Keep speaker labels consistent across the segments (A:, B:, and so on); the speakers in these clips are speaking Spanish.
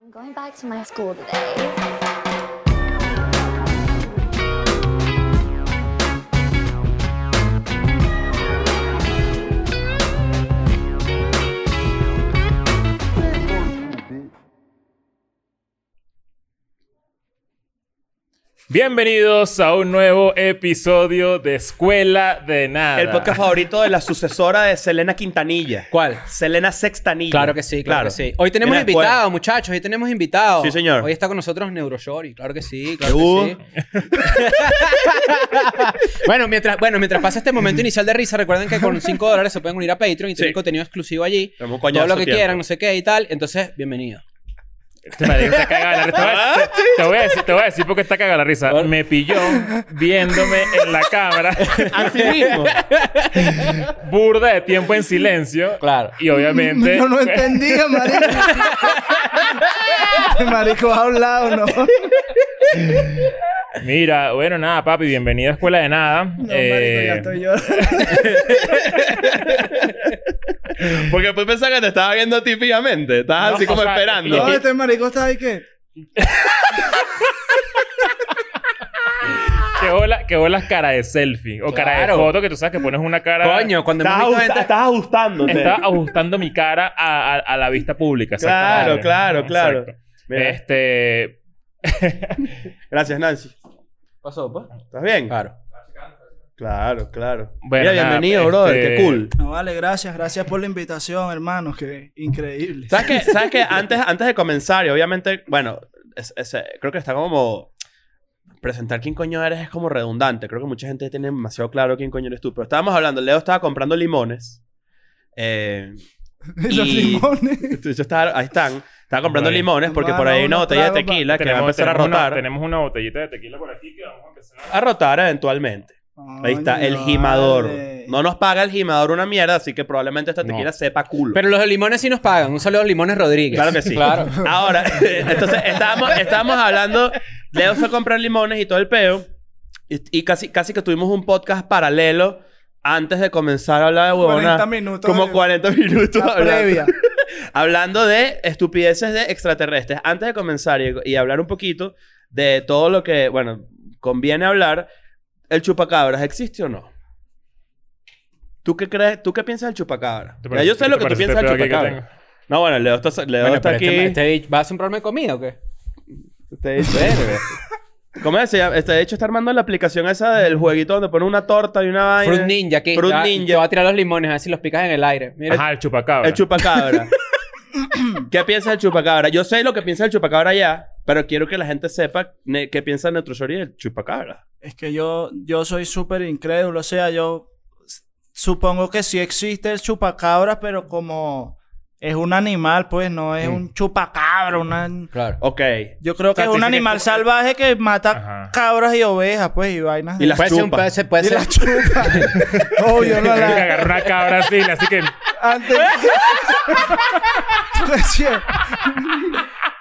A: I'm going back to my school today.
B: Bienvenidos a un nuevo episodio de Escuela de Nada.
C: El podcast favorito de la sucesora de Selena Quintanilla.
D: ¿Cuál?
C: Selena Sextanilla.
D: Claro que sí, claro, que sí. Hoy tenemos
C: Mira,
D: invitados,
C: ¿cuál?
D: muchachos, hoy tenemos invitados.
C: Sí, señor.
D: Hoy está con nosotros Neuroshori, claro que sí, claro
C: Uh.
D: que sí. bueno, mientras, bueno, mientras pasa este momento inicial de risa, recuerden que con 5 dólares se pueden unir a Patreon y tienen
C: Sí.
D: contenido exclusivo allí.
C: Tenemos un
D: Todo
C: coñazo
D: lo que
C: tiempo.
D: quieran, no sé qué y tal. Entonces, bienvenido.
B: Este marico está cagado de la risa. Te voy a decir- Te voy a decir, te voy a decir por qué está cagado de la risa. Me pilló viéndome en la cámara,
C: Así mismo.
B: burda de tiempo en silencio.
D: Claro.
B: Y obviamente.
E: Yo no entendía, marico. Este marico ha hablado, ¿no?
B: Mira, bueno, nada, papi, bienvenido a Escuela de Nada.
E: No, marico,
B: Eh,
E: ya estoy llorando.
C: Porque después pensaba que te estaba viendo a ti fijamente. Estabas
B: No,
C: así como
B: o sea,
C: esperando.
E: No, este marico está ahí que...
B: qué bola- qué bolas cara de selfie o cara de
D: Claro.
B: foto que tú sabes que pones una cara.
D: Coño, cuando hemos
C: Estabas,
D: visto
C: ajusta-
D: gente-
C: estabas ajustándote.
B: Estaba ajustando mi cara a, a- a la vista pública.
C: Claro,
B: exactamente.
C: claro, claro.
B: Exacto.
C: Mira.
D: eh.
B: Este.
C: Gracias, Nancy.
D: Pasó, pues.
C: ¿Estás bien?
D: Claro.
C: Claro, claro.
B: Bueno,
C: Mira,
B: nada,
C: bienvenido,
D: pues,
B: este-
C: brother. Qué cool.
E: No, vale, gracias. Gracias por la invitación, hermano. Que increíble.
C: ¿Sabes qué? ¿Sabes qué? Antes, antes de comenzar, y obviamente, bueno, es- es- eh, creo que está como... Presentar quién coño eres es como redundante. Creo que mucha gente tiene demasiado claro quién coño eres tú. Pero estábamos hablando, Leo estaba comprando limones. Eh,
E: Y los
C: Y-
E: limones.
C: Yo estaba, ahí están. Estaba comprando
B: Ahí.
C: limones porque por ahí hay una
E: Mano,
C: botella de
E: trago pa-
C: tequila que va a empezar a rotar.
B: Una, tenemos una botellita de tequila por aquí que vamos a empezar a...
C: A rotar eventualmente. Ahí está, el
E: Coño,
C: gimador.
E: vale.
C: No nos paga el gimador una mierda, así que probablemente esta tequila
B: No.
C: sepa culo.
D: Pero los limones sí nos pagan. Un saludo a los Limones Rodríguez.
C: Claro que sí.
D: Claro.
C: Ahora, entonces estábamos, estábamos hablando, Leo fue a comprar limones y todo el peo. Y, y casi, casi que tuvimos un podcast paralelo antes de comenzar a hablar de
E: 40
C: huevona.
E: minutos.
C: Como
E: de-
C: 40 minutos
E: la
C: hablando.
E: previa.
C: Hablando de estupideces de extraterrestres, antes de comenzar y, y hablar un poquito de todo lo que, bueno, conviene hablar, ¿el chupacabras existe o no? ¿Tú qué crees? ¿Tú qué piensas del chupacabra?
B: ¿Te
C: Ya
B: parece-
C: yo sé
B: qué
C: lo
B: te
C: que tú
B: parece
C: piensas del
B: este pedo aquí que
C: chupacabra. No, bueno, Leo está, Leo
D: Bueno,
C: está
D: pero
C: aquí.
D: este, este bicho- ¿vas a comprarme comida o qué?
C: Este dice, "Verga". ¿Cómo es? Se llama- Este, de hecho, está armando la aplicación esa del jueguito donde pone una torta y una vaina.
D: Fruit Ninja, que
C: eh, Fruit
D: te va-
C: Ninja.
D: te va a tirar los limones, a ver si los picas en el aire. Mira,
B: Ajá, el chupacabra.
C: El chupacabra. ¿Qué piensa el chupacabra? Yo sé lo que piensa el chupacabra ya, pero quiero que la gente sepa ne- qué piensa nuestro Shori del chupacabra.
E: Es que yo, yo soy súper incrédulo. O sea, yo s- supongo que sí existe el chupacabras, pero como es un animal, pues no
C: Mm.
E: es un chupacabra. Una...
D: Claro.
C: Ok.
E: Yo creo que
C: O sea,
E: es un
C: sí, sí,
E: animal
C: es como-
E: salvaje que mata
B: Ajá.
E: cabras y ovejas, pues, y vainas.
C: Y las
D: puede ser un
C: chupa.
D: puede ser, puede
E: Y
D: ser-
E: las chupa. Obvio, no
B: Creo que
E: la.
B: agarró una cabra así, así que...
E: Antes. Recién.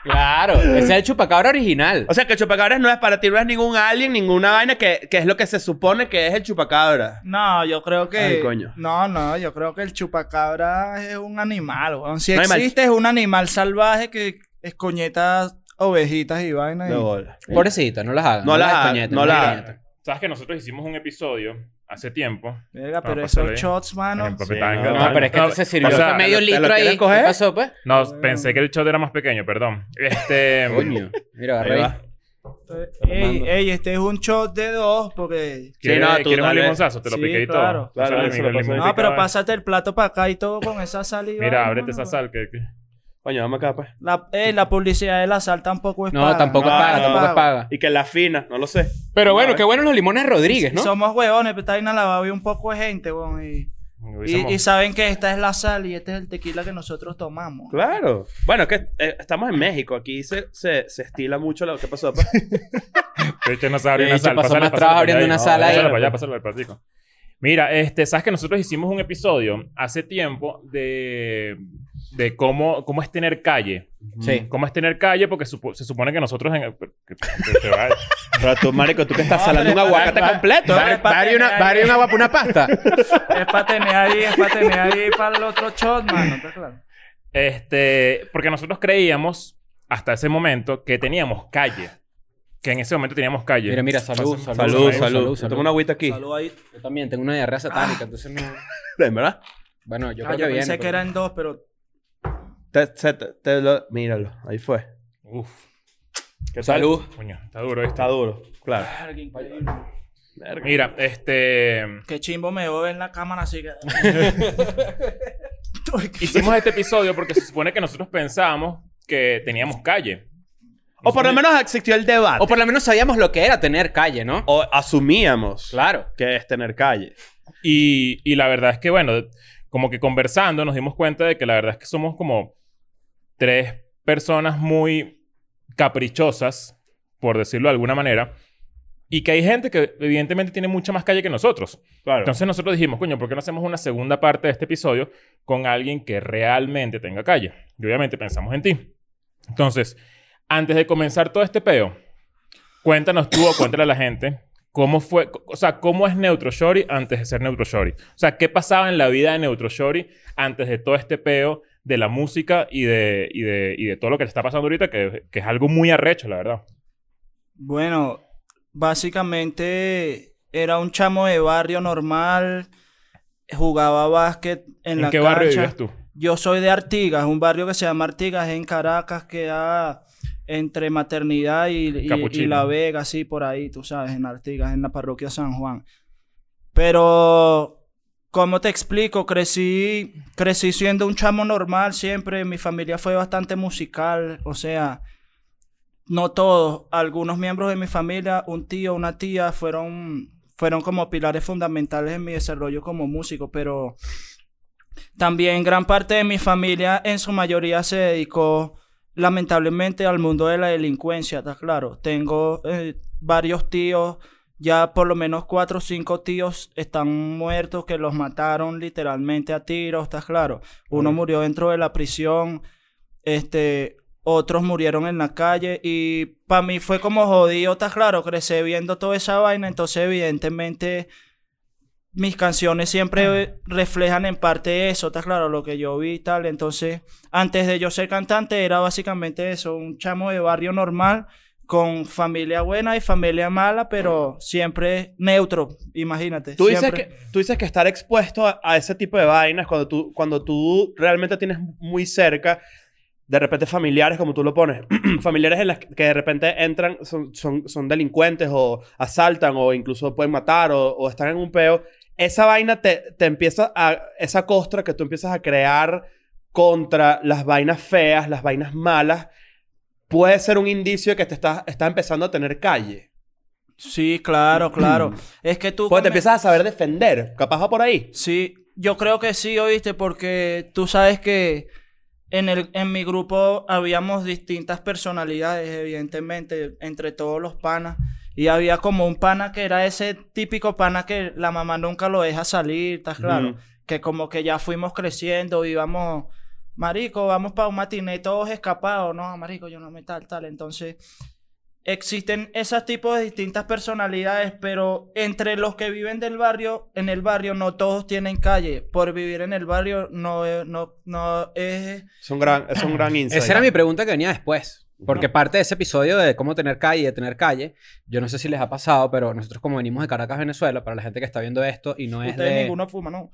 D: Claro, ese es el chupacabra original.
C: O sea, que el chupacabra no es para ti, no es ningún alien, ninguna vaina que, que es lo que se supone que es el chupacabra.
E: No, yo creo que.
C: Ay, coño.
E: No, no, yo creo que el chupacabra es un animal, weón. Si
C: No hay mal-
E: existe, es un animal salvaje que escoñeta ovejitas y vainas. y-
C: De bola.
D: Pobrecita, no las hagan.
C: No las hagan,
D: coñeten,
C: no las hagan.
D: coñeten.
B: Sabes que nosotros hicimos un episodio hace tiempo.
E: Verga,
B: Para
E: pero
B: pasarlo
E: esos
B: bien.
E: shots, mano.
B: En Papi
C: sí,
B: Tanga.
D: No, pero es que se sirvió
B: o sea,
D: hasta medio
C: ¿te lo- te lo
D: litro ahí.
C: quieren coger?
D: ¿Qué pasó, pues?
B: No, pensé que el shot era más pequeño, perdón. Este...
D: Coño. Mira,
C: Ahí
D: agarra
C: va.
D: ahí.
E: Ey, ey, este es un shot de dos, porque.
B: ¿Quieres,
C: Sí, no, tú
B: ¿quieres un
C: dale.
B: limonzazo? Te lo
E: Sí,
B: piqué y todo.
E: claro.
B: Pásale
C: Claro,
B: el
C: eso lo
B: limón
C: pasé.
B: picado.
E: No, pero pásate el plato para acá y todo con esa saliva.
B: Mira,
E: hermano,
B: ábrete esa
E: weón.
B: sal que... que-
C: Coño, vamos acá, pues.
E: La, eh, la publicidad de la sal tampoco es
D: No,
E: paga.
D: tampoco es
C: Ah, no,
D: paga,
C: no,
D: tampoco es
E: no.
D: paga.
C: Y que la fina, no lo sé.
D: Pero
C: No,
D: bueno,
C: eh.
D: qué bueno los limones Rodríguez,
E: Y
D: ¿no?
E: Somos huevones, pero está ahí en la había un poco de gente, weón. Y, y- y
B: Hubiésemos-
E: saben que esta es la sal y este es el tequila que nosotros tomamos.
C: Claro. Bueno, es que eh, estamos en México. Aquí se, se, se estila mucho lo que pasó. pues.
B: De hecho, no se abrió
D: De
B: una
D: hecho, pasó
B: sal. Pásale,
D: más
B: pásale
D: trabajo
B: para
D: abriendo
B: allá.
D: una
B: No,
D: sala ahí.
B: Pásale para allá, pásale para el platico. Mira, este, sabes que nosotros hicimos un episodio hace tiempo de, de cómo, cómo es tener calle.
D: Sí.
B: ¿Cómo es tener calle? Porque supo- se supone que nosotros en. que- que- que- que va-
C: Pero tú, marico, tú que estás
E: No,
C: salando un
E: pero es para-
C: aguacate
E: va-
C: completo.
E: va-
C: ¿eh?
E: pa-
D: ¿Va a abrir una- va a abrir un agua para una pasta?
E: Es para tener ahí, es para tener ahí para el otro shot, mano. ¿Está claro?
B: Este, porque nosotros creíamos hasta ese momento que teníamos calle. Que en ese momento teníamos calle.
D: Mira, mira, salud,
B: Pásame-
D: salud,
C: Salud, salud.
D: salud,
C: Yo
D: salud.
C: Tomo una agüita aquí.
E: Salud ahí.
D: Yo también tengo una diarrea satánica, entonces no...
C: ¿En verdad?
D: Bueno, yo
E: Ah,
D: creo
E: yo
D: que
E: pensé
D: viene.
E: que eran dos, pero
C: Te, se- te- te lo- míralo, ahí fue.
B: Uf. ¿Qué tal?
C: Salud.
B: Coño, está duro esto.
C: Está duro, claro. Verga.
B: Mira, este...
E: qué chimbo me veo en la cámara así que.
B: Hicimos este episodio porque se supone que nosotros pensábamos que teníamos calle.
C: O por lo menos existió el debate.
D: O por lo menos sabíamos lo que era tener calle, ¿no?
C: O asumíamos
D: Claro.
C: que es tener calle.
B: Y, y la verdad es que, bueno, como que conversando nos dimos cuenta de que la verdad es que somos como tres personas muy caprichosas, por decirlo de alguna manera, y que hay gente que evidentemente tiene mucha más calle que nosotros.
C: Claro.
B: Entonces nosotros dijimos, coño, ¿por qué no hacemos una segunda parte de este episodio con alguien que realmente tenga calle? Y obviamente pensamos en ti. Entonces, antes de comenzar todo este peo, cuéntanos tú o cuéntale a la gente cómo fue, o sea, cómo es Neutro Shorty antes de ser Neutro Shorty. O sea, ¿qué pasaba en la vida de Neutro Shorty antes de todo este peo de la música y de, y de, y de todo lo que le está pasando ahorita, que, que es algo muy arrecho, la verdad.
E: Bueno, básicamente era un chamo de barrio normal, jugaba básquet en,
B: ¿En,
E: la
B: qué
E: cancha.
B: barrio vivías tú?
E: Yo soy de Artigas, un barrio que se llama Artigas en Caracas, queda entre Maternidad y, y-
B: Capuchino.
E: y La Vega, así por ahí, tú sabes, en Artigas, en la parroquia San Juan. Pero, ¿cómo te explico? Crecí, crecí siendo un chamo normal siempre, mi familia fue bastante musical, o sea, no todos, algunos miembros de mi familia, un tío, una tía, fueron, fueron como pilares fundamentales en mi desarrollo como músico, pero... También gran parte de mi familia en su mayoría se dedicó lamentablemente al mundo de la delincuencia, está claro. Tengo eh, varios tíos, ya por lo menos cuatro o cinco tíos están muertos que los mataron literalmente a tiros, está claro. Uno murió dentro de la prisión, este, otros murieron en la calle y para mí fue como jodido, está claro. Crecí viendo toda esa vaina, entonces evidentemente mis canciones siempre reflejan en parte eso, está claro, lo que yo vi y tal. Entonces, antes de yo ser cantante, era básicamente eso, un chamo de barrio normal, con familia buena y familia mala, pero siempre neutro, imagínate.
C: Tú dices,
E: siempre.
C: que, tú dices que estar expuesto a, a ese tipo de vainas cuando tú, cuando tú realmente tienes muy cerca, de repente familiares, como tú lo pones, familiares en las que de repente entran, son, son, son delincuentes o asaltan o incluso pueden matar o, o están en un peo, esa vaina te, te empieza a, esa costra que tú empiezas a crear contra las vainas feas, las vainas malas, puede ser un indicio de que te estás, estás empezando a tener calle.
E: Sí, claro, claro. es que tú...
C: Porque te
E: come-
C: empiezas a saber defender. Capaz va por ahí.
E: Sí, yo creo que sí, oíste, porque tú sabes que en, el, en mi grupo habíamos distintas personalidades, evidentemente, entre todos los panas. Y había como un pana que era ese típico pana que la mamá nunca lo deja salir, ¿estás claro?
C: Ujú.
E: Que como que ya fuimos creciendo, íbamos, marico, vamos para un matiné todos escapados, no, marico, yo no me tal, tal. Entonces, existen esos tipos de distintas personalidades, pero entre los que viven del barrio, en el barrio no todos tienen calle. Por vivir en el barrio no es, no, no es
C: Es un gran, es un gran insight.
D: Esa era mi pregunta que venía después. Porque parte de ese episodio de cómo tener calle, de tener calle, yo no sé si les ha pasado, pero nosotros como venimos de Caracas, Venezuela, para la gente que está viendo esto y no es
E: ustedes
D: de...
E: ninguno fuma, ¿no?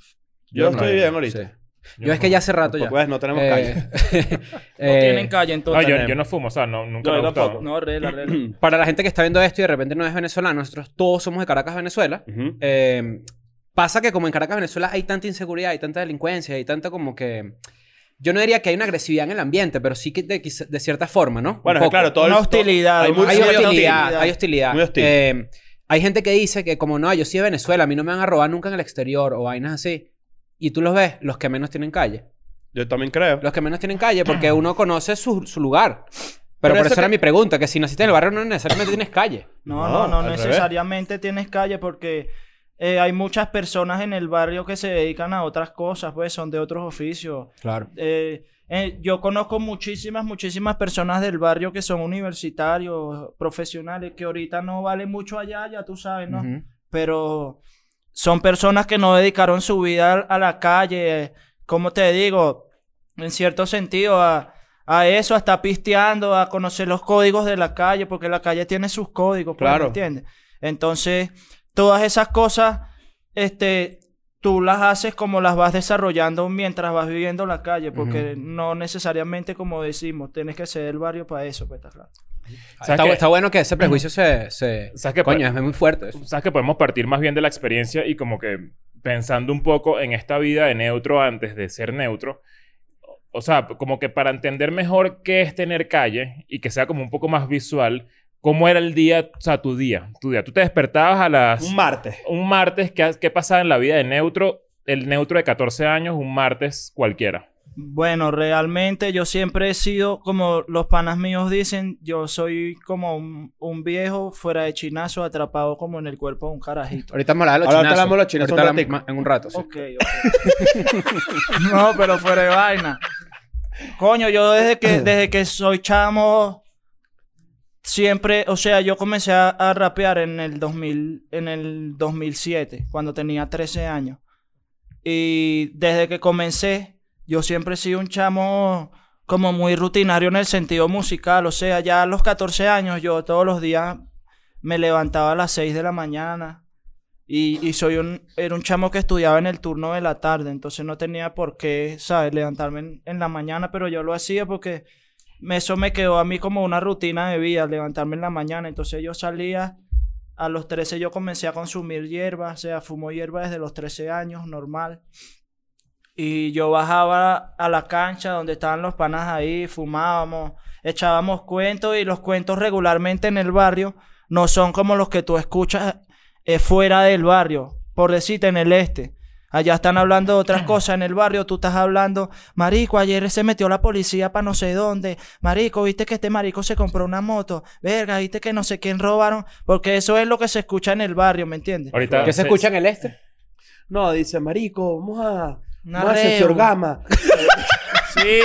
C: Yo estoy
D: no,
C: bien ahorita.
D: sí. Yo, es que ya hace rato ya.
C: Pues, Pues no tenemos
D: Eh,
C: calle.
E: no
D: eh,
E: tienen calle
B: No,
E: entonces.
B: yo, yo no fumo, o sea, no, nunca
C: No,
B: me
C: yo
B: ha gustado.
C: tampoco.
E: No, regla, regla.
D: Para la gente que está viendo esto y de repente no es venezolano, nosotros todos somos de Caracas, Venezuela.
C: Ujú.
D: Eh, pasa que como en Caracas, Venezuela hay tanta inseguridad, hay tanta delincuencia, hay tanta como que... Yo no diría que hay una agresividad en el ambiente, pero sí que de, quizá- de cierta forma, ¿no? Un
C: Bueno,
D: poco.
C: claro, todo
E: Una
C: el-
E: hostilidad,
C: Hay
E: una-
C: mucho
D: Hay
E: Sí,
D: hostilidad,
E: hostilidad.
D: hay hostilidad.
C: Muy hostil.
D: Eh, hay gente que dice que como no, yo soy de Venezuela, a mí no me van a robar nunca en el exterior o vainas así. Y tú los ves, los que menos tienen calle.
C: Yo también creo.
D: Los que menos tienen calle porque uno conoce su, su lugar. Pero,
C: Pero
D: por
C: eso
D: eso era mi
C: que-
D: pregunta, que si naciste en el barrio no necesariamente tienes calle.
E: No,
C: No,
E: no, no,
C: al
E: necesariamente tienes calle porque eh, hay muchas personas en el barrio que se dedican a otras cosas, pues son de otros oficios.
D: Claro.
E: Eh, eh, yo conozco muchísimas, muchísimas personas del barrio que son universitarios, profesionales, que ahorita no vale mucho allá, ya tú sabes, ¿no? Pero son personas que no dedicaron su vida al- a la calle, como te digo, en cierto sentido, a, a eso, a estar pisteando, a conocer los códigos de la calle, porque la calle tiene sus códigos, pues, ¿me
C: Claro.
E: entiendes? Entonces, todas esas cosas, este, tú las haces como las vas desarrollando mientras vas viviendo la calle, porque no necesariamente, como decimos, tienes que ser el barrio para eso, pues, está claro.
B: ¿Sabes
D: Está,
B: qué?
D: está bueno que ese prejuicio se... se-
B: ¿Sabes qué?
D: Coño, es muy fuerte eso.
B: Sabes que podemos partir más bien de la experiencia y como que pensando un poco en esta vida de neutro antes de ser neutro. O sea, como que para entender mejor qué es tener calle y que sea como un poco más visual, ¿cómo era el día, o sea, tu día? Tu día. Tú te despertabas a las...
C: Un martes.
B: un martes, ¿qué, ha- qué pasaba en la vida de neutro? El neutro de 14 años, un martes cualquiera.
E: Bueno, realmente yo siempre he sido, como los panas míos dicen, yo soy como un, un viejo fuera de chinazo atrapado como en el cuerpo de un carajito.
D: Ahorita vamos a hablar de los
C: Ahora
D: chinazos.
C: hablamos de los chinazos
D: Ahorita
C: un
D: hablamos
C: ratico.
D: ma- en un rato, sí.
E: Ok, ok. no, pero fuera de vaina. Coño, yo desde que, desde que soy chamo, siempre, o sea, yo comencé a, a rapear en el, 2000, en el 2007, cuando tenía 13 años. Y desde que comencé, yo siempre he sido un chamo como muy rutinario en el sentido musical. O sea, ya a los 14 años yo todos los días me levantaba a las 6 de la mañana. Y, y soy un, era un chamo que estudiaba en el turno de la tarde, entonces no tenía por qué, ¿sabes? Levantarme en, en la mañana, pero yo lo hacía porque me- eso me quedó a mí como una rutina de vida, levantarme en la mañana. Entonces yo salía, a los 13 yo comencé a consumir hierba, o sea, fumo hierba desde los 13 años, normal. Y yo bajaba a la cancha donde estaban los panas ahí, fumábamos, echábamos cuentos y los cuentos regularmente en el barrio no son como los que tú escuchas eh, fuera del barrio, por decirte en el este. Allá están hablando de otras cosas en el barrio, tú estás hablando, marico, ayer se metió la policía para no sé dónde, marico, viste que este marico se compró una moto, verga, viste que no sé quién robaron, porque eso es lo que se escucha en el barrio, ¿me entiendes?
B: Ahorita,
D: ¿Qué se escucha en el este?
C: No, dice, marico, vamos a...
E: Una
C: vamos a hacer
E: reu.
C: orgama.
E: Sí.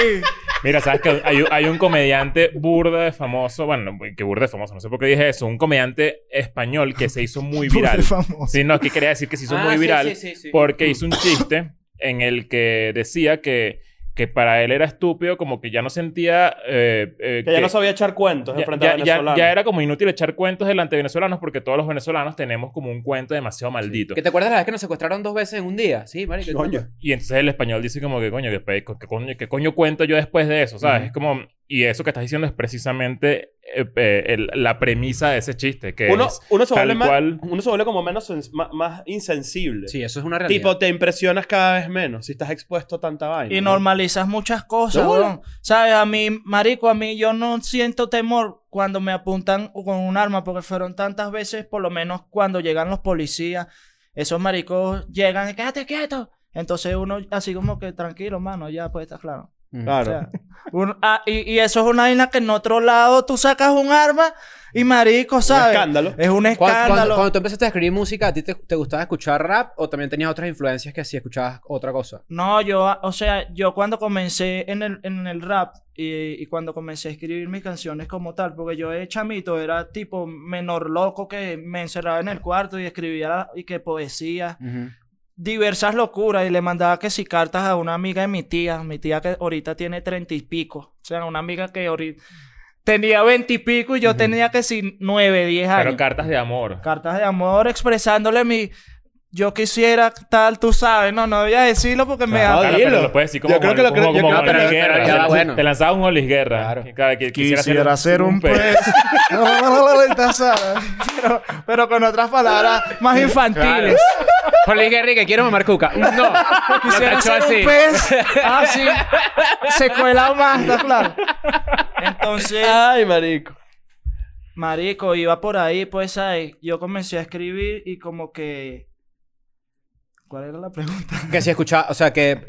B: Mira, sabes que hay, un- hay un comediante burda de famoso, bueno, que burda de famoso, no sé por qué dije eso, un comediante español que se hizo muy viral. Sí, no, que quería decir que se hizo
D: Ah,
B: muy
D: sí,
B: viral
D: sí, sí, sí.
B: porque hizo un chiste en el que decía que, que para él era estúpido, como que ya no sentía... eh, eh,
C: Que ya
B: que-
C: no sabía echar cuentos
B: ya,
C: enfrente a
B: ya- ya-
C: venezolanos.
B: ya era como inútil echar cuentos delante de venezolanos porque todos los venezolanos tenemos como un cuento demasiado maldito.
D: ¿Que te acuerdas la vez que nos secuestraron dos veces en un día? Sí, marico.
C: Coño.
B: Y entonces el español dice como que coño, que, pe- co- que coño, que coño cuento yo después de eso, ¿sabes?
D: Ujú.
B: Es como... Y eso que estás diciendo es precisamente eh, eh, el- la premisa de ese chiste, que
C: Uno,
B: es
C: uno, se
B: tal
C: vuelve más-
B: cual.
C: uno se vuelve como menos sens- ma- más, insensible.
D: Sí, eso es una realidad.
C: Tipo, te impresionas cada vez menos si estás expuesto a tanta vaina.
E: Y
C: ¿no?
E: normalizas muchas cosas,
D: Seguro.
E: weón. ¿Sabes? A mí, marico, a mí yo no siento temor cuando me apuntan con un arma, porque fueron tantas veces, por lo menos cuando llegan los policías, esos maricos llegan y quédate quieto. Entonces uno así como que tranquilo, mano, ya pues está claro.
D: Mm.
E: O
C: Claro.
E: sea, un- ah, y, y eso es una vaina que en otro lado tú sacas un arma y marico,
C: Un
E: ¿sabes?
C: escándalo.
E: Es un
D: Cuando, cuando-
E: escándalo.
D: cuando tú empezaste a escribir música, ¿a ti te, te gustaba escuchar rap o también tenías otras influencias que si escuchabas otra cosa?
E: No, yo, o sea, yo cuando comencé en el, en el rap y, y cuando comencé a escribir mis canciones como tal, porque yo de chamito era tipo menor loco que me encerraba en el cuarto y escribía y que poesía, diversas locuras y le mandaba que si cartas a una amiga de mi tía, mi tía que ahorita tiene treinta y pico, o sea, una amiga que ahorita tenía veinte y pico y yo tenía que si nueve, diez años
B: Pero cartas de amor.
E: cartas de amor expresándole mi yo quisiera tal, tú sabes, no, no voy a decirlo porque me
B: Claro,
E: da
C: Ah,
B: pero
C: dilo.
B: lo puedes decir como
C: Yo creo que lo
B: como-
C: creo- yo
B: como
C: creo que
B: Olis
C: lo-
B: Guerra.
D: ya,
B: Te-
D: bueno.
B: Te lanzabas un Olis Guerra.
D: Claro.
B: Que- que- que
F: Quisiera ser un
B: pez.
F: pez.
E: pero, pero con otras palabras más infantiles.
D: Jorge Enrique, quiero mamar cuca. No.
E: Quisiera ser un pez. Ah, sí. Se cuela más, está claro. Entonces,
C: Ay, marico.
E: marico, iba por ahí, pues ahí. Yo comencé a escribir y como que. ¿Cuál era la pregunta?
D: Que si escuchaba, o sea, que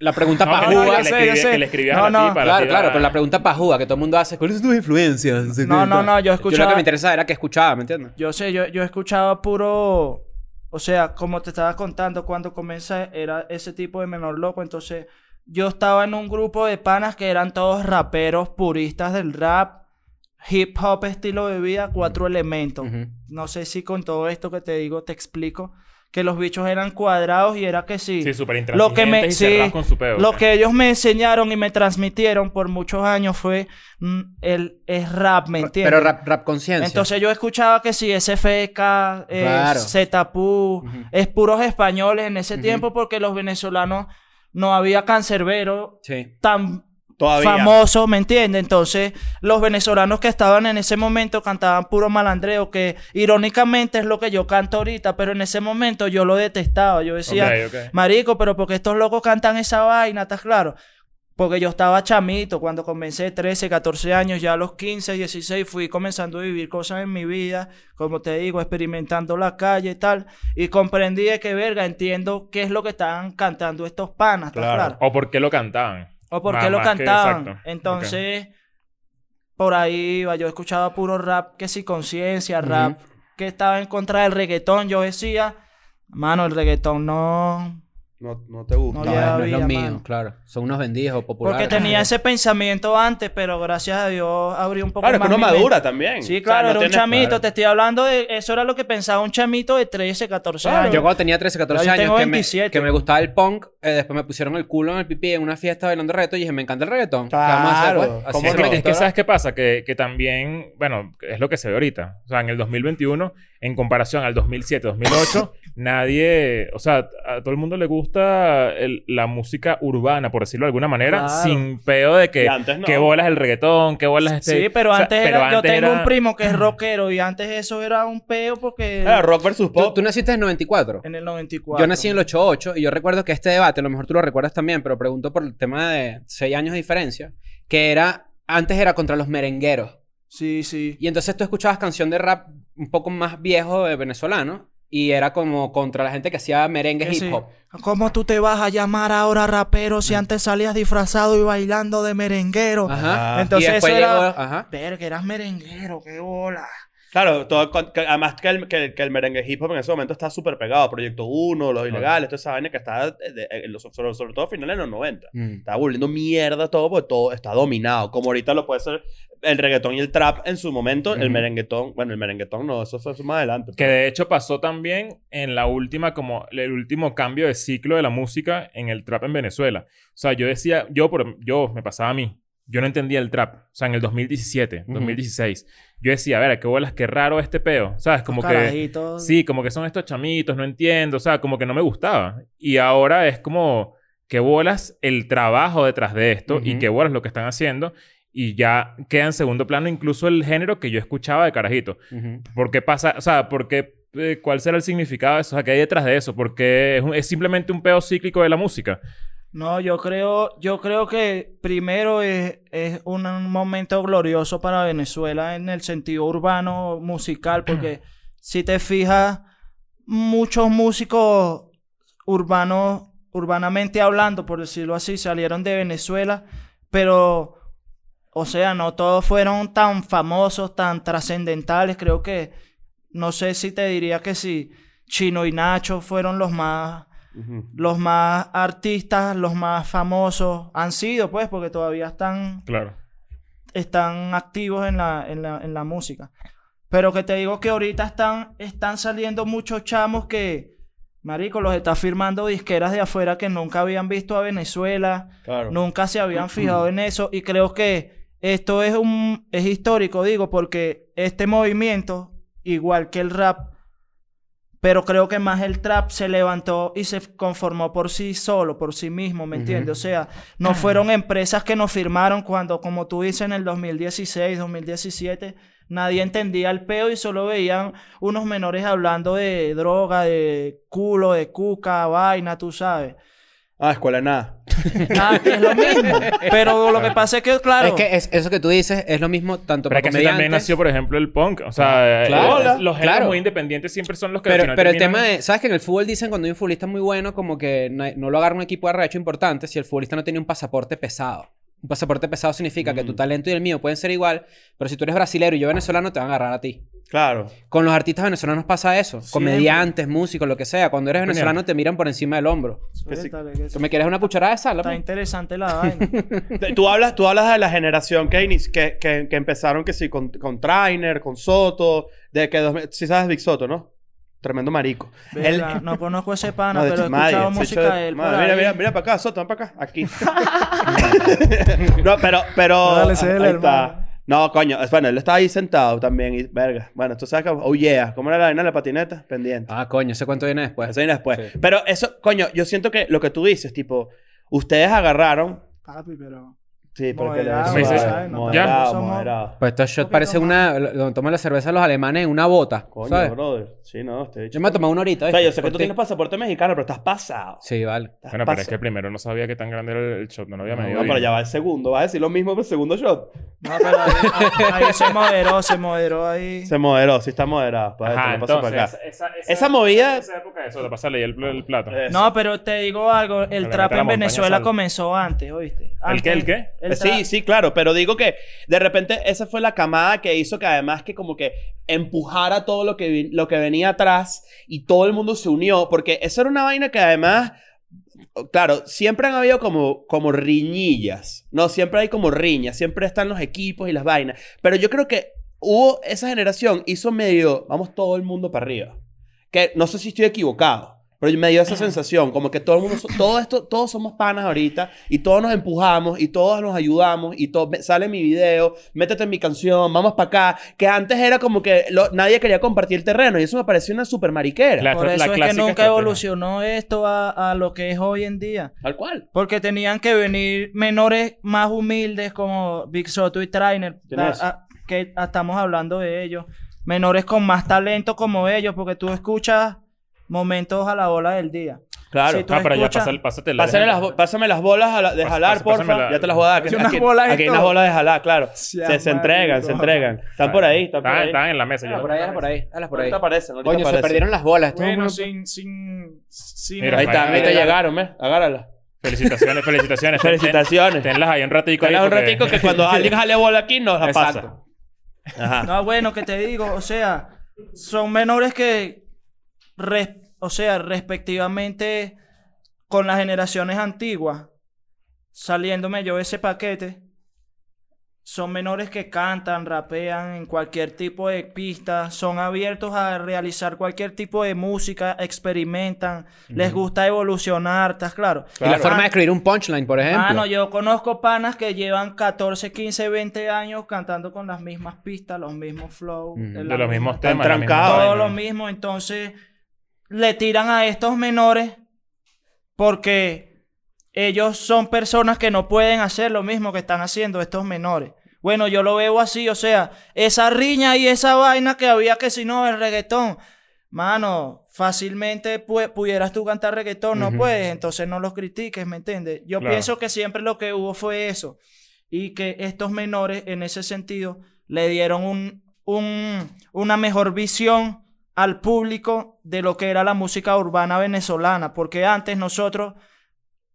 D: la pregunta
B: No,
D: pajúa.
B: no, que
E: ya
B: le
E: sé, ya
B: escribía-
E: sé.
B: que le escribías
E: No,
B: a
E: no.
B: ti para
D: Claro,
B: ti
D: claro,
B: la-
D: pero la pregunta pajúa que todo el mundo hace, ¿cuáles son tus influencias? sé
E: No,
D: qué,
E: no,
D: tal.
E: no,
D: Yo lo
E: yo
D: que
E: escuchaba-
D: me interesaba era que escuchaba, ¿me entiendes?
E: Yo sé, yo, yo escuchaba puro. O sea, como te estaba contando, cuando comencé era ese tipo de menor loco. Entonces, yo estaba en un grupo de panas que eran todos raperos puristas del rap, hip hop, estilo de vida, cuatro elementos.
D: Ujú.
E: No sé si con todo esto que te digo te explico que los bichos eran cuadrados y era que sí.
B: Sí, súper
E: lo que me
B: intransigentes y
E: sí,
B: cerrados con su peo.
E: lo que ellos me enseñaron y me transmitieron por muchos años fue mm, el es rap, ¿me entiendes?
D: Pero rap, rap conciencia.
E: Entonces yo escuchaba que sí, SFK, eh,
D: Claro.
E: Zetapu,
D: Ujú.
E: es puros españoles en ese
D: Ujú.
E: tiempo porque los venezolanos no había cancerbero
D: Sí.
E: tan
C: Todavía.
E: famoso, ¿me entiendes? Entonces, los venezolanos que estaban en ese momento cantaban puro malandreo, que irónicamente es lo que yo canto ahorita, pero en ese momento yo lo detestaba. Yo decía,
B: Ok, ok.
E: marico, pero porque estos locos cantan esa vaina, ¿estás claro? Porque yo estaba chamito cuando comencé 13, 14 años, ya a los 15, 16 fui comenzando a vivir cosas en mi vida, como te digo, experimentando la calle y tal, y comprendí de que verga, entiendo qué es lo que estaban cantando estos panas, ¿estás
C: Claro.
E: claro?
B: O por qué lo cantaban.
E: O porque
B: Más-
E: lo
B: más que-
E: cantaban.
B: exacto.
E: Entonces, por ahí iba. Yo escuchaba puro rap que si conciencia, rap que estaba en contra del reggaetón. Yo decía, mano, el reggaetón no.
C: No, no te gusta.
E: No,
D: No,
E: ya
D: no es
E: había,
D: lo mío,
E: mano.
D: claro. Son unos vendidos populares.
E: Porque tenía ese pensamiento antes, pero gracias a Dios abrí un poco
C: Claro, es
E: más.
C: que uno
E: mi mente.
C: madura también.
E: Sí,
C: O sea,
E: claro,
C: no
E: era un
C: tienes-
E: chamito.
C: Claro.
E: Te estoy hablando de. Eso era lo que pensaba un chamito de 13, 14 años.
D: Ah, Yo cuando tenía 13, 14
E: Ya, yo
D: años
E: tengo
D: que me,
E: 27,
D: que me
E: bro.
D: gustaba el punk, eh, después me pusieron el culo en el pipí en una fiesta bailando reto y dije, me encanta el reggaetón. ¿Qué vamos a hacer,
C: Claro.
D: pues? Así
C: ¿Cómo
D: se
C: no?
D: me
B: Es
D: gustó,
B: que
D: ¿no?
B: ¿sabes qué pasa? Que, que también, bueno, es lo que se ve ahorita. O sea, en el 2021, en comparación al 2007, 2008, nadie, o sea, a todo el mundo le gusta el- la música urbana, por decirlo de alguna manera,
E: Claro.
B: sin peo de que,
C: Y antes no.
B: que bolas el reggaetón, que bolas este...
E: Sí, pero
B: o sea,
E: antes era, yo
B: antes
E: tengo
B: era-
E: un primo que es rockero y antes eso era un peo porque
C: Claro, rock versus
D: ¿Tú,
C: pop.
D: tú naciste en el 94.
E: en el 94.
D: Yo nací en el 88 y yo recuerdo que este debate, a lo mejor tú lo recuerdas también, pero pregunto por el tema de 6 años de diferencia, que era, antes era contra los merengueros.
E: Sí, sí.
D: Y entonces tú escuchabas canción de rap un poco más viejo de venezolano y era como contra la gente que hacía merengue
E: Que sí.
D: hip hop.
E: ¿Cómo tú te vas a llamar ahora rapero si antes salías disfrazado y bailando de merenguero?
D: Ajá.
C: Ah.
E: Entonces
D: y
E: eso
D: después
E: era...
D: llegó- ajá.
E: Verga, eras merenguero, qué bola.
C: Claro, todo con- que- además que el, que, el- que el merengue hip hop en ese momento está súper pegado. Proyecto 1, Los Ilegales, toda esa vaina que está, de- de- en los- sobre, sobre todo a finales de los 90.
D: Mm.
C: Está volviendo mierda todo porque todo está dominado. Como ahorita lo puede ser el reggaetón y el trap en su momento. El
D: Ujú.
C: merenguetón, bueno, el merenguetón no, eso fue más adelante. pues,
B: Que de hecho pasó también en la última, como el último cambio de ciclo de la música en el trap en Venezuela. O sea, yo decía, yo, por, yo me pasaba a mí, yo no entendía el trap. O sea, en el 2017,
D: Ujú.
B: 2016, yo decía, a ver, qué bolas, qué raro este peo. ¿Sabes? Como que.
E: Carajitos.
B: Sí, como que son estos chamitos, no entiendo. O sea, como que no me gustaba. Y ahora es como, qué bolas el trabajo detrás de esto y
D: Ujú.
B: qué bolas lo que están haciendo. Y ya queda en segundo plano incluso el género que yo escuchaba de carajito.
D: Ujú.
B: ¿Por qué pasa? O sea, ¿por qué, eh, ¿cuál será el significado de eso? O sea, ¿qué hay detrás de eso? Porque es, un- es simplemente un peo cíclico de la música.
E: No, yo creo, yo creo que primero es, es un momento glorioso para Venezuela en el sentido urbano, musical, porque si te fijas, muchos músicos urbanos, urbanamente hablando, por decirlo así, salieron de Venezuela, pero, o sea, no todos fueron tan famosos, tan trascendentales. Creo que, no sé si te diría que sí, Chino y Nacho fueron los más
C: Ujú.
E: los más artistas, los más famosos han sido, pues, porque todavía están,
B: Claro.
E: están activos en la, en, la, en la música. Pero que te digo que ahorita están, están saliendo muchos chamos que, marico, los está firmando disqueras de afuera que nunca habían visto a Venezuela,
C: Claro.
E: nunca se habían fijado en eso y creo que esto es un es histórico, digo, porque este movimiento igual que el rap pero creo que más el trap se levantó y se conformó por sí solo, por sí mismo, ¿me
D: Ujú.
E: entiendes? O sea, no fueron empresas que nos firmaron cuando, como tú dices, en el 2016, 2017, nadie entendía el peo y solo veían unos menores hablando de droga, de culo, de cuca, vaina, tú sabes.
C: Ah, escuela de nada.
E: Ah, que es lo mismo. Pero lo que pasa es que, claro.
D: Es que es- eso que tú dices es lo mismo tanto
B: Pero es que
D: para
B: así
D: comediantes-
B: también nació, por ejemplo, el punk. O sea, eh,
D: Claro.
B: eh, los géneros
D: Claro.
B: muy independientes siempre son los que al
D: Pero,
B: final
D: pero el
B: terminan-
D: tema es, ¿sabes que en el fútbol dicen cuando hay un futbolista muy bueno, como que na- no lo agarra un equipo arrecho importante si el futbolista no tiene un pasaporte pesado? Un pasaporte pesado significa
B: Mm.
D: que tu talento y el mío pueden ser igual, pero si tú eres brasilero y yo venezolano, te van a agarrar a ti.
C: Claro.
D: Con los artistas venezolanos pasa eso. Comediantes, músicos, lo que sea. Cuando eres
B: Genial.
D: venezolano, te miran por encima del hombro.
E: Suéltale, que
D: ¿Tú me quieres una cucharada de sal?
E: Está
D: pues?
E: interesante la vaina.
C: Te- Tú hablas, tú hablas de la generación que, inici- que, que, que empezaron que sí, con, con Trainer, con Soto, de que... Si sabes Big Soto, ¿no? Tremendo marico. Él-
E: Verga, No conozco a ese pana,
C: No, este de
E: pero he
C: hecho, nadie.
E: escuchado
C: Se
E: música
C: echó-
E: de él. por
C: Madre, mira,
E: ahí.
C: mira, mira para acá, Soto, ven para acá. Aquí. no, pero, pero.
E: Dale, cédele,
C: ahí está.
E: hermano.
C: No, coño. es- Bueno, él estaba ahí sentado también. Y, verga. Bueno, tú sabes que. Oh, yeah. ¿Cómo era la vaina de la patineta? Pendiente.
D: Ah, coño, ¿ese cuánto viene después?
C: Eso viene después. Pero eso, coño, yo siento que lo que tú dices, tipo, ustedes agarraron.
E: Papi, pero...
C: Sí, pero que
E: Moderado,
B: Sí, sí, sí.
C: Moderado,
B: Ya.
C: moderado,
E: Somos-
C: moderado.
D: Pues estos shots parece una... lo- Donde toman la cerveza los alemanes en una bota,
C: Coño,
D: ¿sabes?
C: brother. Sí, no, este bicho.
D: Yo me he tomado una ahorita,
C: O sea, yo
D: ¿viste?
C: sé que tú
D: Por ti.
C: tienes pasaporte mexicano, pero estás pasado.
D: Sí, vale.
C: Estás
B: Bueno, pero es
C: pasado.
B: que primero no sabía que tan grande era el- el shot. No lo había
D: No,
B: medido.
C: No, pero
B: bien.
C: ya va el segundo. Vas a decir lo mismo pero el segundo shot.
E: No, pero ahí, ahí se moderó, se moderó ahí.
C: Se moderó, sí está moderado. Pues,
B: Ajá,
C: te lo paso
B: entonces.
C: para acá.
B: Esa,
C: Esa movida-
B: Esa época de eso, te pasarle y el, el plato.
C: Eh,
E: No, pero te digo algo,
B: Le
E: el
B: mete
E: trap
B: la
E: en
B: montaña
E: Venezuela
B: sal.
E: comenzó antes, ¿oíste?
B: ¿El qué,
E: Antes-
B: el qué?
E: el
C: Eh, sí,
E: trap-
C: sí, claro, pero digo que de repente esa fue la camada que hizo que además que como que empujara todo lo que, vi- lo que venía atrás y todo el mundo se unió, porque esa era una vaina que además, claro, siempre han habido como, como riñillas, ¿no? Siempre hay como riñas, siempre están los equipos y las vainas, pero yo creo que hubo esa generación, hizo medio, vamos todo el mundo para arriba, que no sé si estoy equivocado. Pero me dio esa sensación, como que todo el mundo, so- todo esto, todos somos panas ahorita y todos nos empujamos y todos nos ayudamos y todo, me- sale mi video, métete en mi canción, vamos para acá. Que antes era como que lo- nadie quería compartir el terreno y eso me pareció una super mariquera.
B: La-
E: Por eso es que
B: clásica
E: nunca
B: estrategia.
E: evolucionó esto a, a lo que es hoy en día.
C: Tal cual.
E: Porque tenían que venir menores más humildes como Big Soto y Trainer.
C: ¿Quién es?
E: a- a- que a- estamos hablando de ellos. Menores con más talento como ellos, porque tú escuchas momentos a la hora del día.
C: Claro.
E: Sí, tú
B: Ah, pero ya
E: escuchas-
B: pásale, pásate la.
C: Pásame las, bo- pásame las bolas a la- de
B: Pas-
C: jalar,
B: pas-
C: porfa.
B: pásame la-
C: Ya te las voy a dar. Aquí,
E: Hay unas
C: aquí-
E: bolas y
C: aquí hay unas
E: todo.
C: bolas de jalar, claro.
E: Sí,
C: Se, se
E: marico.
C: entregan, se entregan. Están por ahí, están por
B: Están
C: ahí.
B: están en la mesa.
D: Ah,
B: ya.
D: por ahí, por ahí. Hazlas por ahí.
C: Ahorita aparecen, ahorita
D: Coño, se
C: aparecen.
D: perdieron las bolas. Estuvo
E: Bueno,
D: muy-
E: sin, sin, sin-
B: Mira,
C: Ahí están, ahí
B: Ahí
C: te
B: está. eh.
C: llegaron, ¿ves? Agárrala.
B: Felicitaciones, felicitaciones. Ten-
C: Felicitaciones.
B: ten- Tenlas ahí un ratico. ahí
C: Tenla un
B: porque-
C: ratico que cuando alguien jale bola aquí nos la pasa.
D: Exacto.
C: Ajá.
E: No, bueno, que te digo, o sea, son menores que, res- o sea, respectivamente con las generaciones antiguas, saliéndome yo de ese paquete, son menores que cantan, rapean en cualquier tipo de pista, son abiertos a realizar cualquier tipo de música, experimentan, les gusta evolucionar, ¿estás claro?
D: Y la forma de escribir un punchline, por ejemplo.
E: Mano, yo conozco panas que llevan 14, 15, 20 años cantando con las mismas pistas, los mismos flow.
D: Mm,
E: la
B: De los
E: misma-
B: mismos
C: Están
B: temas. la misma
C: trancados.
E: Todo
B: vaina.
E: lo mismo. Entonces, le tiran a estos menores porque ellos son personas que no pueden hacer lo mismo que están haciendo estos menores. Bueno, yo lo veo así, o sea, esa riña y esa vaina que había que si no, el reggaetón. Mano, fácilmente pu- pudieras tú cantar reggaetón, no
D: Ujú.
E: puedes, entonces no los critiques, ¿me entiendes? Yo
B: Claro.
E: pienso que siempre lo que hubo fue eso. Y que estos menores, en ese sentido, le dieron un, un- una mejor visión al público de lo que era la música urbana venezolana. Porque antes nosotros,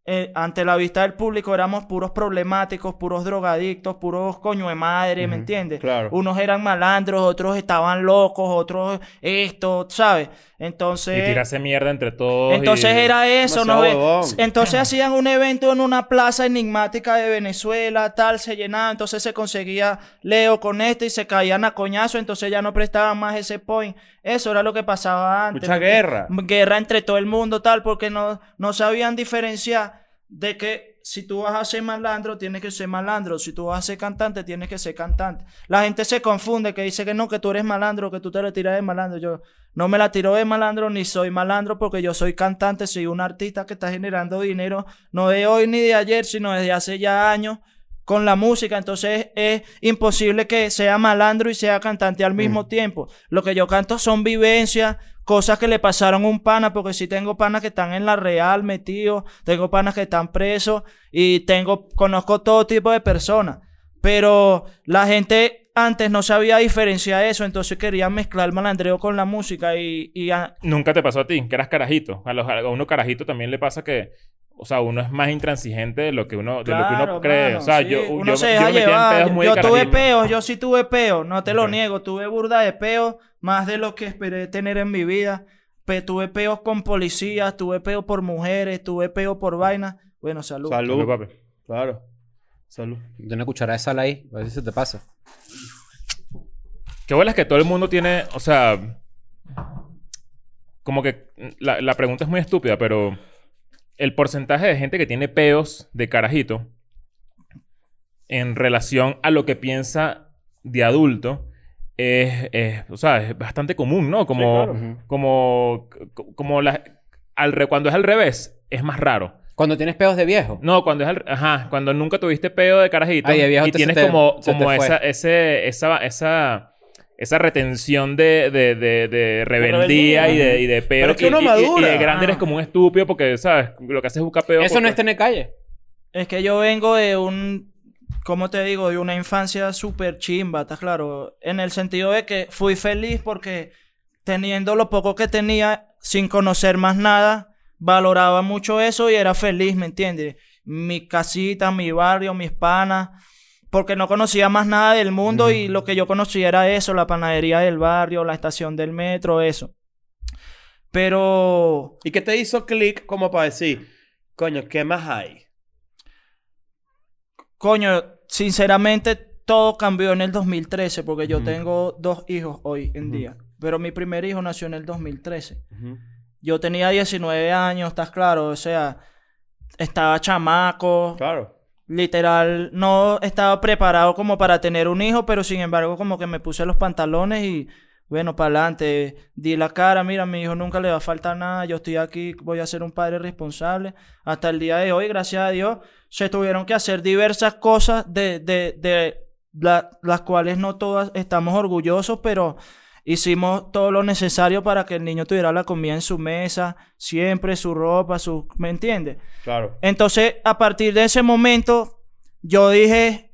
E: eh, ante la vista del público, éramos puros problemáticos, puros drogadictos, puros coño de madre, ¿me
D: Ujú,
E: entiendes?
C: claro.
E: Unos eran malandros, otros estaban locos, otros esto, ¿sabes? Entonces...
B: Y tirarse mierda entre todos. y-
E: Entonces era eso, ¿no?
C: demasiado huevón.
E: Entonces hacían un evento en una plaza enigmática de Venezuela, tal, se llenaba, entonces se conseguía Leo con este y se caían a coñazo, entonces ya no prestaban más ese point. Eso era lo que pasaba antes.
C: Mucha guerra.
E: Guerra entre todo el mundo, tal, porque no, no sabían diferenciar de que si tú vas a ser malandro, tienes que ser malandro. Si tú vas a ser cantante, tienes que ser cantante. La gente se confunde, que dice que no, que tú eres malandro, que tú te la tiras de malandro. Yo no me la tiro de malandro ni soy malandro porque yo soy cantante, soy un artista que está generando dinero, no de hoy ni de ayer, sino desde hace ya años con la música, entonces es imposible que sea malandro y sea cantante al mismo tiempo. Lo que yo canto son vivencias, cosas que le pasaron a un pana, porque si tengo panas que están en la real metidos, tengo panas que están presos y tengo conozco todo tipo de personas, pero la gente antes no sabía diferenciar eso, entonces querían mezclar malandreo con la música y, y a-
B: Nunca te pasó a ti, que eras carajito. A, los, a uno carajito también le pasa que. O sea, uno es más intransigente de lo que uno, de lo que uno
E: Claro,
B: cree.
E: mano,
B: o sea,
E: sí.
B: yo,
E: Uno
B: yo,
E: se
B: yo
E: deja
B: me metí en
E: llevar.
B: pedos muy de
E: Yo tuve
B: carajito.
E: peos, yo sí tuve peos, no te lo
B: Ok.
E: niego. Tuve burda de peos, más de lo que esperé tener en mi vida. Pe- tuve peos con policías, tuve peos por mujeres, tuve peos por vainas. Bueno, salud.
C: Salud.
B: Salud, papi.
C: Claro. Salud.
D: De una cuchara de sal ahí. A ver si se te pasa.
B: Qué bueno es que todo el mundo tiene, o sea, como que mm, la, la pregunta es muy estúpida, pero el porcentaje de gente que tiene peos de carajito en relación a lo que piensa de adulto es, es, o sea, es bastante común, ¿no? Como,
C: claro.
B: como, co- como la, al re- cuando es al revés, es más raro.
D: Cuando tienes pedos de viejo.
B: No, cuando es al... Ajá, cuando nunca tuviste peo de carajito.
D: Ay, de viejo
B: y
D: te-
B: tienes
D: se te-
B: como,
D: se te
B: como
D: fue.
B: esa, ese, esa, esa, esa retención de, de, de, de rebeldía
C: rebeldía.
B: y de, y de peo.
C: Pero es
B: Y-
C: que uno
B: y- Y,
C: madura.
B: de grande eres
E: Ah.
B: como un estúpido porque, ¿sabes? Lo que haces es buscar peo.
D: Eso
B: por-
D: no es tener calle.
E: Es que yo vengo de un, ¿cómo te digo? De una infancia súper chimba, ¿estás claro? En el sentido de que fui feliz porque teniendo lo poco que tenía, sin conocer más nada, valoraba mucho eso y era feliz, ¿me entiendes? Mi casita, mi barrio, mis panas, porque no conocía más nada del mundo y lo que yo conocía era eso, la panadería del barrio, la estación del metro, eso. Pero
C: ¿Y qué te hizo click como para decir, coño, qué más hay?
E: Coño, sinceramente todo cambió en el 2013 porque yo
D: Ujú.
E: tengo dos hijos hoy en
D: Ujú.
E: día. Pero mi primer hijo nació en el 2013. Yo tenía 19 años, estás claro, o sea, estaba chamaco,
C: Claro.
E: literal, no estaba preparado como para tener un hijo, pero sin embargo como que me puse los pantalones y bueno, para adelante, di la cara, mira, mi hijo nunca le va a faltar nada, yo estoy aquí, voy a ser un padre responsable. Hasta el día de hoy, gracias a Dios, se tuvieron que hacer diversas cosas de, de, de la- las cuales no todas estamos orgullosos, pero hicimos todo lo necesario para que el niño tuviera la comida en su mesa, siempre su ropa, su, ¿me entiendes?
C: Claro.
E: Entonces, a partir de ese momento, yo dije,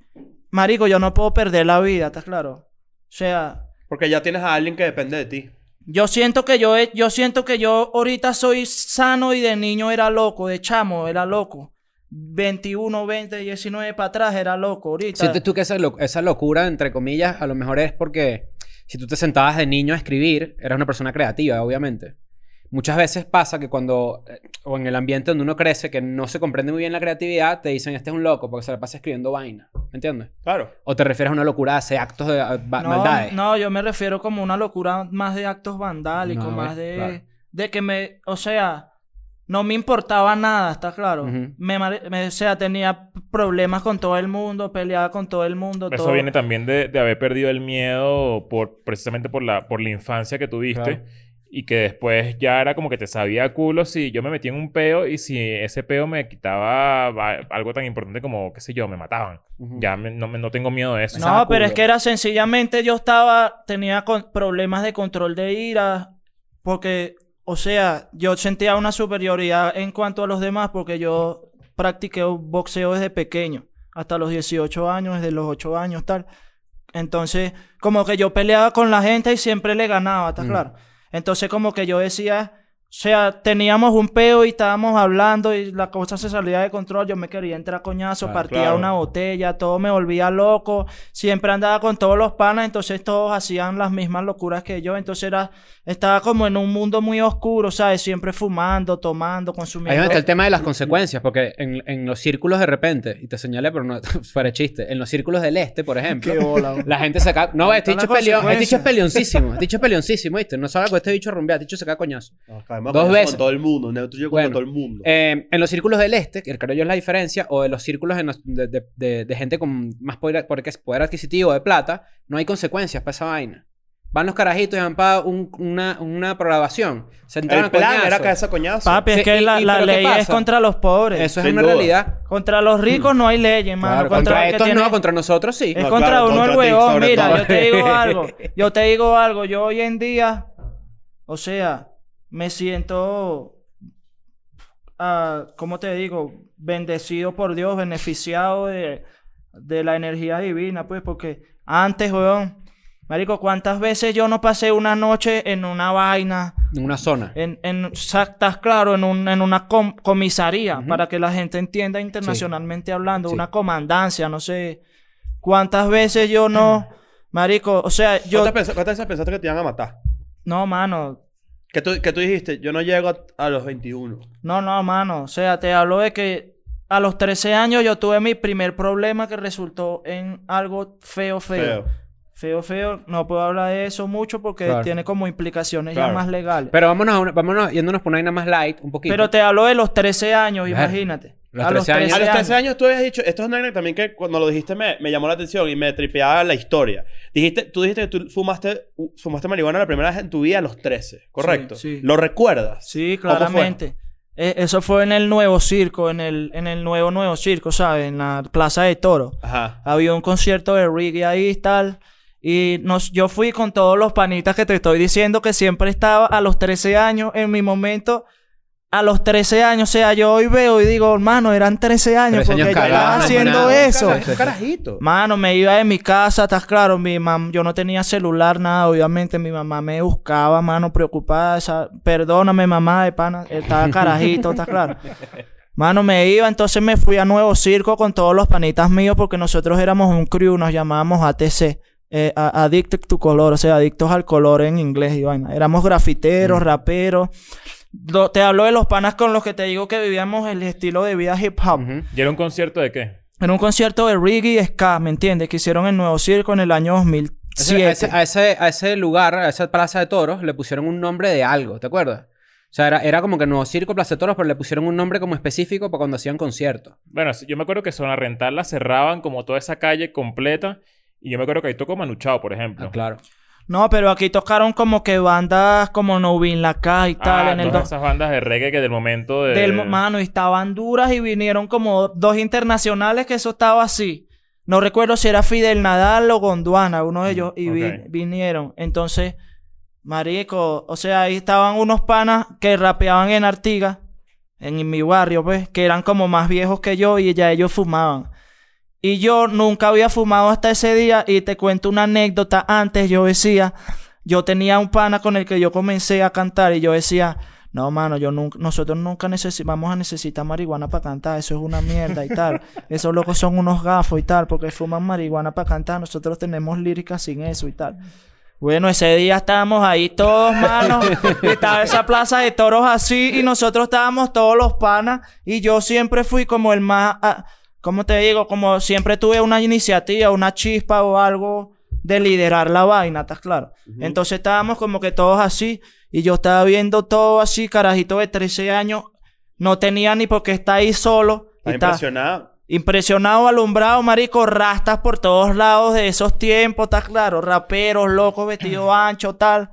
E: marico, yo no puedo perder la vida, ¿estás claro? O sea,
C: Porque ya tienes a alguien que depende de ti.
E: yo siento que yo, he- yo siento que yo ahorita soy sano y de niño era loco, de chamo era loco. 21, 20, 19 para atrás era loco ahorita.
D: Sientes tú que esa, lo- esa locura, entre comillas, a lo mejor es porque si tú te sentabas de niño a escribir, eras una persona creativa, obviamente. Muchas veces pasa que cuando, eh, o en el ambiente donde uno crece, que no se comprende muy bien la creatividad, te dicen, este es un loco porque se la pasa escribiendo vaina. ¿Me entiendes?
C: Claro.
D: O te refieres a una locura, hace actos de ah, ba-
E: no,
D: maldades.
E: no, yo me refiero como una locura más de actos vandálicos,
D: No,
E: más
D: eh,
E: de,
D: claro.
E: de que me, o sea, no me importaba nada, ¿está claro?
D: Ujú.
E: me, mare- me- o sea, tenía problemas con todo el mundo, peleaba con todo el mundo.
B: Eso
E: todo.
B: viene también de, de haber perdido el miedo por, precisamente por la, por la infancia que tuviste.
D: Claro.
B: Y que después ya era como que te sabía a culo si yo me metía en un peo y si ese peo me quitaba va- algo tan importante como, qué sé yo, me mataban.
D: Ujú.
B: Ya me- no, me- no tengo miedo de eso.
D: Esa
E: No, pero
D: locura.
E: es que era sencillamente yo estaba, tenía con- problemas de control de ira, porque, o sea, yo sentía una superioridad en cuanto a los demás, porque yo practiqué boxeo desde pequeño, hasta los 18 años, desde los 8 años, tal. Entonces, como que yo peleaba con la gente y siempre le ganaba, ¿estás
D: Mm.
E: claro? Entonces, como que yo decía, o sea, teníamos un peo y estábamos hablando y la cosa se salía de control, yo me quería entrar a coñazo,
D: Ah, Claro,
E: partía
C: claro.
E: una botella, todo me volvía loco, siempre andaba con todos los panas, entonces todos hacían las mismas locuras que yo, entonces era, estaba como en un mundo muy oscuro, ¿sabes? Siempre fumando, tomando,
D: Ahí es donde
E: consumiendo.
D: está el tema de las consecuencias, porque en, en los círculos de repente, y te señalé, pero no fuera de chiste, en los círculos del este, por ejemplo, la gente se caga. No, este
E: Ahí
D: bicho,
E: están
D: es
E: las
D: peleón, este bicho es
E: consecuencias.
D: peleoncísimo, este bicho es peleoncísimo, ¿viste? No sabe con este bicho rumbear, este bicho se caga coñazo. Dos
C: Dos veces.
D: veces.
C: Con todo el mundo. Neutro yo
D: Bueno,
C: con todo el mundo.
D: Eh, en los círculos del este, que creo yo es la diferencia, o de los círculos en los- de, de- de- de gente con más poder, porque es poder adquisitivo de plata, no hay consecuencias para esa vaina. Van los carajitos y van para un- una, una programación. Se entran
C: el
D: a
C: plan
D: coñazo.
C: era caerse a coñazo.
E: Papi,
D: Sí,
E: es que
D: y-
E: la,
D: y-
E: la
D: pero ¿qué
E: ley es
D: pasa?
E: contra los pobres.
D: Eso es
C: Sin
D: una
C: duda.
D: realidad.
E: Contra los ricos no hay leyes, mano.
D: Claro, contra,
E: el que
D: estos
E: tiene-
D: no, contra nosotros sí.
E: Es
C: No,
E: contra
C: claro,
E: uno
C: contra
E: el
C: ti,
E: huevón.
C: sobre
E: Mira,
C: todo.
E: yo te digo algo. Yo te digo algo. Yo hoy en día, o sea, me siento, ah, ¿cómo te digo? Bendecido por Dios, beneficiado de, de la energía divina, pues, porque antes, huevón, marico, ¿cuántas veces yo no pasé una noche en una vaina?
D: En una zona.
E: En, en, sa- estás claro, en, un- en una com- comisaría,
D: Ujú.
E: para que la gente entienda internacionalmente hablando,
D: Sí.
E: una comandancia, no sé cuántas veces yo no, marico, o sea, yo,
C: ¿Cuántas, pens- cuántas veces pensaste que te iban a matar?
E: no, mano,
C: Que tú, que tú dijiste, yo no llego a, a los 21.
E: no, no, mano, o sea, te hablo de que a los 13 años yo tuve mi primer problema que resultó en algo feo, feo.
C: Feo.
E: Feo, Feo, feo, no puedo hablar de eso mucho porque
D: Claro.
E: tiene como implicaciones
B: Claro.
E: ya más legales. Pero,
D: Pero vámonos, a una- vámonos yéndonos por una vaina más light, un poquito.
E: te hablo de los 13 años,
D: Verga.
E: imagínate.
D: Los 13 años.
C: A los 13 años tú habías dicho, esto es una anécdota también que cuando lo dijiste me, me llamó la atención y me tripeaba la historia. Dijiste, tú dijiste que tú fumaste, u- fumaste marihuana la primera vez en tu vida a los 13, ¿correcto?
E: sí.
C: ¿Lo recuerdas?
E: Sí,
C: ¿Cómo fue?
E: claramente. E- Eso fue en el nuevo circo, en el, en el nuevo nuevo circo, ¿sabes? En la Plaza de Toro.
C: Ajá.
E: Había un concierto de reggae ahí y tal. Y nos, yo fui con todos los panitas que te estoy diciendo que siempre estaba a los 13 años en mi momento. A los 13 años, o sea, yo hoy veo y digo, hermano, eran 13 años
D: 13 años
E: porque yo estaba
D: cagados,
E: haciendo
D: manados,
E: eso.
C: Es un carajito.
E: Mano, me iba de mi casa, estás claro, mi mam yo no tenía celular, nada, obviamente, mi mamá me buscaba, mano, preocupada, esa- perdóname, mamá de pana, estaba carajito, estás claro. Mano, me iba, entonces me fui a Nuevo Circo con todos los panitas míos porque nosotros éramos un crew, nos llamábamos ATC, eh, a- Addicted to Color, o sea, adictos al color en inglés y vaina. Éramos grafiteros, raperos. Lo- te hablo de los panas con los que te digo que vivíamos el estilo de vida hip hop.
D: Ujú.
B: ¿Y era un concierto de qué?
E: En un concierto de reggae y ska, ¿me entiendes? Que hicieron en Nuevo Circo en el año
D: Ese-
E: 2007.
D: a, ese, ah. a ese- a ese lugar, a esa plaza de toros, le pusieron un nombre de algo, ¿te acuerdas? O sea, era, era como que Nuevo Circo Plaza de Toros, pero le pusieron un nombre como específico para cuando hacían conciertos.
B: Bueno, sí, yo me acuerdo que Zona Rental la cerraban como toda esa calle completa. Y yo me acuerdo que ahí tocó Manuchao, por ejemplo.
D: Ah, claro.
E: No, pero aquí tocaron como que bandas como Novin La K y tal
B: Ah,
E: en el...
B: todas
E: do-
B: esas bandas de reggae que del momento de...
E: Del, mano, y estaban duras y vinieron como dos internacionales que eso estaba así. No recuerdo si era Fidel Nadal o Gondwana, uno de ellos, y vi-
B: ok.
E: vinieron. Entonces, marico, o sea, ahí estaban unos panas que rapeaban en Artigas, en mi barrio, pues, que eran como más viejos que yo y ya ellos fumaban. Y yo nunca había fumado hasta ese día y te cuento una anécdota. Antes yo decía, yo tenía un pana con el que yo comencé a cantar y yo decía, no, mano, yo nunca, nosotros nunca necesi- vamos a necesitar marihuana para cantar, eso es una mierda y tal. Esos locos son unos gafos y tal, porque fuman marihuana para cantar, nosotros tenemos líricas sin eso y tal. Bueno, ese día estábamos ahí todos, mano. y estaba esa plaza de toros así y nosotros estábamos todos los panas. Y yo siempre fui como el más... ah, ¿Cómo te digo? Como siempre tuve una iniciativa, una chispa o algo de liderar la vaina, ¿estás claro? Entonces estábamos como que todos así. Y yo estaba viendo todo así, carajito de 13 años. No tenía ni por qué estar ahí solo. y
C: Está
E: estaba-
C: impresionado.
E: Impresionado, alumbrado, marico, rastas por todos lados de esos tiempos, está claro, raperos, locos, vestidos ancho, tal.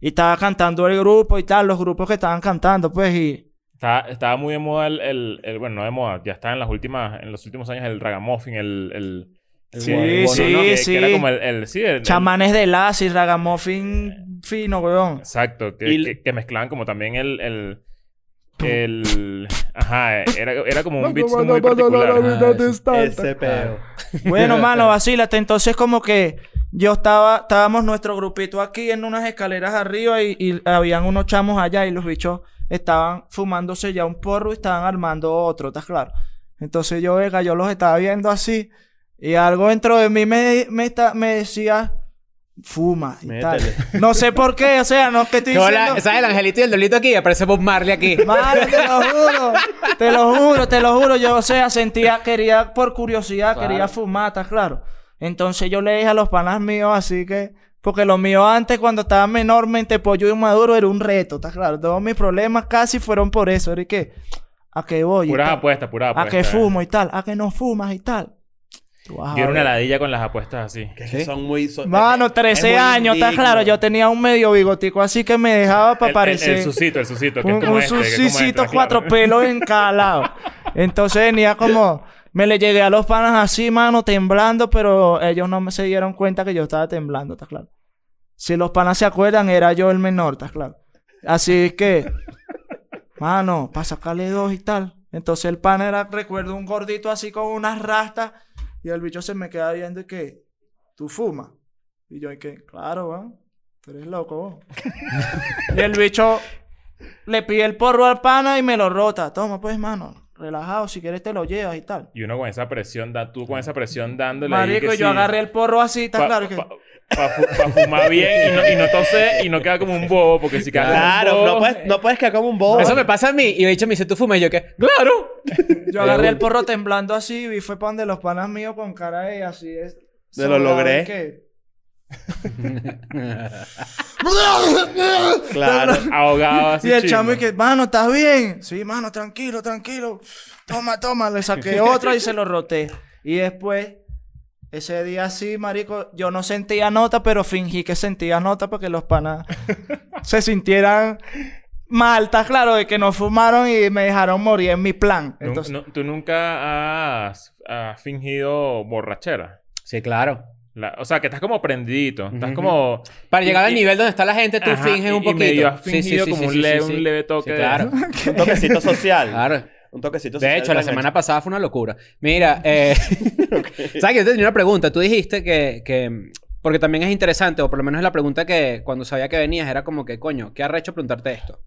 E: Y estaba cantando el grupo y tal, los grupos que estaban cantando, pues, y...
B: Estaba, estaba muy de moda el, el- el- Bueno, no de moda. Ya está en las últimas... En los últimos años el ragamuffin, el... el- el
E: Sí,
B: guaguaguón,
E: sí,
B: Que- que
E: sí.
B: era como el... el- sí, el- el-
E: Chamanes de Lassi, Ragamuffin fino, weón.
B: Exacto, que,
C: Y-
B: que- que mezclaban como también el... el el- Ajá, era, era como un beat muy particular.
D: Ah, eso.
C: Ese peo.
E: Bueno, mano, vacílate. Entonces, como que yo estaba, estábamos nuestro grupito aquí en unas escaleras arriba y, y habían unos chamos allá y los bichos estaban fumándose ya un porro y estaban armando otro, ¿estás claro? Entonces yo, verga, yo los estaba viendo así y algo dentro de mí me, me, está- me decía, fuma y tal.
C: Métele.
E: No sé por qué, o sea, no es que estoy
D: Que hola,
E: diciendo...
D: ¿Sabes el angelito y el dolito aquí? Aparece Bob Marley aquí.
E: Mano, te lo juro, te lo juro, te lo juro. Yo, o sea, sentía, quería, por curiosidad, quería fumar, está claro. Entonces yo le dije a los panas míos, así que, porque lo mío antes, cuando estaba menor, mente pollo y maduro, era un reto, está claro. Todos mis problemas casi fueron por eso, ¿y qué? ¿A qué voy? y
B: Puras
E: tal?
B: apuestas, puras
E: ¿A
B: apuestas.
E: qué Ah, fumo Ah, y tal? ¿A qué no fumas y tal? Tú vas a
B: eh. Yo era una
E: ver.
B: ladilla con las apuestas así.
C: Que es que son muy... son-
E: Mano,
C: es- es
E: 13
C: muy
E: años, está
C: indigno.
E: claro. Yo tenía un medio bigotico así que me dejaba para
B: El- el-
E: parecer.
B: El, susito, el susito. Que es
E: Un,
B: como
E: un
B: este, que es como
E: sucicito
B: este,
E: cuatro
B: claro.
E: pelos en cada lado. Entonces venía como... Me le llegué a los panas así, mano, temblando, pero ellos no me se dieron cuenta que yo estaba temblando, ¿está claro? Si los panas se acuerdan, era yo el menor, ¿está claro? Así que... Mano, para sacarle dos y tal. Entonces el pana era, recuerdo, un gordito así con unas rastas. Y el bicho se me queda viendo y que... ¿Tú fumas? Y yo, y que... Claro, weón. Tú eres loco, vos. y el bicho le pide el porro al pana y me lo rota. Toma, pues, mano. Relajado, si quieres te lo llevas y tal.
B: Y uno con esa presión, da, tú con esa presión dándole. ahí
E: Marico,
B: que
E: y yo
B: sí.
E: agarré el porro así, está
B: Pa-
E: claro que...
B: pa- pa fu- pa fumar bien y no, y no toser y no queda como un bobo, porque si queda como
C: Claro,
B: un
C: no
B: bobo-
C: puedes, no puedes quedar como un bobo.
D: Eso me pasa a mí. Y de hecho me dice, ¿tú fumas? Y yo, ¿qué? ¡Claro!
E: Yo agarré el porro temblando así y vi fue pan de los panas míos con cara de así es.
C: Me lo
E: sobrado,
C: logré.
E: ¿y qué?
C: Claro.
B: Ahogado así.
E: Y el chamo
B: chamo
E: y que, mano, ¿estás bien? Sí, mano, tranquilo, tranquilo. Toma, toma. Le saqué otra y se lo roté. Y después, ese día sí, marico, yo no sentía nota, pero fingí que sentía nota para que los panas se sintieran mal. Está claro de que no fumaron y me dejaron morir en mi plan.
B: Nun-
E: Entonces,
B: nu- ¿Tú nunca has, has fingido borrachera?
D: Sí, claro.
B: La- o sea, que estás como prendidito. Estás como...
D: Para
B: y-
D: llegar al
B: y-
D: nivel donde está la gente, tú
B: ajá,
D: finges
B: y-
D: un
B: y
D: poquito.
B: medio has
D: Sí, sí,
B: fingido
D: sí,
B: como
D: sí,
B: un
D: sí,
B: leve-
D: sí.
B: un leve
D: Sí,
B: toque de-
D: claro,
C: Un toquecito social.
D: claro.
C: Un toquecito social.
D: De hecho, la
C: tan
D: semana pasada fue una locura. Mira, eh, ¿sabes que yo te tenía una pregunta? Tú dijiste que, que- Porque también es interesante, o por lo menos es la pregunta que cuando sabía que venías era como que, coño, ¿qué arrecho preguntarte esto?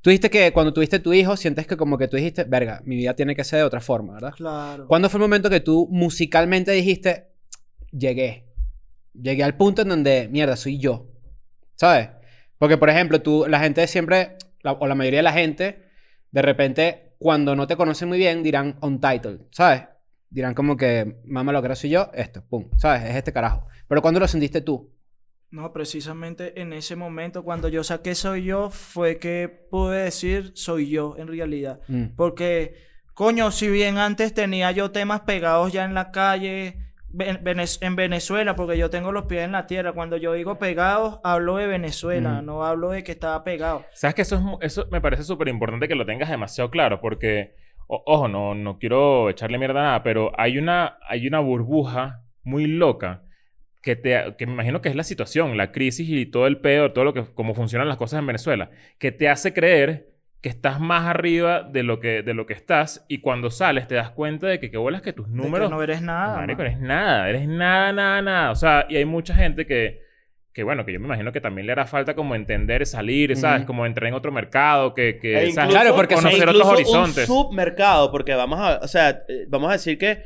D: Tú dijiste que cuando tuviste tu hijo, sientes que como que tú dijiste, verga, mi vida tiene que ser de otra forma, ¿verdad?
E: claro.
D: ¿Cuándo fue el momento que tú musicalmente dijiste, llegué? Llegué al punto en donde, mierda, soy yo. ¿Sabes? Porque, por ejemplo, tú, la gente siempre, la- o la mayoría de la gente, de repente, cuando no te conocen muy bien, dirán untitled, ¿sabes? Dirán como que, mamá, lo que era soy yo, esto, pum, ¿sabes? Es este carajo. Pero ¿cuándo lo sentiste tú?
E: No, precisamente en ese momento, cuando yo saqué Soy Yo, fue que pude decir Soy Yo en realidad.
D: Mm.
E: Porque, coño, si bien antes tenía yo temas pegados ya en la calle, ven- Venez- en Venezuela, porque yo tengo los pies en la tierra, cuando yo digo pegados, hablo de Venezuela,
D: Ujú.
E: no hablo de que estaba pegado.
B: ¿Sabes que eso, es mu- eso me parece súper importante que lo tengas demasiado claro? Porque, o- ojo, no, no quiero echarle mierda a nada, pero hay una, hay una burbuja muy loca que, te, que me imagino que es la situación, la crisis y todo el pedo, todo lo que, cómo funcionan las cosas en Venezuela, que te hace creer que estás más arriba de lo que, de lo que estás y cuando sales te das cuenta de que, que vuelas que tus
E: De que
B: números
E: no eres
D: Ah,
E: nada.
B: Marico,
E: man.
B: eres nada, eres nada, nada, nada. O sea, y hay mucha gente que, que bueno, que yo me imagino que también le hará falta como entender, salir, ¿sabes?
D: Ujú.
B: Como entrar en otro mercado, que, que
C: E
B: ¿sabes?
C: incluso-
D: Claro, porque son-
B: conocer
C: e
B: otros
C: incluso
B: horizontes.
C: Un submercado, porque vamos a, o sea, eh, vamos a decir que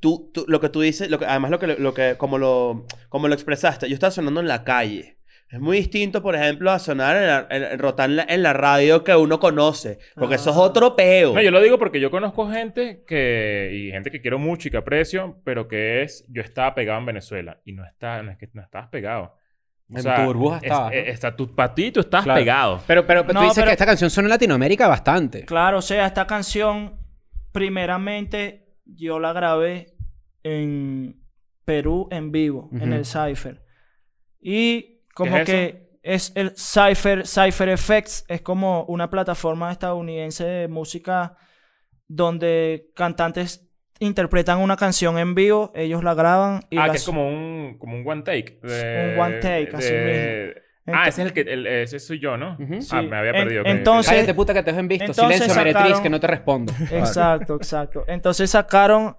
C: tú, tú- lo que tú dices, lo que, además lo que, lo que, como lo, como lo expresaste, yo estaba sonando en la calle. Es muy distinto, por ejemplo, a sonar en la, en- en- rotar en la, en la radio que uno conoce, porque eso es
E: Ah.
C: otro peo.
B: No, yo lo digo porque yo conozco gente que, y gente que quiero mucho y que aprecio, pero que es, yo estaba pegado en Venezuela y no, está, no es que no estabas pegado. O
D: En
B: sea,
D: tu burbuja
B: es-
D: estabas, ¿no?
B: es- está tu patito, estás
D: Claro.
B: pegado.
D: Pero, pero, pero
E: No,
D: tú dices
E: pero-
D: que esta canción suena en Latinoamérica bastante.
E: Claro, o sea, esta canción, primeramente, yo la grabé en Perú en vivo,
D: Ujú.
E: en el Cypher. Y como
B: ¿Qué es
E: que es el Cypher, Cypher Effects, es como una plataforma estadounidense de música donde cantantes interpretan una canción en vivo, ellos la graban y
B: ah,
E: la
B: que es
E: su-
B: como un, como un one take. de-
E: Un one take,
B: de-
E: así mismo.
B: Ah, ese es el que, el- ese soy yo, ¿no?
D: Ujú.
B: Ah,
E: Sí.
B: me había
E: En-
B: perdido. ok, ok, ok.
E: entonces-
D: Cállate, puta, que te dejen visto.
E: entonces
D: Silencio, meretriz,
E: sacaron-
D: que no te respondo.
E: Exacto, exacto. Entonces sacaron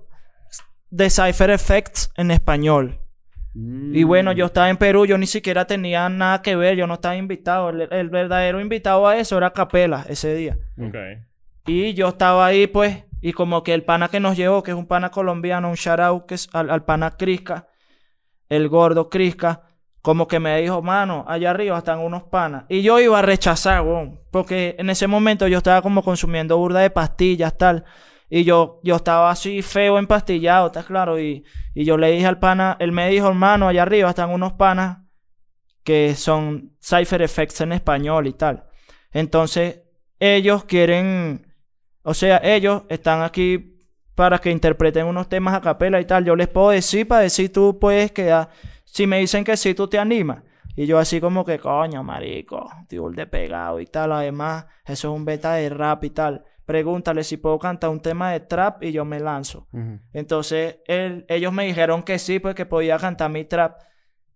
E: The Cypher Effects en español. Y bueno,
D: Mm.
E: yo estaba en Perú, yo ni siquiera tenía nada que ver, yo no estaba invitado. El, el verdadero invitado a eso era Capela ese día.
B: Ok.
E: Y yo estaba ahí, pues, y como que el pana que nos llevó, que es un pana colombiano, un shout out que es al, al pana Crisca, el gordo Crisca, como que me dijo, mano, allá arriba están unos panas. Y yo iba a rechazar, weón, porque en ese momento yo estaba como consumiendo burda de pastillas, tal. Y yo, yo estaba así feo empastillado, ¿estás claro? Y, y yo le dije al pana, él me dijo, hermano, allá arriba están unos panas que son Cypher Effects en español y tal. Entonces, ellos quieren, o sea, ellos están aquí para que interpreten unos temas a capela y tal. Yo les puedo decir para decir tú puedes quedar. Si me dicen que sí, tú te animas. Y yo así como que, coño, marico, tío de pegado y tal. Además, eso es un beta de rap y tal. Pregúntale si puedo cantar un tema de trap y yo me lanzo.
D: Ujú.
E: Entonces, él- ellos me dijeron que sí, pues que podía cantar mi trap.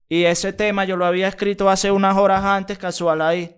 E: Y ese tema yo lo había escrito hace unas horas antes, casual ahí.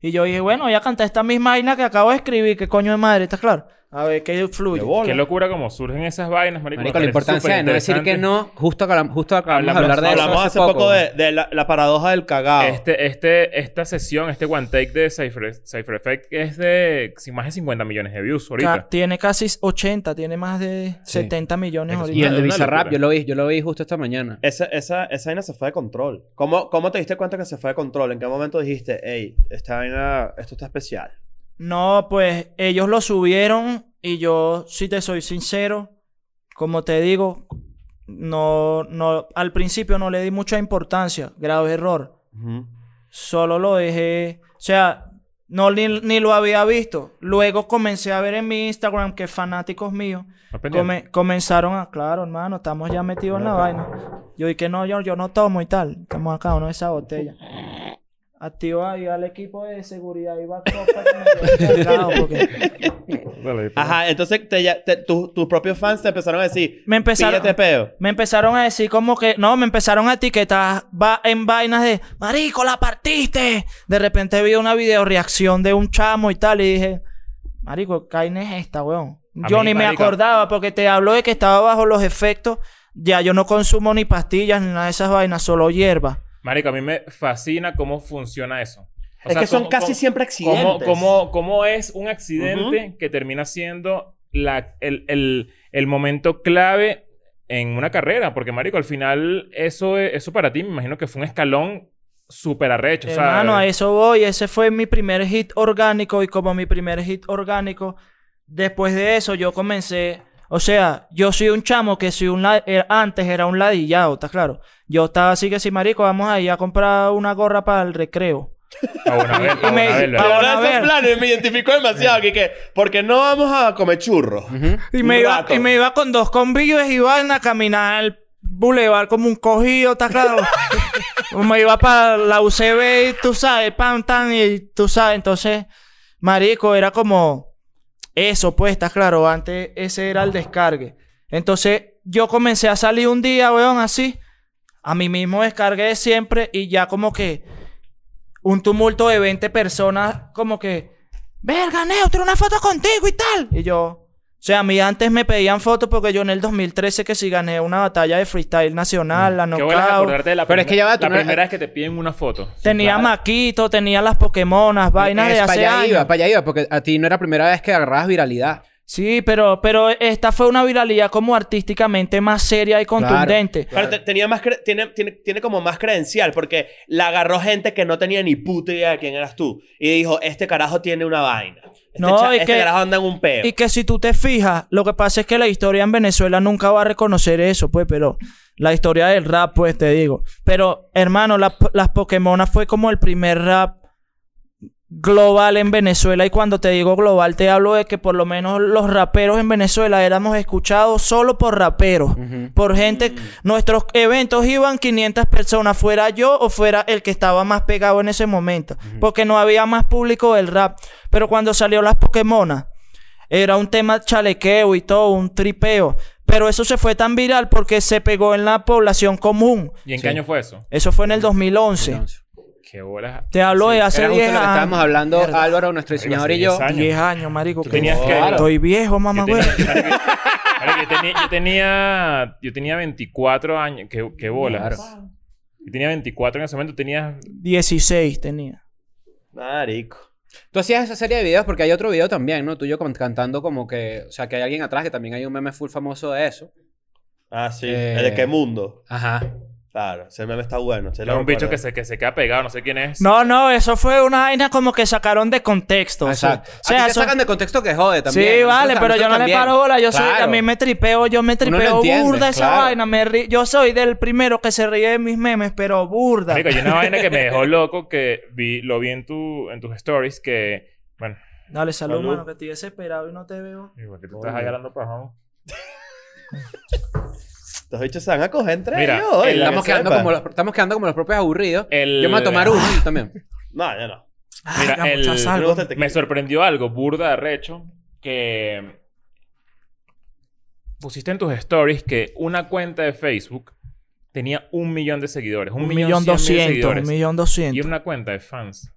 E: Y yo dije, bueno, voy a cantar esta misma vaina que acabo de escribir, que coño de madre, ¿estás claro? A ver qué fluye.
C: De bola.
B: Qué locura como surgen esas vainas, marico.
D: Marico,
B: me
D: la
B: parece
D: importancia de no decir que
B: superinteresante.
D: no, justo, acabam- justo acabamos de hablar de eso.
C: Hablamos hace poco, de, de la, la paradoja del cagao.
B: Este, este, esta sesión, este one take de Cypher, Cypher Effect es de sin más de 50 millones de views
E: Ca-
B: ahorita.
E: tiene casi 80, tiene más de
D: Sí.
E: 70 millones
B: Es-
E: ahorita.
D: Y el
B: Una-
D: de
B: una
D: Bizarrap,
B: locura.
D: yo lo vi, yo lo vi justo esta mañana.
E: Eh,
C: Esa, esa, esa vaina se fue de control. ¿Cómo, ¿Cómo te diste cuenta que se fue de control? ¿En qué momento dijiste, hey, esta vaina, esto está especial?
E: No, pues ellos lo subieron y yo, si te soy sincero, como te digo, no, no, al principio no le di mucha importancia, grave error.
C: Ujú.
E: Solo lo dejé, o sea, no ni, ni lo había visto. Luego comencé a ver en mi Instagram que fanáticos míos
B: Más pendiente.
E: come- comenzaron a, claro, hermano, estamos ya metidos en la vaina. Yo dije, no, yo, yo no tomo y tal. Estamos acá, uno de esa botella. Activo ahí al equipo de seguridad y va copa que me lleve cargado, porque
B: Dale, ahí,
C: Ajá, entonces te, ya- te- tu- tus propios fans te empezaron a decir,
E: Me empezaron-
C: "Píllate peo.
E: Me empezaron a decir como que, no, me empezaron a etiquetar va, en vainas de, marico, la partiste. De repente vi una videoreacción de un chamo y tal y dije, marico, ¿qué vaina es esta, weón?
B: A
E: Yo
B: mí,
E: ni me
B: marico.
E: acordaba porque te habló de que estaba bajo los efectos. Ya, yo no consumo ni pastillas ni nada de esas vainas, solo hierba.
B: Marico, a mí me fascina cómo funciona eso. O
C: es
B: sea,
C: que son
B: cómo-
C: casi
B: cómo-
C: siempre accidentes.
B: ¿Cómo, cómo- cómo es un accidente que termina siendo la- el, el- el momento clave en una carrera? Porque, marico, al final eso, es- eso para ti me imagino que fue un escalón súper arrecho. o sea, eh.
E: Hermano, a eso voy. Ese fue mi primer hit orgánico y como mi primer hit orgánico, después de eso yo comencé... O sea, yo soy un chamo que soy un la- eh, antes era un ladillado, ¿está claro? Yo estaba así que si marico, vamos ahí a comprar una gorra para el recreo.
B: a Bonabel, a
E: y me- ah,
B: Bonabel,
E: a
B: ¿verdad?
C: Ahora
E: Bueno, a
C: esos
E: ver.
C: planes me identificó demasiado. que, que, porque no vamos a comer churros.
E: Y
C: Un
E: me, iba,
C: rato.
E: y me iba con dos convives y iban a caminar al bulevar como un cogido, ¿está claro? me iba para la UCB y tú sabes, pan, tan, y tú sabes. Entonces, marico, era como eso, pues, ¿está claro? Antes ese era el descargue. Entonces, yo comencé a salir un día, weón, así. A mí mismo descargué siempre y ya como que un tumulto de 20 personas como que, verga, neutro, una foto contigo y tal. Y yo, o sea, a mí antes me pedían fotos porque yo en el 2013 que si gané una batalla de freestyle nacional, la
B: Mm, Qué bueno es
E: knockout.
B: acordarte de la,
D: Pero es
B: primer-
D: que ya va, tú
B: la
D: no-
B: primera vez que te piden una foto.
E: Tenía Maquito, tenía las Pokémonas, vainas de hace
D: allá
E: años.
D: iba, para allá iba, porque a ti no era la primera vez que agarrabas viralidad.
E: Sí, pero, pero esta fue una viralidad como artísticamente más seria y contundente.
C: Pero te- tenía más cre- tiene, tiene, tiene como más credencial porque la agarró gente que no tenía ni puta idea de quién eras tú. Y dijo, este carajo tiene una vaina. Este,
E: No,
C: cha-
E: y
C: este
E: que-
C: carajo anda en un peo.
E: Y que si tú te fijas, lo que pasa es que la historia en Venezuela nunca va a reconocer eso, pues, pero la historia del rap, pues, te digo. Pero, hermano, la- las Pokémonas fue como el primer rap global en Venezuela. Y cuando te digo global, te hablo de que por lo menos los raperos en Venezuela éramos escuchados solo por raperos. Por gente, nuestros eventos iban 500 personas, fuera yo o fuera el que estaba más pegado en ese momento, porque no había más público del rap. Pero cuando salió las Pokémonas, era un tema chalequeo y todo, un tripeo. Pero eso se fue tan viral porque se pegó en la población común.
B: ¿Y en qué año fue eso?
E: Eso fue en el 2011.
D: Entonces,
B: Qué bolas.
E: Te hablo de hace
D: era
E: 10
D: justo lo
E: años.
D: que estábamos hablando
E: Mierda.
D: Álvaro, nuestro
B: Marico,
D: diseñador
B: hace
D: y yo.
B: 10 años.
E: 10 años, marico.
B: Tú
E: que-
B: tenías que-
E: Estoy viejo, mamá,
B: Yo
E: güey.
B: tenía, Marico, yo tenía- yo tenía- yo tenía 24 años. Qué, qué bolas. Yo tenía 24 en ese momento. Tenías
E: 16 tenía.
C: Marico.
D: Tú hacías esa serie de videos porque hay otro video también, ¿no? Tuyo con- cantando como que, o sea, que hay alguien atrás que también hay un meme full famoso de eso. Ah,
C: Ah, sí.
D: Eh.
C: ¿El de qué mundo?
D: Ajá.
C: Claro, ese meme está bueno. se lo
B: Era un bicho
C: recuerdo.
B: que se, que se queda pegado, no sé quién es.
E: No, no, eso fue una vaina como que sacaron de contexto. o sea-
D: Exacto.
E: O sea,
D: Aquí te
E: eso-
D: sacan de contexto que jode también.
E: Sí,
D: Nosotros
E: vale,
D: tam-
E: pero yo no
D: nosotros
E: le
D: también.
E: paro bola. Yo soy,
D: Claro.
E: a mí me tripeo, yo me tripeo
D: entiende,
E: burda esa
D: claro.
E: vaina. Me ri- yo soy del primero que se ríe de mis memes, pero burda.
B: Marico, hay una vaina que me dejó loco que vi, lo vi en, tu, en tus stories que... Bueno,
E: Dale, salud,
C: Salud.
E: mano, que estoy desesperado y no te veo.
B: igual que tú estás ahí hablando pues, pajón.
C: Estos bichos se van a coger entre
B: Mira,
C: ellos hoy,
B: el-
C: la
D: Estamos
C: que
D: quedando,
C: sepa.
D: como los, estamos quedando como los propios aburridos.
B: El-
D: Yo me voy a tomar uno yo también.
C: No, yo no.
E: Ay,
B: Mira,
E: la
B: el-
E: muchacha,
C: Me
E: algo.
C: gusta el tequila.
B: Me sorprendió algo, burda de recho, que... Pusiste en tus stories que una cuenta de Facebook tenía un millón de seguidores. Un,
E: Un millón
B: cien mil
E: doscientos, un
B: seguidores.
E: millón
B: Y
E: doscientos.
B: una cuenta de fans.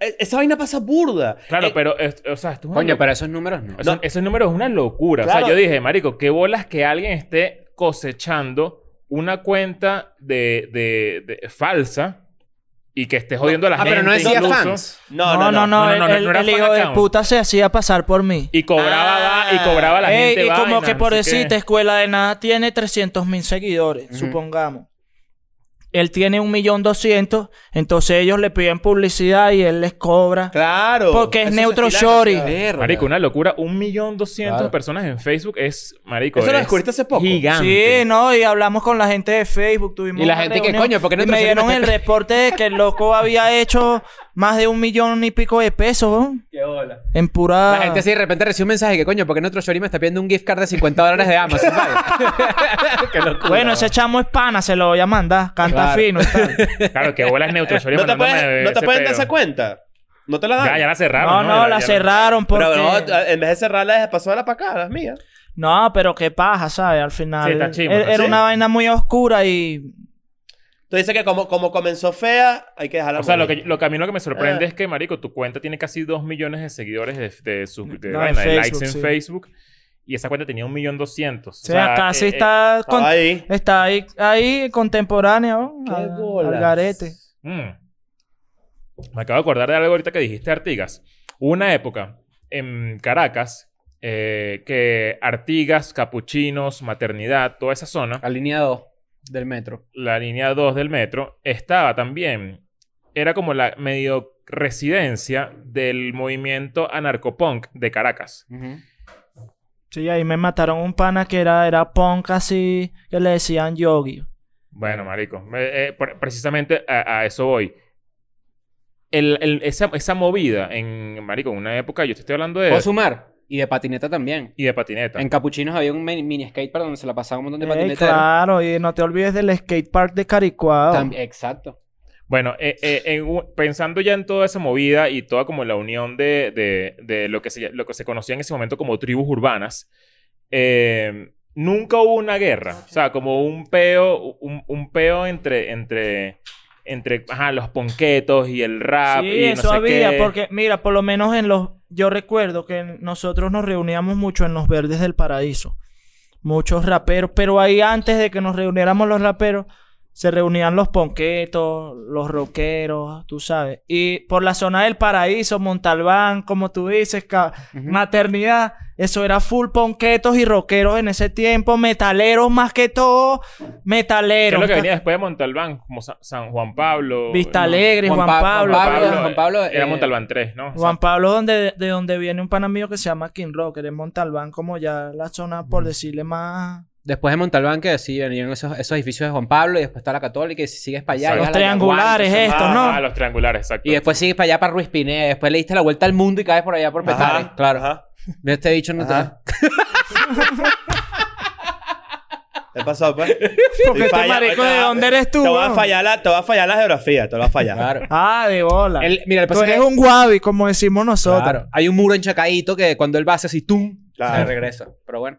C: Eh, Esa vaina pasa burda.
B: Claro,
C: Eh,
B: pero... es- o sea, esto es una
D: Coño,
B: locura.
D: pero esos números no.
B: O sea,
C: No.
B: Ese número es una locura. O
C: Claro.
B: sea, yo dije, marico, qué bolas que alguien esté cosechando una cuenta de, de- de- falsa y que esté jodiendo a la
D: Ah,
B: gente.
D: pero no decía
B: incluso.
D: fans.
C: No, no,
B: No,
C: no.
B: no, no,
E: el,
B: no era
E: el
B: fan
E: hijo de
B: account.
E: puta se hacía pasar por mí.
B: Y cobraba,
C: Ah.
B: va- y cobraba a la
E: Ey,
B: gente.
E: y como
B: vainas,
E: que por
B: no sé qué.
E: decirte, Escuela de Nada tiene 300 mil seguidores,
D: Ujú.
E: supongamos. él tiene un millón doscientos, entonces ellos le piden publicidad y él les cobra.
C: Claro.
E: Porque es
C: Eso se
E: neutro
C: estila
E: shorty.
C: demasiado.
B: Marico, una locura. Un millón doscientos
D: Claro.
B: personas en Facebook es, marico,
C: Eso lo
B: es
C: descubriste hace poco.
B: Gigante.
E: Sí, no, y hablamos con la gente de Facebook, tuvimos
D: Y la
E: una
D: gente que,
E: reunión,
D: coño, ¿por qué no
E: y me
D: trajeron
E: dieron
D: este
E: el
D: pe-
E: reporte de que el loco había hecho más de un millón y pico de pesos, weón,
C: Qué bola.
E: en pura
D: La gente así de repente recibe un mensaje que, coño, ¿por qué en otro shorty me está pidiendo un gift card de 50 dólares de Amazon? vale?
B: Qué locura.
E: Bueno, ese chamo es pana, se lo voy a mandar, canta
D: Claro.
E: fino y tal.
B: Claro, que bolas neutro. Sorry,
C: ¿No te,
B: mandándome
C: puedes, no te
B: ese
C: pueden dar
B: pedo.
C: esa cuenta? ¿No te la dan?
B: Ya, ya la cerraron.
E: No, no,
B: Ya
E: la
B: ya
E: cerraron porque...
C: Pero no,
D: eh.
C: en vez de cerrarla, pasarla para acá, las mías.
E: No, pero qué paja, ¿sabes? Al final.
B: Sí, está chimbo,
E: era
B: está
E: era
B: chimbo.
E: una vaina muy oscura y.
C: Tú dices que como, como comenzó fea, hay que dejarla
B: O sea, lo que,
C: morir.
B: lo que a mí lo que me sorprende
E: Eh.
C: Ah.
B: es que, marico, tu cuenta tiene casi 2 millones de seguidores de, de, sus- de
E: No,
B: vaina,
E: en
B: de likes
E: Facebook,
B: en
E: sí.
B: Facebook. Y esa cuenta tenía un millón doscientos.
E: O sea, casi
B: eh, eh,
E: está. con-
C: Estaba ahí.
E: Está ahí, ahí contemporáneo.
C: Qué
E: al- al
C: bolas.
E: garete.
B: mm. Me acabo de acordar de algo ahorita que dijiste, Artigas. Hubo Una época en Caracas eh, que Artigas, Capuchinos, Maternidad, toda esa zona,
D: La línea 2 del metro.
B: la línea 2 del metro, estaba también. Era como la medio residencia del movimiento anarcopunk de Caracas.
E: Sí, ahí me mataron un pana que era, era punk así, que le decían yogi.
B: Bueno, marico, eh, eh, pre- precisamente a, a eso voy. El- el- esa, esa movida en, marico, en una época, yo te estoy hablando de...
D: Puedo sumar. Y de patineta también.
B: Y de patineta.
D: En Capuchinos había un mini, mini skate para donde se la pasaba un montón de
E: Ey,
D: patineteros.
E: Eh, claro, y no te olvides del skate park de Caricuado.
D: Tam- Exacto.
B: Bueno, eh, eh, en u- pensando ya en toda esa movida y toda como la unión de, de- de lo, que se, lo que se conocía en ese momento como tribus urbanas, eh, nunca hubo una guerra. O sea, como un peo, un, un peo entre... entre entre ajá, los ponquetos y el rap
E: sí,
B: Ah, y no
E: eso
B: sé
E: había,
B: qué.
E: porque mira, por lo menos en los... Yo recuerdo que nosotros nos reuníamos mucho en los Verdes del Paraíso. Muchos raperos, pero ahí antes de que nos reuniéramos los raperos, se reunían los ponquetos, los rockeros, tú sabes. Y por la zona del Paraíso, Montalbán, como tú dices, ca- maternidad, eso era full ponquetos y rockeros en ese tiempo, metaleros más que todo,
B: ¿Qué es
E: metaleros.
B: lo que venía después de Montalbán? Como Sa- San Juan Pablo.
E: Vista
B: ¿no?
E: Alegre, Juan,
D: Pa-
E: Pablo.
D: Juan Pablo,
E: Pablo.
D: Juan Pablo,
B: Era
D: eh,
B: Montalbán 3, ¿no?
E: Juan Pablo, donde, de donde viene un pana mío que se llama King Rocker, en Montalbán, como ya la zona, por decirle más.
D: Después de Montalbán, que sí, venían esos, esos edificios de Juan Pablo y después está la Católica y si sigues para allá.
B: Exacto.
D: llegas
E: Los
D: a la
E: triangulares eh.
D: Yaguán,
E: estos,
C: ah,
E: ¿no?
B: Ah, los triangulares, exacto.
D: Y después sigues para allá para Ruiz Pineda. Después le diste la vuelta al mundo y caes por allá por Petare.
C: Ajá,
D: claro.
C: Ajá.
D: De este bicho no te-
C: Ajá. ¿Qué pasó, pues?
E: Porque
C: Estoy
E: este
C: falla-
E: marico, ¿de
C: te va-
E: dónde eres tú?
C: Te va a
E: weón?
C: fallar la, te va a fallar la geografía, te va a fallar.
D: Claro.
E: Ah, de bola.
D: Él- mira, el
E: Tú
D: es
E: eres
D: que-
E: un guavi, como decimos nosotros.
D: Claro. Hay un muro en Chacaíto que cuando él va hace así, ¡tum!
C: Claro.
D: Se regresa. Pero bueno.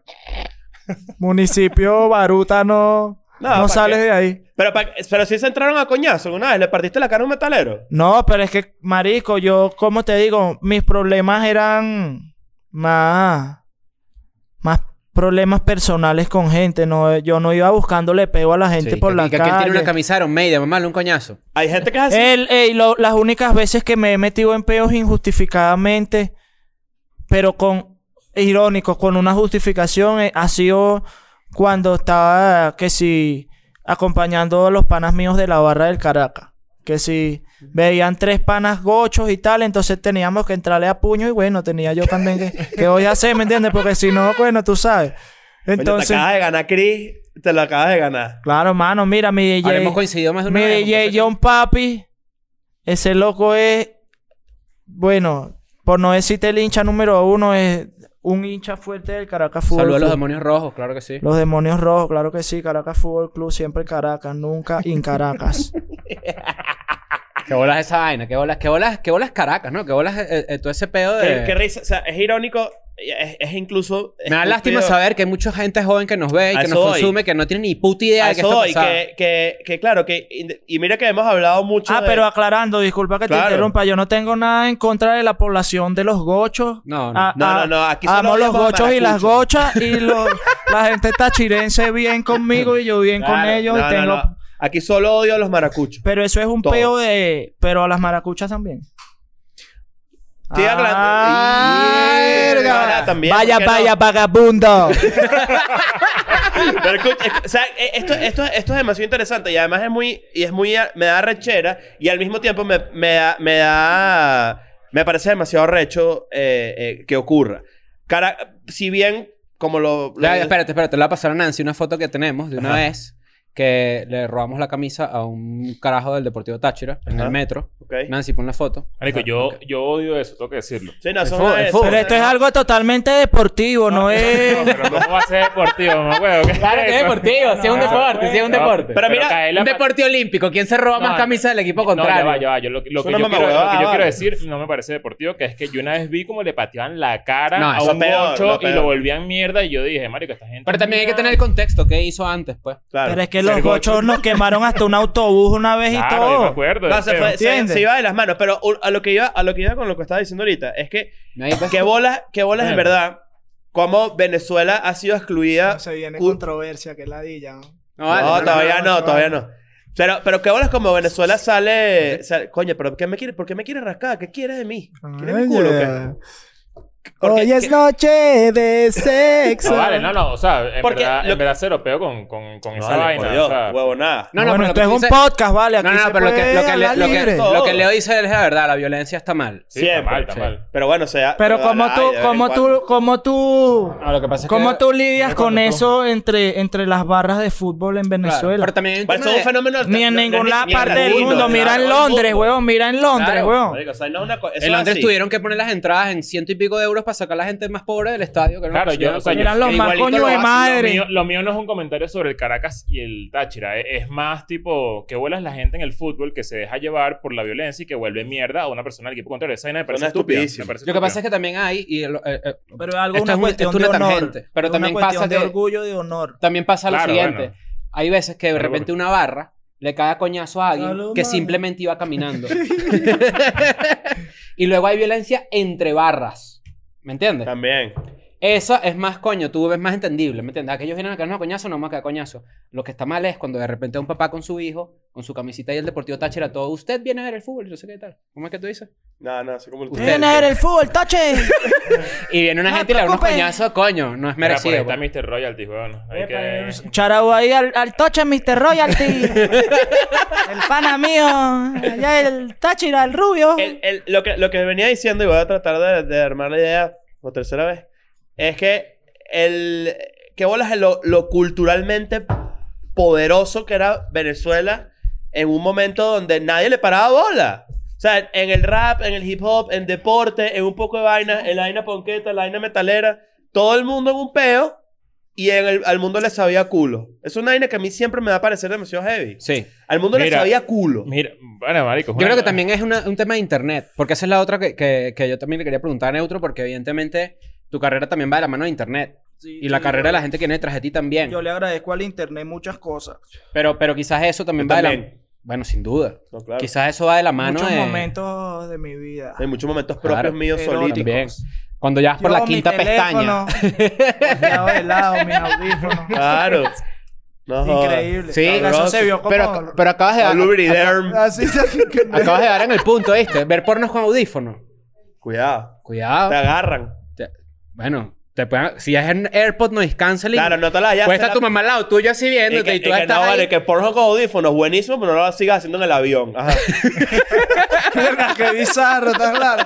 E: Municipio Baruta no,
C: No,
E: no,
C: ¿para
E: sales
C: qué?
E: de ahí.
C: Pero, pa- pero si se entraron a coñazo una vez, le partiste la cara a un metalero.
E: No, pero es que, marico, yo, como te digo, mis problemas eran más, más problemas personales con gente. No, yo no iba buscándole pego a la gente
D: Sí,
E: por
D: que-
E: la
D: que
E: calle.
D: aquel tiene una camisa de Iron Maiden, mamá, un coñazo.
C: Hay gente que es así.
E: El, ey, lo- las únicas veces que me he metido en peos injustificadamente, pero con irónico, con una justificación, eh, ha sido cuando estaba, que si, acompañando a los panas míos de la barra del Caracas. Que si veían tres panas gochos y tal, entonces teníamos que entrarle a puño y bueno, tenía yo también que, que voy a hacer, ¿me entiendes? Porque si no, bueno, tú sabes.
C: Coño,
E: Entonces,
C: te acabas de ganar, Chris. Te lo acabas de ganar.
E: claro, mano, mira, mi DJ.
D: Habremos coincidido más de una
E: Mi
D: vez.
E: DJ
D: muchachos.
E: John Papi, ese loco es, bueno, por no decirte el hincha número uno, es un hincha fuerte del Caracas Fútbol
D: Saludos a los
E: Club.
D: demonios rojos, claro que sí.
E: Los demonios rojos, claro que sí, Caracas Fútbol Club, siempre Caracas, nunca en Caracas.
D: Ah, Qué bolas esa vaina, qué bolas, qué bolas, qué bolas Caracas, ¿no? Qué bolas eh, eh, todo ese pedo
C: Qué,
D: de.
C: qué risa. O sea, es irónico. Es, es incluso.
D: Me da
C: estúpido.
D: lástima saber que hay mucha gente joven que nos ve y
C: A
D: que
C: eso
D: nos
C: voy.
D: consume, que no tiene ni puta idea
C: A
D: de qué
C: eso
D: está
C: voy,
D: pasando.
C: que, que, que claro, que. ind- Y mira que hemos hablado mucho.
E: ah,
C: de-
E: pero aclarando, disculpa que
C: Claro.
E: te interrumpa, yo no tengo nada en contra de la población de los gochos.
D: No, no.
E: Ah,
C: No,
E: ah,
C: no, no, aquí solo
E: Amo los
C: hablamos de
E: gochos y las
C: maracuchos.
E: gochas y los- la gente tachirense bien conmigo y yo bien con
C: Claro,
E: ellos
C: no,
E: y
C: no,
E: tengo...
C: no. Aquí solo odio a los maracuchos.
E: Pero eso es un
C: Todo.
E: peo de. Pero a las maracuchas también.
C: Estoy hablando-
E: Ah,
C: Y-
E: verga.
C: Ahora también,
E: vaya,
C: ¿por qué no?
E: vaya, vagabundo.
C: Pero escucha, es- o sea, eh, esto, esto, esto es demasiado interesante y además es muy, y es muy, me da rechera y al mismo tiempo me, me, da, me da, me parece demasiado recho eh, eh, que ocurra. Cara, si bien, como lo... lo-
D: Ya, ya, espérate, espérate. Le voy a pasar a Nancy una foto que tenemos de una
C: Ajá.
D: vez que le robamos la camisa a un carajo del Deportivo Táchira en
C: Ajá.
D: el metro.
C: Ok.
D: Nancy, pon la foto.
B: Marico, yo, yo odio eso, tengo que decirlo.
C: Sí, no,
D: el
C: son
D: fútbol,
C: una-
D: el
C: son-
D: fútbol.
E: Pero esto es algo totalmente deportivo, no
B: No,
E: es.
B: pero ¿cómo va a ser deportivo, no, huevo? ¿Qué es eso?
D: si es un deporte, si es un deporte.
C: Pero mira,
B: caerle a
D: un
B: pa-
D: deporte olímpico. ¿Quién se roba
B: No,
D: más
B: no.
D: camisas del equipo
B: No, ya
D: contrario?
B: va, ya va. Yo lo, lo
C: Es
B: que
C: una
B: yo, quiero,
C: mamahuevada,
B: lo que yo
C: vale.
B: quiero decir no me parece deportivo, que es que yo una vez vi como le pateaban la cara
D: No,
B: a
D: eso
B: un
C: es peor,
B: ocho
C: lo
B: y
C: peor.
B: lo volvían mierda y yo dije, marico, esta gente...
D: Pero también hay que tener el contexto. ¿Qué hizo antes, pues?
C: claro.
E: Pero es que los
B: Sergio.
E: bochos nos quemaron hasta un autobús una vez y
B: Claro, yo me
E: todo.
B: acuerdo.
C: No,
B: del
C: se,
B: peo.
C: fue- se-
E: ¿Entiendes?
C: se iba de las manos. Pero u- a lo que iba, a lo que iba con lo que estaba diciendo ahorita es que
D: No hay-
C: qué bolas, qué bolas en
B: Bueno.
C: verdad. Cómo Venezuela ha sido excluida.
F: Se viene
C: Cu-
F: controversia, que ladilla. ¿no?
D: No,
C: No,
D: vale, no, no.
C: todavía no,
F: no, no,
C: todavía no. Pero, pero qué bolas como Venezuela sale, sale- Coño, pero ¿qué me quiere, ¿por qué me quieres rascar? ¿Qué quieres de mí? ¿Quieres mi culo? o qué? ¿Por qué-
F: Hoy es
C: qué-
F: noche de sexo.
B: No, vale, no, no. O sea, en,
C: Porque
B: verdad,
C: lo-
B: en verdad cero peo con, con, con
C: No,
B: esa
C: vale,
B: vaina.
C: por Dios,
B: o sea,
C: huevo, nada.
D: No, no,
E: bueno,
D: pero lo
E: esto
D: que
E: es un
D: dice-
E: podcast, vale. Aquí
D: No, no,
E: se
D: pero lo que,
E: puede
D: lo, que le-
E: hablar
D: lo, que,
E: libre.
D: lo que Leo dice es la verdad. La violencia está mal.
B: sí, está
C: siempre,
B: mal, está
D: sí.
B: mal.
C: Pero bueno, o sea.
E: Pero
C: pero
E: como
C: ay,
E: tú,
C: de vez en
E: como
C: cuando.
E: tú, como tú,
D: No, lo que pasa es
E: cómo
D: que...
E: tú lidias con
B: cuando tú-
E: eso entre, entre las barras de fútbol en
D: Claro,
E: Venezuela.
D: Pero también hay un
C: Bueno,
D: tema
C: eso es
D: de-
C: un fenómeno.
E: Ni en
C: no- no es
E: ninguna
C: ni- ni
E: parte del
C: Latino,
E: mundo. Mira
C: claro,
E: en
C: es
E: Londres,
C: fútbol.
E: weón. Mira en Londres,
D: Claro,
E: weón.
C: Marico, o sea, no es una co- eso
D: en
C: es
D: Londres
C: así.
D: tuvieron que poner las entradas en ciento y pico de euros para sacar a la gente más pobre del estadio. Que era una
B: Claro, yo-
D: cosa
B: o sea, yo-
E: Eran los más
D: Igualito
E: coño
D: lo
E: de
D: hacen,
E: madre.
B: Mío- lo mío no es un comentario sobre el Caracas y el Táchira. eh, Es, es más tipo que vuelas la gente en el fútbol que se deja llevar por la violencia y que vuelve mierda a una persona del equipo contrario. Esa vaina me parece
C: Suena
B: estúpida.
C: estupidísimo.
B: Me parece
D: Lo que pasa es
B: estúpida.
D: que también hay, y lo- eh, eh,
E: Pero es algo
D: Esto
E: una
D: es un-
E: cuestión
D: esto es
E: de
D: una
E: honor.
D: tangente, pero
E: Es
D: también
E: una cuestión
D: pasa
E: de
D: que-
E: orgullo y de honor.
D: también pasa
B: Claro,
D: lo siguiente.
B: bueno.
D: Hay veces que de
B: Pero
D: repente una barra le cae a coñazo a alguien
E: Salud,
D: que
E: mano.
D: simplemente iba caminando. y luego hay violencia entre barras. ¿Me entiendes?
C: También.
D: Esa es más coño, tú ves más entendible, ¿me entiendes? Aquellos vienen a caernos a coñazo, no más que a coñazo. Lo que está mal es cuando de repente un papá con su hijo, con su camisita y el Deportivo Táchira, todo, usted viene a ver el fútbol, y no sé qué tal. ¿Cómo es que tú dices?
C: No, no, eso como el
D: Usted-
E: Viene a ver el fútbol, tache.
D: Y viene una
E: No,
D: gente y le da unos
E: preocupe.
D: coñazos, coño, no es
B: Mira, por ahí
D: merecido.
B: está
D: pues.
B: Mr. Royalty, weón. Hay que...
E: Charau ahí al, al toche, Mr. Royalty. el pana mío. Allá el Táchira, el rubio.
C: el- el- lo, que, lo que venía diciendo, y voy a tratar de, de armar la idea por tercera vez, es que el. ¿Qué bolas es lo, lo culturalmente poderoso que era Venezuela en un momento donde nadie le paraba bola? O sea, en el rap, en el hip hop, en deporte, en un poco de vaina, en la vaina ponqueta, la vaina metalera, todo el mundo en un peo y en el- al mundo le sabía culo. Es una vaina que a mí siempre me va a parecer demasiado heavy.
D: Sí.
C: Al mundo le
B: Mira,
C: sabía culo.
B: Mira, bueno, marico.
D: Yo creo que también es una- un tema de internet, porque esa es la otra que, que- que yo también le quería preguntar a Neutro, porque evidentemente tu carrera también va de la mano de internet. Y la carrera de la gente que viene detrás de ti también.
E: Yo le agradezco al internet muchas cosas.
D: Pero, pero quizás eso también
C: Yo
D: va de la...
C: también.
D: Bueno, sin duda.
C: No, claro.
D: Quizás eso va de la mano
E: muchos
D: de...
E: momentos de mi vida.
C: Hay muchos momentos
D: Claro.
C: propios míos
E: Pero
C: solitos.
D: También. Cuando ya vas por
E: Yo,
D: la
E: mi
D: quinta pestaña.
E: teléfono, volteado de lado, mis audífonos.
C: Claro. No jodas.
E: Increíble.
D: Sí,
E: Cabrón, eso se vio como...
D: Pero, pero acabas de dar,
C: Con Lubriderm.
F: Así se que no.
D: acabas de dar en el punto, ¿viste? Ver pornos con audífono.
C: Cuidado. Te
D: Cuidado.
C: agarran.
D: Te- bueno, te pueden- si es en AirPod no es canceling.
C: Claro, no te la ya
D: Puede estar tu mamá al lado tuyo así
C: Y
D: viéndote
C: que,
D: y,
C: y
D: tú
C: que
D: estás
C: no,
D: ahí.
C: vale, que porno con audífonos, buenísimo, pero no lo sigas haciendo en el avión. Ajá.
F: Verga, Qué bizarro, tan claro.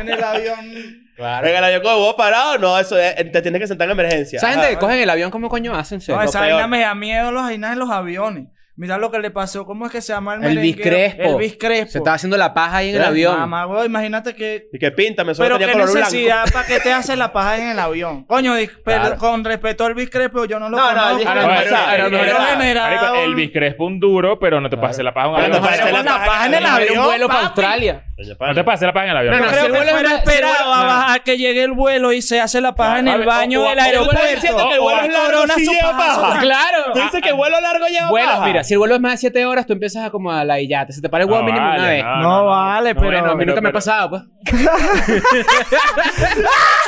F: En el avión.
D: Claro.
C: en el avión con el huevo parado, no, eso es- eh, te tienes que sentar en emergencia.
D: Esa
C: Ajá.
D: gente que cogen el avión, ¿cómo coño hacen?
E: No,
D: serio?
E: esa
C: peor.
E: vaina me da miedo los vainas en los aviones. Mira lo que le pasó. ¿Cómo es que se llama el
D: El
E: merenguero?
D: biscrespo.
E: El biscrespo.
D: Se estaba haciendo la paja ahí en el
C: Sí,
D: avión.
E: Mamá, güey, imagínate que...
C: Y que píntame, solo
E: Pero
C: tenía
E: qué
C: color blanco.
E: necesidad, ¿para qué te haces la paja en el avión? Coño, dis- pero
D: Claro.
E: con respeto al biscrespo, yo no lo
C: No, no,
E: conozco.
C: el
B: Ah, no, no,
C: Pero no
B: no,
C: sabe,
B: no, no,
C: pero
B: no, no,
E: general-
B: marico, Elvis Crespo un duro, pero no te pases la paja en un
C: Pero
B: avión.
C: no
B: No,
C: pases
B: te
C: la
E: la
C: paja
E: paja en
C: en
E: el
C: el
D: Un
E: avión,
D: vuelo para
E: papi.
D: Australia.
C: Coño,
B: no
C: pana.
B: te pases la paja en el avión.
D: No,
E: Yo
D: no,
E: creo
D: si el
E: que
D: vuelo
E: fuera
D: es- si el
E: esperado
D: vuelo- no.
E: a, bajar- que llegue el vuelo y se hace la paja en
B: A
E: el
B: ver,
E: baño
B: o- o-
E: del
B: o- o-
E: aeropuerto.
C: diciendo que el vuelo es largo,
E: corona
C: sí
E: su
C: lleva
E: paja,
C: paja.
E: su-
D: Claro.
C: Tú dices que vuelo largo lleva
D: Ah, Vuelo,
C: paja.
D: mira, si el vuelo es más de 7 horas, tú empiezas a como a la illate. Se te para el huevo mínimo una vez.
E: No, vale, pero...
D: bueno, a mí
B: Ah, pero-
D: nunca me ha
B: pero-
D: pasado, pues.
B: O, o-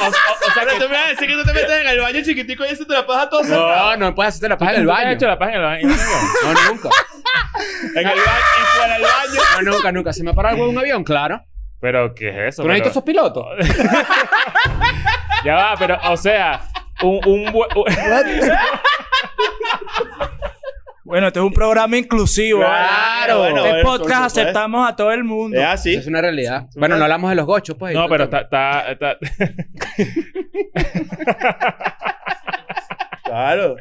B: o sea,
C: Pero
B: que
C: tú me vas a decir que tú te metes en el baño chiquitico y eso te la paja todo sentado.
D: No, no puedes hacerte la paja en
B: ¿Tú
D: el
B: te has
D: baño.
B: hecho la paja en el baño?
D: No, nunca.
C: En el baño y fuera del baño.
D: No, nunca, nunca. ¿Se me ha parado el huevo en un avión? Claro.
B: Pero, ¿qué es eso?
D: ¿Tú no has visto
B: Pero-
D: esos pilotos?
B: Ya va, pero, o sea, un, un, bue- un-
E: Bueno, este es un programa inclusivo.
C: Claro,
E: ¿vale?
C: bueno,
E: Este
C: por
E: podcast
C: supuesto. Eh,
E: aceptamos a todo el mundo.
C: Es así.
D: Es una realidad. bueno, no hablamos de los gochos, pues.
B: No, pero está... está, está-
C: Claro.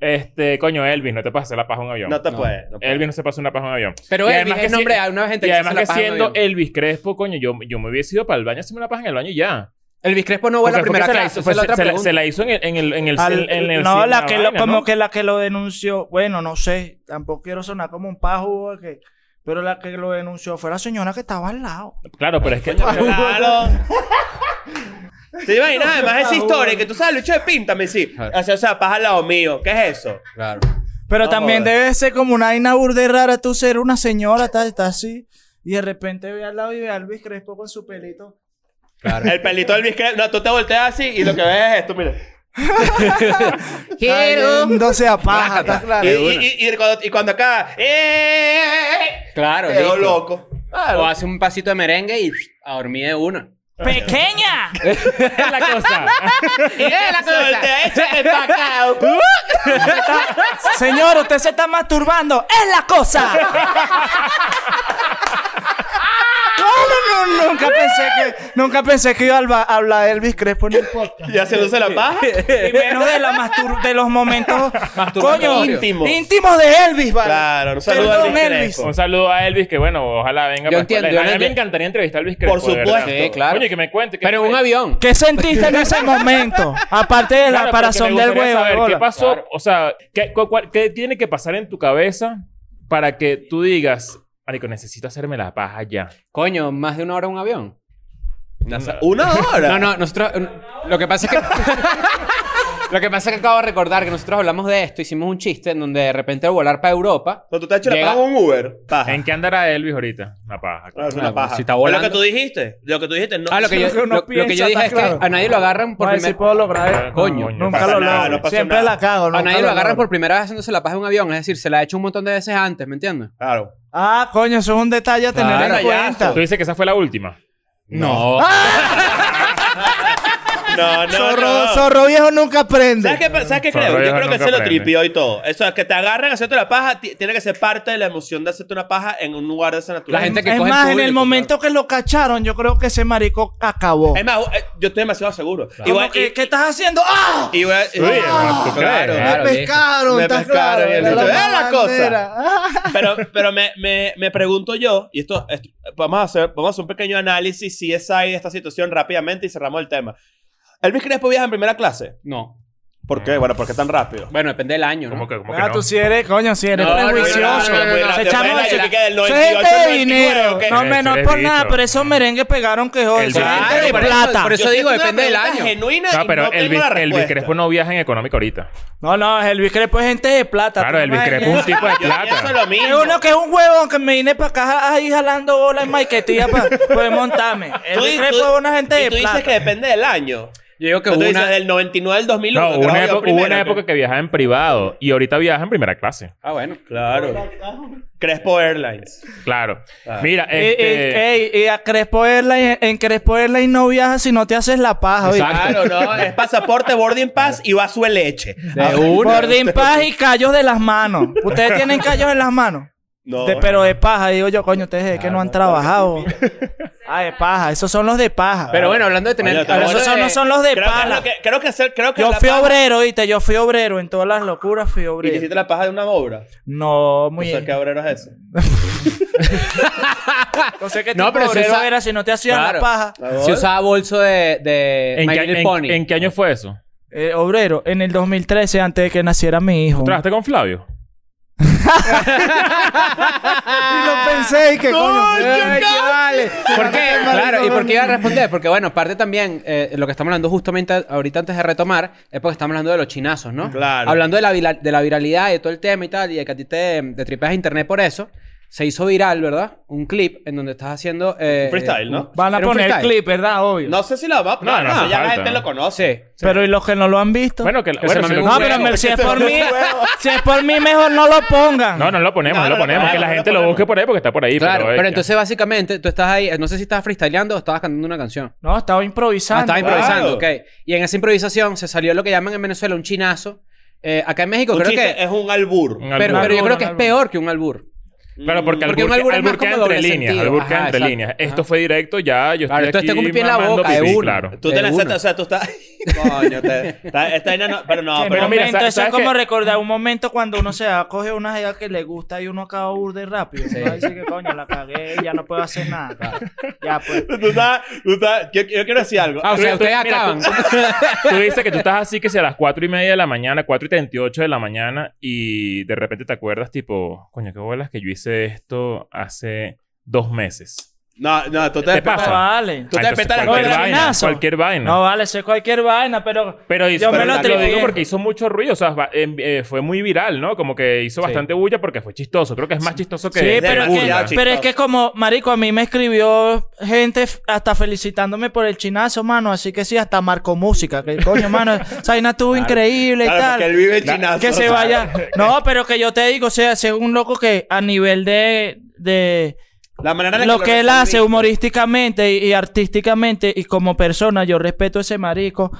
B: este, coño, Elvis, no te pases la paja a un avión.
C: No te
D: No.
C: puedes. no puedes.
B: Elvis no se pasa una paja en un avión.
D: Pero
B: Y
D: Elvis
B: además
D: es
B: que
D: el nombre
B: si-
D: de una gente
B: Y
D: que se
B: además
D: hace la
B: que
D: paja en un
B: siendo
D: avión.
B: Elvis Crespo, coño, yo, yo me hubiese ido para el baño a hacerme una paja en el baño y ya.
D: Elvis Crespo no vuela a
B: Porque fue
D: primera
B: que se la
D: clase.
B: hizo-
D: esa es la
B: fue-
D: otra
B: se la-
D: pregunta.
B: Se la hizo en el... en el- en el-
E: Al-
B: en el-
E: no,
B: en
E: la que lo,
B: vaina,
E: como
B: ¿no?
E: que la que lo denunció, bueno, no sé, tampoco quiero sonar como un pajo, que, pero la que lo denunció fue la señora que estaba al lado.
B: Claro, pero es que...
C: Claro. ¿Te imaginas? Además, esa historia que tú sabes, Lucho de Pinta me sí. O sea, o sea, paja al lado mío. ¿Qué es eso?
D: Claro.
E: Pero
C: No,
E: también
C: joder.
E: debe ser como una vaina burda y rara tú ser una señora, está, está así, y de repente ve al lado y ve a Luis Crespo con su pelito.
D: Claro.
C: El pelito del biscre... No, tú te volteas así y lo que ves es esto, mira.
E: Cayéndose a paja, está
C: Y,
E: claro.
C: y, y- y cuando, y cuando acá... ¡Eh!
D: Claro, listo.
C: Quedó loco.
D: O hace un pasito de merengue y a dormir de una.
E: ¡Pequeña!
B: Es la cosa.
C: Se voltea, échate pa' acá.
D: Uh.
E: Señor, usted se está masturbando. ¡Es la cosa! No, no, no, nunca pensé que, nunca pensé que iba a alba- a hablar de Elvis Crespo en un podcast.
C: Y haciéndose la paja.
E: Y menos de, la mastur- de los momentos coño,
C: Íntimos.
E: íntimos de Elvis, vale.
C: Claro, un saludo
E: Perdón,
C: a Elvis
E: Elvis.
C: Crespo.
B: Un saludo a Elvis, que bueno, ojalá venga.
D: Yo
B: para-
D: entiendo,
B: la-
D: yo no
B: la- a mí me
D: entiendo.
B: encantaría entrevistar a Luis Crespo.
C: Por
B: de verdad.
C: supuesto.
D: Sí, claro.
B: Oye, que me cuente. que-
D: Pero en un avión.
E: ¿Qué sentiste en ese momento? Aparte de la
B: Claro,
E: parazón
B: porque me
E: del
B: gustaría
E: huevo.
B: saber
E: bola.
B: ¿Qué pasó?
D: Claro.
B: O sea, ¿qué, cu- cuál- qué tiene que pasar en tu cabeza para que tú digas, Marico, necesito hacerme la paja ya?
D: Coño, más de una hora en un avión.
C: Una hora.
D: No, no, nosotros. Lo que pasa es que. lo que pasa es que acabo de recordar que nosotros hablamos de esto, hicimos un chiste en donde de repente al volar para Europa.
C: Cuando tú te has hecho la
D: Llega-
C: paja con un Uber. Paja.
B: ¿En qué andará Elvis ahorita? La paja.
C: Claro, es
D: Ah,
C: una
D: pues,
C: paja.
D: si está
C: Es
D: volando.
C: Lo que tú dijiste. Lo que tú dijiste no.
D: Ah, lo que yo,
E: Eso es lo que uno
D: lo, lo que
E: piensa,
D: yo dije
E: está
D: es
E: claro.
D: que a nadie lo agarran por
E: Ay, si
D: primera
E: puedo lograr
B: Claro,
E: esto.
D: Coño,
B: no
E: Nunca
B: pasa
E: lo
C: nada,
E: logro.
C: no pasó
E: Siempre
C: nada.
E: la cago.
D: A
E: nunca
D: nadie lo agarran
E: logro.
D: por primera vez haciéndose la paja en un avión. Es decir, se la ha hecho un montón de veces antes, ¿me entiendes?
C: Claro.
E: Ah, coño, eso es un detalle a tener
D: Claro,
E: en cuenta.
B: Tú dices que esa fue la última.
D: No.
C: No, no,
E: Zorro,
C: no.
E: zorro viejo nunca aprende.
C: ¿Sabes qué, ¿Sabes qué
B: Zorro
C: creo? Yo
B: viejo
C: creo que
B: nunca
C: se lo
B: aprende.
C: tripió y todo. Eso es que te agarran haciendo la paja. ti- Tiene que ser parte de la emoción de hacerte una paja en un lugar de esa naturaleza.
D: La gente que
E: es
D: coge
E: más, en
D: público,
E: el momento que lo cacharon, yo creo que ese marico acabó.
C: Es más, eh, yo estoy demasiado seguro.
E: Como
C: Igual,
E: que, ¿Qué estás haciendo? ¡Ah!
C: y, igual,
B: Uy, bueno, ¿tú crees?
C: claro.
D: Claro.
E: me
D: viejo.
E: pescaron,
C: Me
E: está
C: pescaron, y
E: claro.
C: el
E: Era
C: bicho, "Eh, la cosa".
E: bandera. Ah.
C: Pero, pero me, me, me pregunto yo, y esto, esto- vamos, a hacer, vamos a hacer un pequeño análisis si es ahí de esta situación rápidamente y cerramos el tema. ¿Elvis Crespo viaja en primera clase?
D: No.
C: ¿Por qué? Bueno, ¿por qué tan rápido?
D: Bueno, depende del año, ¿no?
B: ¿Cómo que, cómo que
E: Ah,
B: no?
E: tú sí eres, coño, sí eres
D: No, no,
E: prejuicioso.
D: no, no, no, no, no,
E: Se
D: no,
E: echamos
D: no,
E: ese-
D: no,
E: Esa gente de dinero. No,
B: Ese
E: menos
B: es
E: por
B: bicho.
E: nada, pero esos merengues pegaron que joder.
B: El
E: Esa
B: bicho.
E: gente de
D: Claro, por eso-
E: plata.
D: por eso- digo, depende del año.
C: genuina
B: No,
C: y
B: pero
C: no tengo
B: Elvis,
C: la
B: Elvis
C: respuesta.
B: Crespo no viaja en económico ahorita.
E: No, no, Elvis Crespo es gente de plata.
B: Claro,
E: tú
B: Elvis
E: no
B: Crespo es un
E: imaginas.
B: tipo de
C: Yo pienso
B: plata.
C: lo mismo.
E: Es uno que es un huevón que me vine para acá ahí jalando bola en maiquetía para poder pues, montarme.
C: Tú
E: Elvis
C: di-
E: Crespo
C: tú-
E: es una gente
C: y
E: de
C: tú dices
E: plata.
C: que depende del año.
D: Yo digo que
C: Tú
D: hubo
C: dices
D: una.
C: del 99 al 2001.
B: No,
C: que
B: hubo una,
C: trabajo yo
B: época, hubo
C: primero, pues.
B: una
C: que-
B: época que viajaba en privado y ahorita viaja en primera clase.
D: Ah, bueno.
C: Claro. Crespo Airlines.
B: Claro.
C: Ah.
B: Mira,
D: Eh,
E: Y,
B: este...
E: y a Crespo Airlines, en Crespo Airlines no viajas si no te haces la paja. oye.
C: Claro, no. Es pasaporte, boarding pass y vaso de leche.
B: Ah,
C: Ah,
D: De una.
E: Boarding paja y callos de las manos. ¿Ustedes tienen callos en las manos?
C: No.
E: De- pero de paja, digo yo, coño, ustedes es que no han trabajado. ah, de paja, esos son los de paja.
D: Pero bueno, hablando de tener.
C: Oye, te
E: Pero
C: bueno,
E: esos
D: hablando
E: son,
D: de-
E: no son los de
C: creo, que es
E: paja.
C: lo que, creo que hacer- creo que
E: Yo
C: la
E: fui
C: paja-
E: obrero, ¿viste? Yo fui obrero. En todas las locuras fui
C: Y te
E: obrero.
C: hiciste la paja de una obra.
E: No,
C: O
E: muy
C: sea,
E: bien.
C: ¿qué obrero es eso?
E: Entonces, ¿qué
D: No,
E: tipo
D: pero
E: de
D: si
E: obrero
D: usa-
E: era si no te hacían
D: Claro.
E: la paja?
D: Se usaba bolso de, de
B: ¿en
D: My
B: qué-
D: Little
B: en-
D: Pony.
B: ¿En qué año fue eso?
E: Eh, obrero, en el 2013, antes de que naciera mi hijo.
B: ¿Trabajaste con Flavio?
E: Y lo pensé y que coño.
D: Ay, qué vale. ¿Por qué? Claro, ¿y por qué iba a responder? Porque, bueno, parte también, eh, lo que estamos hablando justamente ahorita antes de retomar, es porque estamos hablando de los chinazos, ¿no?
C: Claro.
D: Hablando de la, vila- de la viralidad y de todo el tema y tal, y de que a ti te, te tripeas internet por eso, se hizo viral, ¿verdad? Un clip en donde estás haciendo... eh,
C: Un freestyle, ¿no?
D: un-
E: Van a
D: era un
E: poner
D: freestyle.
E: clip, ¿verdad? Obvio.
C: No sé si la va a
B: No, no
C: eso
B: hace
C: ya la
B: falta.
C: gente lo conoce.
D: Sí.
E: Pero ¿y los que no lo han visto?
B: Bueno, que... la-
D: Que se
B: bueno,
D: mame
B: si lo-
D: un
E: no, pero
D: huevo.
E: me- si es por mí, si es por mí, mejor no lo pongan.
B: No, no lo ponemos,
C: No,
B: no,
C: no
B: lo ponemos.
C: lo ponemos,
B: que la
C: no lo
B: gente lo
C: ponemos.
B: busque por ahí porque está por ahí.
D: Claro, pero
B: es que-
D: entonces básicamente tú estás ahí, no sé si estabas freestyleando o estabas cantando una canción.
E: No, estaba improvisando.
D: Ah, estaba Ah, improvisando,
C: claro.
D: ok. Y en esa improvisación se salió lo que llaman en Venezuela un chinazo, Eh, acá en México
G: Un
D: creo
G: chiste
D: que...
G: es un albur.
B: Un
D: Pero,
B: albur.
D: pero yo
E: albur,
D: creo
E: un
D: que es
E: albur.
D: peor que un albur.
B: Claro, porque,
D: Porque un albur
B: albur,
D: es
B: albur
D: más
B: queda
D: como doble
B: entre líneas.
D: sentido.
B: Albur queda
D: Ajá,
B: entre
D: exacto.
B: líneas.
D: Ajá.
B: Esto fue directo, ya yo estoy
D: Claro, esto
B: aquí
D: está con un pie en la
B: mamando
D: boca, de
B: pipí,
D: una.
B: claro.
G: Tú te
D: De
G: lanzaste,
D: una.
G: o sea, tú estás. Coño, te, está- esta vaina no. Pero no,
E: Que
G: pero.
E: momento,
B: mira, sa-
E: eso es
B: ¿sabes
E: como
B: qué?
E: recordar un momento cuando uno se va, coge una idea que le gusta y uno acaba burde rápido.
D: Sí.
E: Uno va a decir que coño, la cagué, ya no puedo hacer nada. Ya, pues.
G: Tú estás. tú estás- yo, yo quiero decir algo.
D: Ah, o
B: Tú-
D: sea,
B: tú-
D: ustedes
B: mira,
D: acaban.
B: Tú dices que tú estás así que si a las 4 y media de la mañana, 4 y 38 de la mañana, y de repente te acuerdas, tipo, coño, qué bolas que yo hice esto hace dos meses.
G: No, no, tú
B: ¿Te
G: te.
E: No
B: pasa?
E: vale.
G: Tú te
B: entonces,
G: petas la
B: cualquier
E: cola de
B: vaina,
E: minazo.
B: cualquier vaina.
E: No vale, sé cualquier vaina, pero
B: Pero hizo-
E: Yo me
B: pero
E: lo
B: lo,
E: tripié.
B: digo porque hizo mucho ruido, o sea, va- em- eh, fue muy viral, ¿no? Como que hizo bastante bulla porque fue chistoso. Creo que es más chistoso que.
E: Sí,
B: que
E: pero, es que,
B: burla.
G: chistoso.
E: pero es que como, marico, a mí me escribió gente f- hasta felicitándome por el chinazo, mano. Así que sí, hasta marcó música. Que coño, mano, Zaina estuvo increíble y
G: Claro,
E: tal.
G: porque él vive en chinazo.
E: que se
G: o sea.
E: vaya. No, pero que yo te digo, o sea, sea un loco que a nivel de, de
G: La manera en la
E: lo que él hace
G: humor.
E: humorísticamente y, y artísticamente y como persona, yo respeto a ese marico.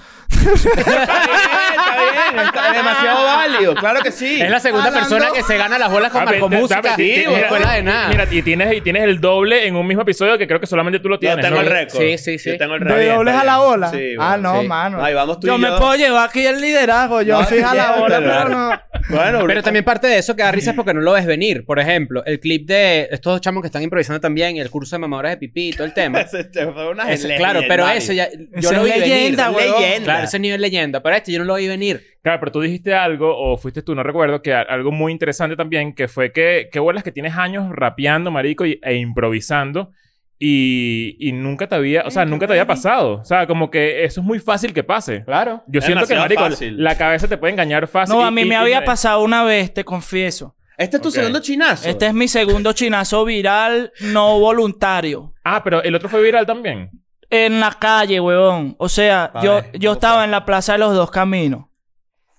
G: Está bien, está bien. Está es demasiado válido. Claro que sí.
D: Es la segunda
G: Hablando-
D: persona que se gana las bolas con
B: Ah,
D: Marco
B: vete,
D: Música.
B: dame- sí,
D: Sí,
B: mira,
D: escuela de nada.
B: Mira, y tienes, y tienes el doble en un mismo episodio que creo que solamente tú lo
G: Yo
B: tienes.
G: tengo
B: ¿no?
G: el récord.
D: Sí, sí, sí.
G: Yo tengo el
E: ¿De
G: récord. Está
E: dobles
G: bien,
E: a la
G: está bien.
E: bola?
G: Sí,
E: ah,
G: bueno,
E: no,
D: sí.
E: mano.
G: Ahí vamos tú y
E: yo me
G: yo.
E: puedo llevar aquí el liderazgo. Yo
G: No,
E: soy a la bola,
G: llévatelo.
E: pero no.
G: Bueno,
D: Pero también parte de eso que da risa es porque no lo ves venir. Por ejemplo, el clip de estos dos chamos que están improvisando también, el curso de mamadoras de pipí y todo el tema.
G: Ese fue una
D: Eso, claro, pero eso ya. Yo
E: Esa
D: lo vi
E: es leyenda,
D: venir.
E: huevón.
G: Leyenda.
D: Claro, ese nivel leyenda. Pero este yo no lo vi venir.
B: Claro, pero tú dijiste algo, o fuiste tú, no recuerdo, que a- algo muy interesante también, que fue que, qué bolas que tienes años rapeando, marico, y- e improvisando, y, y nunca te había, o sea, nunca te había pasado. O sea, como que eso es muy fácil que pase.
D: Claro.
B: Yo
G: Es
B: siento que,
G: demasiado
B: marico,
G: fácil.
B: la cabeza te puede engañar fácil.
E: No,
B: y-
E: a mí
B: y-
E: me
B: y-
E: había
B: y-
E: pasado una vez, te confieso.
G: Este es tu
B: Ok.
G: segundo chinazo.
E: Este es mi segundo chinazo viral no voluntario.
B: Ah, pero el otro fue viral también.
E: En la calle, huevón. O sea,
G: Pa'
E: yo,
G: ver,
E: yo
G: ¿cómo
E: estaba
G: fue?
E: en la Plaza de los Dos Caminos.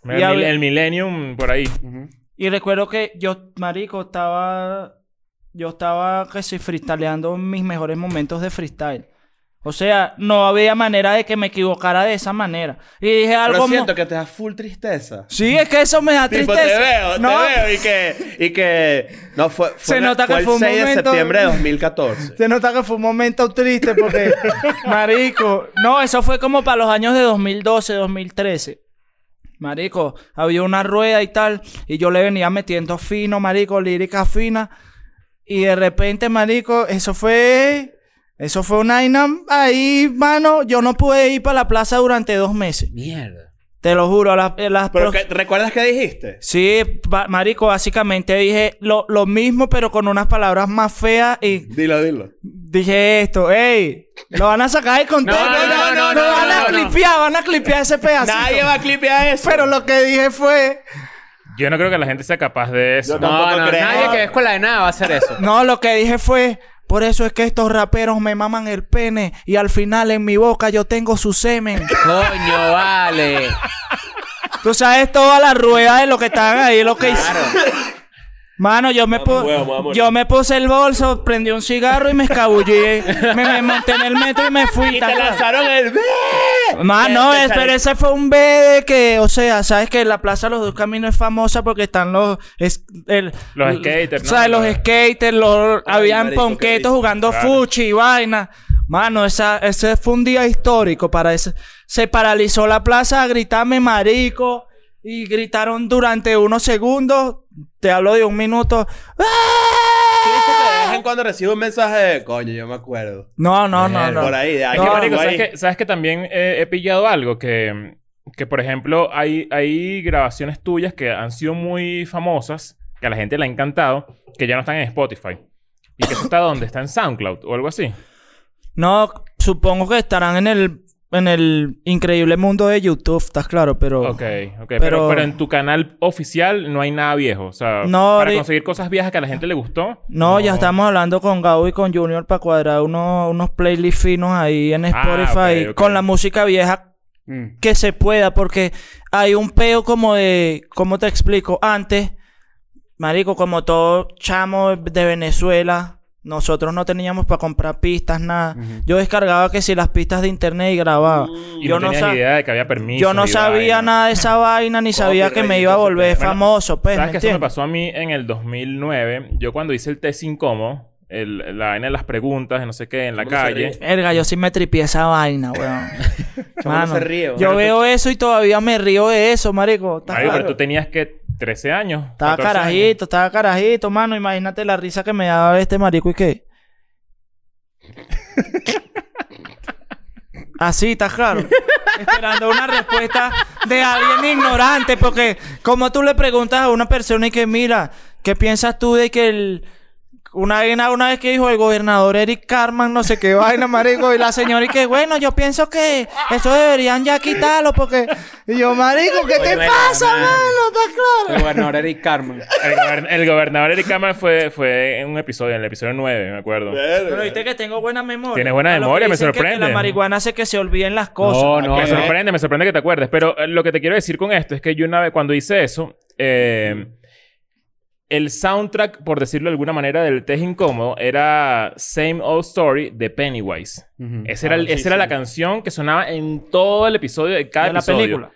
B: El,
E: Y
B: mil-
E: había-
B: el Millennium, por ahí.
E: Y recuerdo que yo, marico, estaba... Yo estaba casi freestyleando mis mejores momentos de freestyle. O sea, no había manera de que me equivocara de esa manera. Y dije
G: Pero
E: algo... mo-
G: siento que te da full tristeza.
E: Sí, es que eso me da
G: Tipo,
E: tristeza.
G: te veo,
E: no,
G: te veo. Y que... Y que no, fue, fue
E: Se nota que
G: fue el
E: fue un
G: 6 de
E: momento-
G: septiembre de 2014.
E: Se nota que fue un momento triste porque, marico, no, eso fue como para los años de 2012, 2013. Marico, había una rueda y tal, y yo le venía metiendo fino, marico, lírica fina, y de repente, marico, eso fue, eso fue una inam ahí, mano, yo no pude ir para la plaza durante dos meses,
D: Mierda.
E: te lo juro, las, las
G: Pero
E: prox-
G: que- ¿recuerdas qué dijiste?
E: Sí, ba- marico, básicamente dije lo, lo mismo, pero con unas palabras más feas y
G: Dilo, dilo.
E: dije esto, ey, lo van a sacar de contexto.
D: No, no, no, no,
E: Lo
D: no,
E: van a
D: no, no.
E: clipear, van a clipear ese pedacito.
G: Nadie va a clipear eso.
E: Pero lo que dije fue,
B: Yo no creo que la gente sea capaz de eso.
G: Yo tampoco
D: No, no,
G: creo.
D: nadie que ve escuela de nada va a hacer eso.
E: no, lo que dije fue, por eso es que estos raperos me maman el pene y al final en mi boca yo tengo su semen.
D: Coño, vale.
E: Tú sabes toda la rueda de lo que estaban ahí, lo que hicieron. Mano, yo me, pu-
G: huevo, vamos, huevo.
E: yo me puse el bolso, prendí un cigarro y me escabullí. me, me monté en el metro y me fui.
G: Y
E: tal
G: te
E: cual.
G: lanzaron el...
E: Mano,
G: Te- te
E: es- pero
G: sale-
E: ese fue un B de que, o sea, sabes que la Plaza Los Dos Caminos es famosa porque están los... es- el-
B: Los skaters,
E: O
B: ¿no?
E: sea, los skaters, los,
G: Ay,
E: habían
G: marico,
E: ponquetos
G: qué
E: jugando
B: Claro.
E: fuchi y vaina. Mano, esa, ese fue un día histórico para ese. Se paralizó la plaza a gritarme marico y gritaron durante unos segundos, te hablo de un minuto. ¡Ah!
G: Tú dices que de vez en cuando recibo un mensaje de... Coño, yo me acuerdo. Eh,
E: No, no, no, no.
G: Por ahí, de ahí.
B: Es que,
E: No,
B: marico,
G: por ahí.
B: ¿sabes, que, sabes que también eh, he pillado algo que, que por ejemplo, hay, hay grabaciones tuyas que han sido muy famosas, que a la gente le ha encantado, que ya no están en Spotify. ¿Y que eso está dónde? ¿Está en SoundCloud o algo así?
E: No, supongo que estarán en el en el increíble mundo de YouTube, estás claro, pero
B: Ok, ok. Pero, pero,
E: Pero-
B: en tu canal oficial no hay nada viejo. O sea,
E: No,
B: para
E: ahorita-
B: conseguir cosas viejas que a la gente le gustó.
E: No, ya estamos hablando con Gabo y con Junior para cuadrar unos, unos playlists finos ahí en Spotify
B: Ah, ok, ok.
E: con la música vieja
D: Mm.
E: que se pueda, porque hay un peo como de, ¿cómo te explico? Antes, marico, como todo chamo de Venezuela, Nosotros no teníamos para comprar pistas, nada. Yo descargaba que si las pistas de internet y grababa.
B: Y
E: yo
B: no, tenías
E: sab-
B: idea de que había permiso.
E: yo no sabía nada de esa vaina ni sabía que me iba a volver
B: Bueno,
E: famoso, pues,
B: ¿Sabes
E: ¿me
B: que eso me
E: entiendes?
B: pasó a mí en el 2009? Yo cuando hice el test incómodo, el, la vaina de las preguntas, de no sé qué, en la
H: Todo el mundo se
B: calle.
H: ríe.
E: Verga, yo sí me tripié esa vaina, weón.
H: Chamo,
E: Mano,
H: no se ríe, weón.
E: yo veo eso y todavía me río de eso, marico. Está
B: Marico, pero
E: claro.
B: tú tenías que 13 años.
E: Estaba
B: 14 años.
E: carajito, estaba carajito, mano. Imagínate la risa que me daba este marico y qué. Así, está claro. Esperando una respuesta de alguien ignorante, porque como tú le preguntas a una persona y que mira, ¿qué piensas tú de que el una vez, una vez que dijo el gobernador Eric Carman, no sé qué vaina, marico, y la señora y que bueno, yo pienso que eso deberían ya quitarlo porque y yo, marico, ¿qué te
H: Oye,
E: pasa,
H: venga,
E: mano? ¿Está claro?
D: El gobernador Eric Carmen.
B: El, gober- el gobernador Eric Cameron fue, fue en un episodio, en el episodio 9, me acuerdo.
E: Pero viste que tengo buena memoria.
B: Tienes buena
E: A los
B: memoria,
E: que
B: me
E: dicen que- Que,
B: sorprende.
E: la marihuana hace que se olviden las cosas.
D: No, no,
B: me
D: no.
B: sorprende, me sorprende que te acuerdes. Pero eh, lo que te quiero decir con esto es que yo una vez cuando hice eso, eh, el soundtrack, por decirlo de alguna manera, del test incómodo era Same Old Story de Pennywise.
D: Ujú.
B: Esa
E: Ah,
B: era, el- esa era la canción que sonaba en todo el episodio de cada
E: de la
B: episodio.
E: película.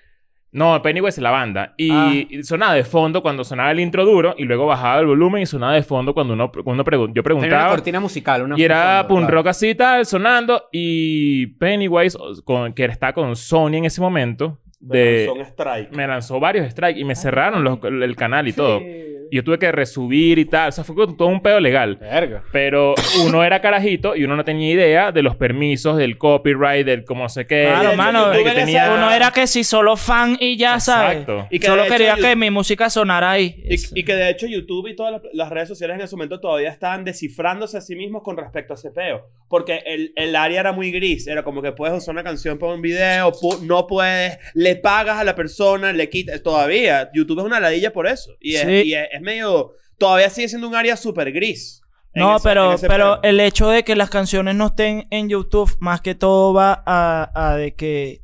B: No, Pennywise es la banda. Y,
E: Ah.
B: y sonaba de fondo cuando sonaba el intro duro y luego bajaba el volumen y sonaba de fondo cuando uno, cuando uno pregun- yo
D: Tenía una
B: preguntaba.
D: cortina musical. Una
B: Y era
D: fondo,
B: punk
D: claro.
B: rock así tal, sonando. Y Pennywise, o- con- que está con Sony en ese momento, de,
C: Son strike.
B: me lanzó varios strikes y
D: Ah,
B: me cerraron los- el canal y todo. Y yo tuve que resubir y tal. O sea, fue con todo un pedo legal.
D: Verga.
B: Pero uno era carajito y uno no tenía idea de los permisos, del copyright, del como sé qué.
E: Claro,
B: Eh, de-
E: mano.
B: de que
E: Tú ves
B: tenía-
E: esa- Uno era que si solo fan y ya
B: Exacto.
E: sabes.
C: Y que
E: solo
C: de hecho
E: quería
C: yo-
E: que mi música sonara ahí. Eso.
C: Y, y que de hecho YouTube y todas las, las redes sociales en ese momento todavía estaban descifrándose a sí mismos con respecto a ese peo. Porque el, el área era muy gris. Era como que puedes usar una canción para un video, pu- no puedes, le pagas a la persona, le quitas. Todavía, YouTube es una ladilla por eso. Y es,
E: Sí.
C: y es, es medio. Todavía sigue siendo un área súper gris. en
E: no,
C: ese- en
E: pero,
C: ese
E: pero
C: peo.
E: el hecho de que las canciones no estén en YouTube, más que todo va a, a de que.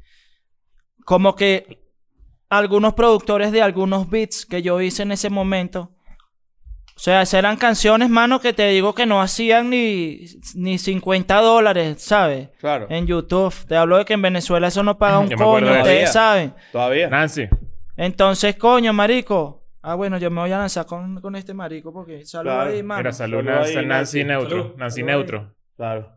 E: Como que algunos productores de algunos beats que yo hice en ese momento. O sea, esas eran canciones, mano, que te digo que no hacían ni, ni 50 dólares, ¿sabes?
C: Claro,
E: En YouTube. Te hablo de que en Venezuela eso no paga un
B: Yo me acuerdo
E: coño,
B: de
E: ustedes
C: eso.
E: saben.
C: todavía.
B: Nancy.
E: Entonces, coño, marico. Ah, bueno, yo me voy a lanzar con, con este marico porque salud
C: Claro.
E: ahí, mano.
B: Era salud,
C: Salud
B: Nancy,
C: ahí,
B: Nancy
C: Nancy.
B: Neutro.
E: Salud.
B: Nancy
E: Salud ahí.
B: Neutro.
C: Claro.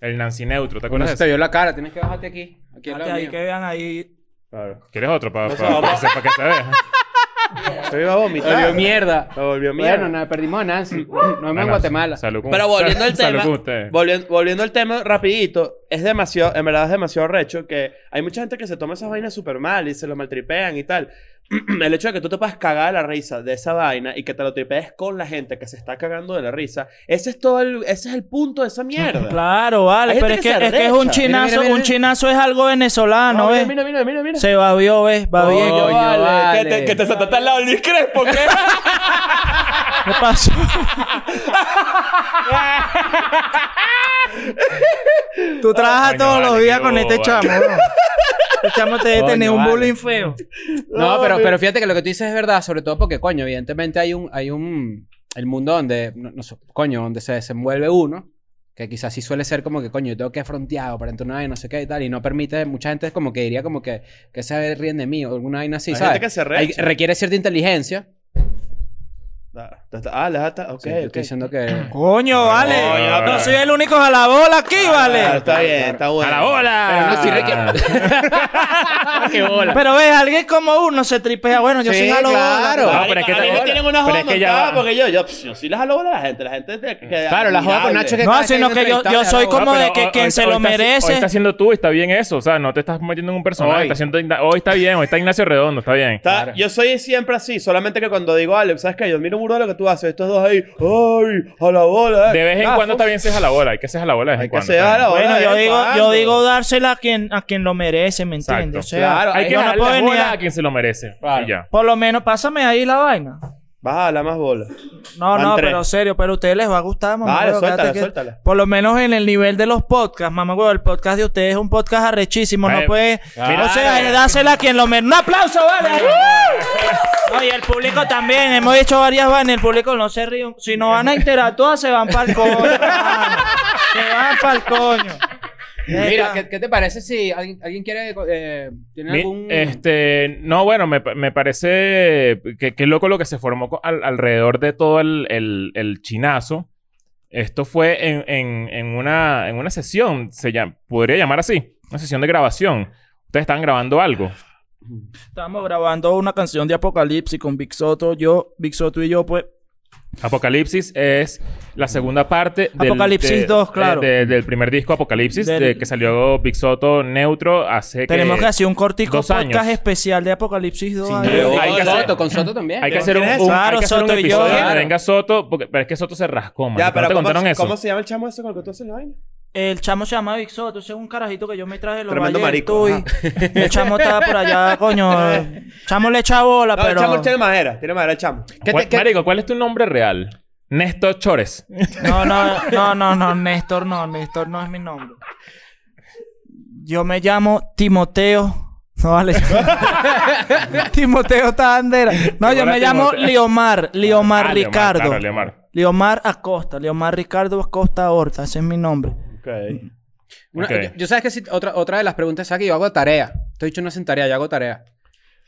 B: El Nancy Neutro, ¿te
D: No
B: acuerdas?
D: se
B: de
D: te
B: eso?
D: vio la cara. Tienes que bajarte aquí. Aquí al
E: Fíjate
D: lado
E: ahí
D: mío.
E: que vean ahí.
C: Claro.
B: ¿Quieres otro para
C: No,
B: para-
C: no.
B: para que, sepa que se vea?
C: Se iba a
D: Te
C: vomitar.
D: vio mierda.
C: Se volvió mierda.
D: Bueno, nada, perdimos a Nancy. Nos vemos en
B: Bueno,
D: Guatemala.
B: Salud con-
H: Pero volviendo al
B: salud
H: tema,
B: con ustedes.
C: Volviendo, volviendo al tema rapidito, es demasiado, en verdad es demasiado recho que hay mucha gente que se toma esas vainas súper mal y se lo maltripean y tal. El hecho de que tú te puedas cagar de la risa de esa vaina y que te lo tripees con la gente que se está cagando de la risa, ese es todo el, ese es el punto de esa mierda.
E: Claro, vale,
C: Hay
E: pero es
C: gente
E: que,
C: que
E: es
C: se
E: que es un
C: arrecha. Mira,
E: chinazo.
D: mira, mira,
E: un
D: mira.
E: chinazo es algo venezolano,
C: No, mira,
E: ¿ves?
C: mira, mira, mira, mira.
E: Se babió, ¿ves? Va bien.
D: Coño,
C: vale,
D: vale.
C: Que, te, que te sentaste al lado de Luis Crespo, ¿qué?
E: ¿Qué pasó? tú trabajas
B: Coño,
E: todos los
B: vale,
E: días
B: qué
E: con este
B: bobo,
E: chamo, ¿no? Este chamo te debe
D: Coño,
E: tener un
D: vale.
E: bullying feo.
D: No, pero, pero fíjate que lo que tú dices es verdad, sobre todo porque, coño, evidentemente hay un, hay un, el mundo donde, no, no sé, coño, donde se desenvuelve uno, que quizás sí suele ser como que, coño, yo tengo que fronteado para entrar una vaina, no sé qué y tal, y no permite, mucha gente es como que diría como que, que se ríen de mí o alguna vaina así,
C: Hay
D: ¿sabes?
C: gente que se
D: Hay-
C: arrecha.
D: requiere cierta inteligencia.
C: Ah, Ah, la jata, ok,
D: Sí, yo
C: ok.
D: estoy diciendo que...
E: Coño, vale.
B: Coño,
E: no
B: vale.
E: soy el único a la bola aquí, vale.
D: Ah,
C: Claro, está bien, está bueno.
B: ¡A la bola! Ah,
D: Pero no, sí requiere-
B: ¡Qué bola!
E: Pero ves, alguien como uno se tripea. Bueno, yo
D: Sí,
E: soy a la
D: claro.
E: bola.
B: No,
C: Marico,
B: pero es que
C: a mí
B: te-
C: me tienen una
B: pero
C: joda
B: es que ya
C: montada
B: va.
C: porque yo, yo, yo sí les jalo bola a la gente. La gente te- que-
D: Claro, la joda con Nacho que-
E: No,
D: cada
E: sino
D: quien
E: que yo,
D: entrevistable,
E: yo soy
D: ¿no?
E: como
B: No, pero
E: de que
B: hoy-
E: quien
B: hoy-
E: se
B: hoy
E: lo
B: estás-
E: merece.
B: Hoy está haciendo tú y está bien eso. O sea, no te estás metiendo en un personaje.
D: Hoy.
B: Está haciendo, Igna- hoy está bien, hoy está Ignacio Redondo, está bien.
C: Está-
D: Claro.
C: Yo soy siempre así, solamente que cuando digo, Ale, ¿sabes qué? Yo miro burro lo que tú haces, estos dos ahí, ¡ay! ¡A la bola! eh".
B: De vez en
C: Ah,
B: cuando
C: fu-
B: está bien se a la bola. Hay que se a la bola de vez
C: Hay
B: en
C: que
B: cuando.
C: se
B: está
C: a la
B: bien.
C: bola.
E: Bueno,
C: de
E: yo
C: vez en
E: digo,
C: cuando.
E: yo digo dársela a quien, a quien lo merece, ¿me entiendes?
B: Exacto.
E: O sea,
C: Claro,
B: Hay que
E: yo no
B: jalarle
E: puedo
B: la
E: ni
B: bola
E: a-
B: a quien se lo merece.
D: Claro.
B: Y ya.
E: por lo menos pásame ahí la vaina.
G: Vas a hablar más bola.
E: No,
G: Van
E: no,
G: tres.
E: pero serio, pero a ustedes les va a gustar, mamá.
G: Dale,
E: huevo, quédate
G: suéltala,
E: que-
G: suéltala.
E: Por lo menos en el nivel de los podcasts, mamá, huevo, el podcast de ustedes es un podcast arrechísimo,
B: Ay,
E: no puede.
B: claro.
E: O sea, es dársela a quien lo merece. ¡Un aplauso, vale! No, y el público también, hemos hecho varias vainas, el público no se ríe. Si no van a interactuar, se van para el coño. hermano. se van para el coño. Ah.
D: Mira, ¿qué, qué te parece si alguien, alguien quiere... eh, ¿Tiene
B: Mi-
D: algún...?
B: Este, no, bueno, me, pa- me parece que, que loco lo que se formó co- al- alrededor de todo el, el- el chinazo. Esto fue en, en- en una, en una sesión, se llama, podría llamar así, una sesión de grabación. Ustedes estaban grabando algo.
E: Estamos grabando una canción de Apocalipsis con Big Soto, yo, Big Soto y yo, pues.
B: Apocalipsis es la segunda parte del,
E: Apocalipsis 2, claro.
B: de- de- del primer disco Apocalipsis,
E: Del-
B: de- que salió Big Soto Neutro hace
E: Tenemos que hacer un cortico
B: dos años.
E: podcast especial de Apocalipsis 2.
B: Sí,
E: ahí.
B: yo-
D: Con
B: hay que hacer-
D: Soto, con Soto también.
B: Hay que hacer un,
G: ¿Quién es?
B: un- hay
E: Claro,
B: que hacer un
E: Soto y yo.
B: episodio donde
E: Claro.
B: venga Soto, porque, pero es que Soto se rascó, man.
G: Ya,
B: ¿No
G: pero
B: te
G: ¿cómo,
B: contaron eso?
G: ¿cómo se llama el chamo ese con el que tú haces la vaina?
E: El chamo se llama Big Soto, ese es un carajito que yo me traje de los
G: Tremendo
E: valles del
G: marico,
E: Tuy. El chamo estaba por allá, coño. Chamo le echa bola,
G: No, el
E: pero.
G: chamo tiene madera. Tiene madera el chamo.
D: ¿Qué
B: ¿Cuál,
D: te- qué-
B: Marico, ¿cuál es tu nombre real? Néstor Chores.
E: No, no, no, no, no, Néstor no, Néstor no es mi nombre. Yo me llamo Timoteo. No vale. Timoteo Tandera. No, yo
B: Timoteo.
E: me llamo Liomar, Liomar
B: Ah, Leomar,
E: Ricardo.
B: claro, Leomar. Ah,
E: Leomar Acosta, Leomar Ricardo Acosta Horta, ese es mi nombre.
G: Ok.
D: Una-
B: Ok.
D: yo, yo sabes que si, otra, otra de las preguntas es que yo hago tarea. Estoy dicho no hacen tarea, yo hago tarea.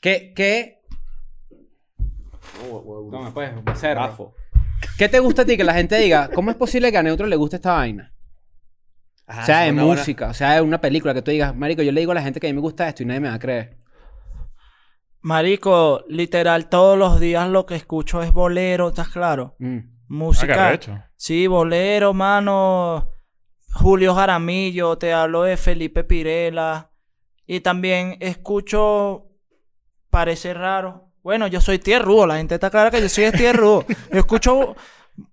D: ¿Qué, qué? Toma, pues, becerro. ¿Qué te gusta a ti que la gente diga? ¿Cómo es posible que a Neutro le guste esta vaina?
G: Ah,
D: sea de
G: una buena-
D: música, sea de una película que tú digas, marico, yo le digo a la gente que a mí me gusta esto y nadie me va a creer.
E: Marico, literal, todos los días lo que escucho es bolero, ¿estás claro?
D: Mm.
B: Ah, qué
E: Música.
B: arrecho.
E: Sí, bolero, mano. Julio Jaramillo, te hablo de Felipe Pirela. Y también escucho. Parece raro. Bueno, yo soy tierrudo, la gente está clara que yo soy tierrudo. Yo escucho.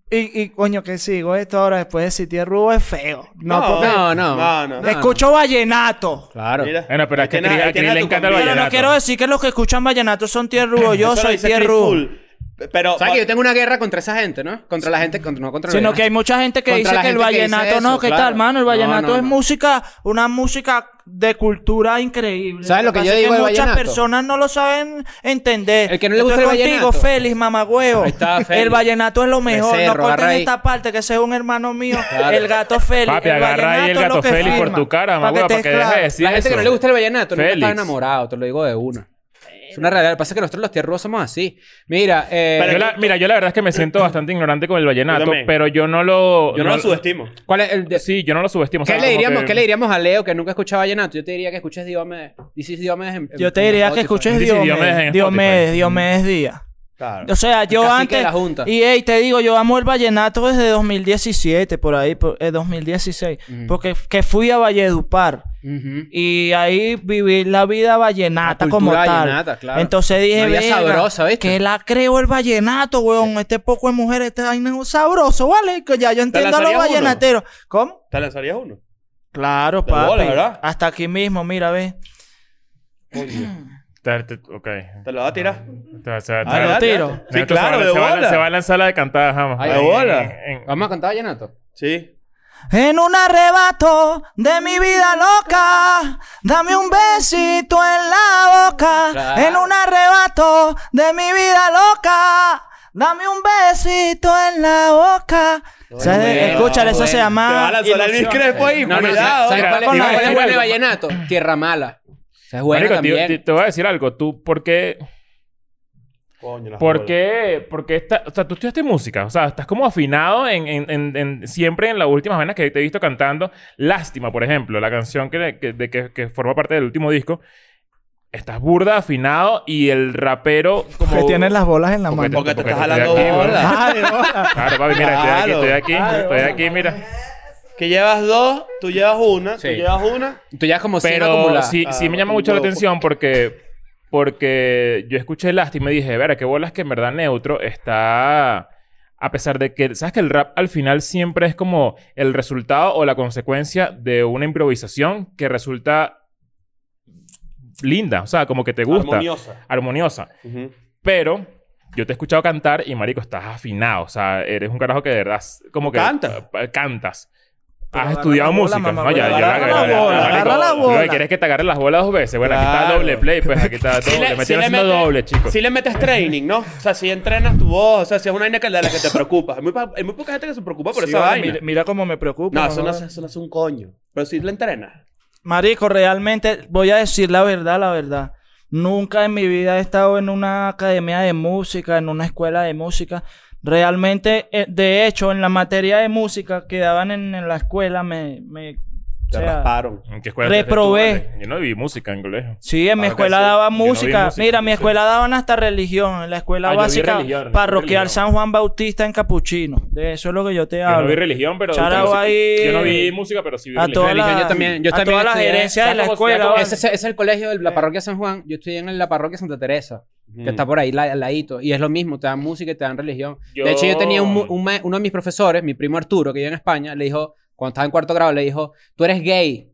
E: Y, y, coño, que sigo esto ahora después de si tierrudo es feo. No, porque-
D: no, no.
G: No, no.
D: No,
E: escucho vallenato.
D: Claro.
G: Mira.
B: Bueno, pero
G: Ahí
B: es que a
G: tienes-
B: Cris-
G: ahí
B: a Cris
G: tienes a
B: le
G: tu
B: encanta el
G: combi.
E: Pero no
B: vallenato.
E: quiero decir que los que escuchan vallenato son tierrudos. Yo
G: Eso lo
E: soy
G: dice Chris
E: tierrudo.
G: Full. Pero.
D: ¿Sabes
G: va-
D: que yo tengo una guerra contra esa gente, no? Contra la gente, contra, no contra la
E: Sino
D: gente.
E: que hay mucha gente que
D: Contra
E: dice
D: la
E: que el
D: gente que dice
E: vallenato
D: eso,
E: no, que
D: claro.
E: tal, hermano. El
D: No,
E: vallenato
D: no,
E: es
D: no.
E: música, una música de cultura increíble.
D: ¿Sabes lo que
E: pasa
D: yo
E: es
D: digo del
E: Muchas
D: vallenato?
E: personas no lo saben entender.
D: El que no le
E: Yo
D: gusta
E: estoy
D: el
E: contigo,
D: vallenato.
E: Félix, mamagüeo.
D: Ahí está, Félix.
E: El vallenato es lo mejor.
D: Becerro,
E: no corten
D: agarra ahí.
E: esta parte, que ese es un hermano mío. El gato Félix.
B: Papi,
E: el
B: agarra ahí el
E: vallenato es lo
B: gato
E: que
B: Félix por
E: firma.
B: tu cara,
E: Pa'
B: mamá, para
E: estés
B: que dejes de
E: claro.
B: decir
D: La gente que
B: eso.
D: no le gusta el vallenato nunca está
B: Félix.
D: enamorado, te lo digo de una. Es una realidad. Pasa que nosotros los tierrudos somos así. Mira, eh,
B: Yo la- mira, yo la verdad es que me siento bastante ignorante con el vallenato,
G: Yo también.
B: pero yo no lo...
G: Yo no lo subestimo.
D: ¿cuál es el de-
B: Sí, yo no lo subestimo. o sea,
D: ¿Qué le
B: como
D: diríamos,
B: que-
D: qué le diríamos a Leo que nunca escuchaba vallenato? Yo te diría que escuches Diomedes. Dices Diomedes en- en-
E: Yo te
D: en
E: diría que
D: Spotify.
E: escuches
B: Dice Diomedes en
E: Diomedes.
B: Spotify.
E: Diomedes, Diomedes Díaz.
G: Claro.
E: O sea, yo
D: cacique
E: antes.
D: de la Junta.
E: Y hey, te digo, yo amo el vallenato desde 2017, por ahí, por, eh, 2016.
D: Ujú.
E: Porque f- que fui a Valledupar.
D: Ujú.
E: Y ahí viví la vida vallenata
D: La
E: como
D: cultura
E: tal.
D: vallenata, claro.
E: Entonces dije,
D: Una vida
E: "Verga,
D: sabrosa, ¿viste?"
E: que la creo el vallenato, weón. Este poco de mujeres, este vaina es un sabroso, ¿vale? Que ya yo entiendo a los
G: lanzarías uno?
E: vallenateros. ¿Cómo?
G: ¿Te lanzarías uno?
E: Claro,
G: De
E: papi.
G: bola, ¿verdad?
E: Hasta aquí mismo, mira, ve.
B: Te- te- Ok.
G: Te lo vas a tirar.
B: Te va- se va-
G: Ah,
B: te va-
E: lo
G: dale,
E: tiro.
G: dale.
B: Neto
G: Sí,
B: se va a-
G: claro, de
B: se va a-
G: bola.
B: Se va a lanzar la de cantada, jamás.
D: Ay, de
B: En-
G: bola.
B: en- en-
D: Vamos a cantar vallenato.
G: Sí.
E: En un arrebato de mi vida loca, dame un besito en la boca.
D: Claro.
E: En un arrebato de mi vida loca, dame un besito en la boca. O sea,
D: bueno,
E: escúchale, eso
D: bueno.
G: Te
E: se
G: va
E: llama.
G: a lanzar el Elvis Crespo
B: Pues,
G: ahí.
D: No, no,
G: cuidado.
D: ¿sabes cuál es,
E: con la-
D: cuál es
E: con
D: bueno
E: la-
D: de vallenato? Tierra Mala. O sea, es buena
B: Marico, te-
D: también.
B: te, te voy a decir algo. Tú, ¿por qué,
G: Coño, las
B: por
G: bolas.
B: qué, por qué esta- o sea, tú estudiaste música? O sea, estás como afinado en, en- en- en- siempre en las últimas venas que te he visto cantando. Lástima, por ejemplo, la canción que, le- que- de, que, que forma parte del último disco. Estás burda, afinado y el rapero como...
E: Que tienes las bolas en la
B: Porque te-
E: mano.
G: Porque te
B: porque
G: estás
B: estoy
G: jalando
B: aquí, bro.
G: bola.
E: Ah, de bola.
B: Claro, papi, mira,
G: Claro.
B: estoy aquí, estoy aquí, estoy aquí, mira.
G: Que llevas dos, tú llevas una,
D: Sí.
G: tú llevas una.
D: Tú ya como cien
B: Pero
D: acumuladas.
B: sí,
G: Ah,
B: sí me llama
G: un
B: mucho la
G: huevo.
B: atención porque, porque yo escuché Lástima y dije, verá, qué bolas que en verdad Neutro está... A pesar de que, ¿sabes que el rap al final siempre es como el resultado o la consecuencia de una improvisación que resulta linda? O sea, como que te gusta.
G: Armoniosa.
B: Armoniosa.
G: Ujú.
B: Pero yo te he escuchado cantar y, marico, estás afinado. O sea, eres un carajo que de verdad, como que...
C: Canta.
B: eh, Cantas.
E: Pero
B: Has
E: agarra
B: estudiado
E: la bola,
B: música.
E: mamá,
B: no, ya,
E: huevo,
B: ya
E: agarra
B: la-
E: la
B: ya- ya-
E: bola, agarra
B: marico,
E: la
B: lo que
E: bola.
B: ¿Quieres que te agarre las bolas dos veces? Bueno, aquí está
C: Claro.
B: doble play, pues aquí está doble. me
C: si
B: estoy haciendo
C: metes-
B: doble, chicos.
C: Si le metes training, ¿no? O sea, si entrenas tu voz, o sea, si es una vaina que- de la que te preocupas. Hay muy, pa- hay muy poca gente que se preocupa por
E: Sí,
C: esa
E: vale,
C: vaina.
E: Mira, mira cómo me preocupa.
C: no, eso no,
E: jodas.
C: hace- eso no es un coño. Pero si le entrenas.
E: Marico, realmente voy a decir la verdad, la verdad. Nunca en mi vida he estado en una academia de música, en una escuela de música. Realmente, eh, de hecho, en la materia de música que daban en, en la escuela, me... me
C: Te
E: o sea,
C: rasparon.
B: ¿En qué escuela te metes tú,
E: Reprobé.
B: vale? Yo no vi música en colegio.
E: Sí, en mi
B: Ah,
E: escuela
B: casi.
E: daba
B: Yo no vi
E: música.
B: música,
E: Mira, mi
B: sí.
E: escuela daban hasta religión. En la escuela
B: Ah, yo vi
E: básica
B: religión, yo vi
E: parroquial
B: religión.
E: San Juan Bautista en Capuchino. De eso es lo que yo te
B: Yo no
E: hablo.
B: vi religión, pero...
E: Chara,
B: pero sí-
E: ahí.
B: Yo no vi música, pero sí vi
E: a
B: religión.
E: toda la,
D: Yo también- yo
E: a
D: también
E: todas las
D: estudié-
E: gerencias de la
B: ¿sabes cómo-
E: escuela.
B: sabes cómo-
E: vale.
D: Ese es, ese es el colegio de
B: Eh.
D: la parroquia San Juan. Yo estoy en la parroquia Santa Teresa,
C: Mm.
D: que está por ahí la- al ladito. Y es lo mismo, te dan música y te dan religión.
B: Yo-
D: De hecho, yo tenía un mu- un ma- uno de mis profesores, mi primo Arturo, que vive en España, le dijo, cuando estaba en cuarto grado, le dijo, tú eres gay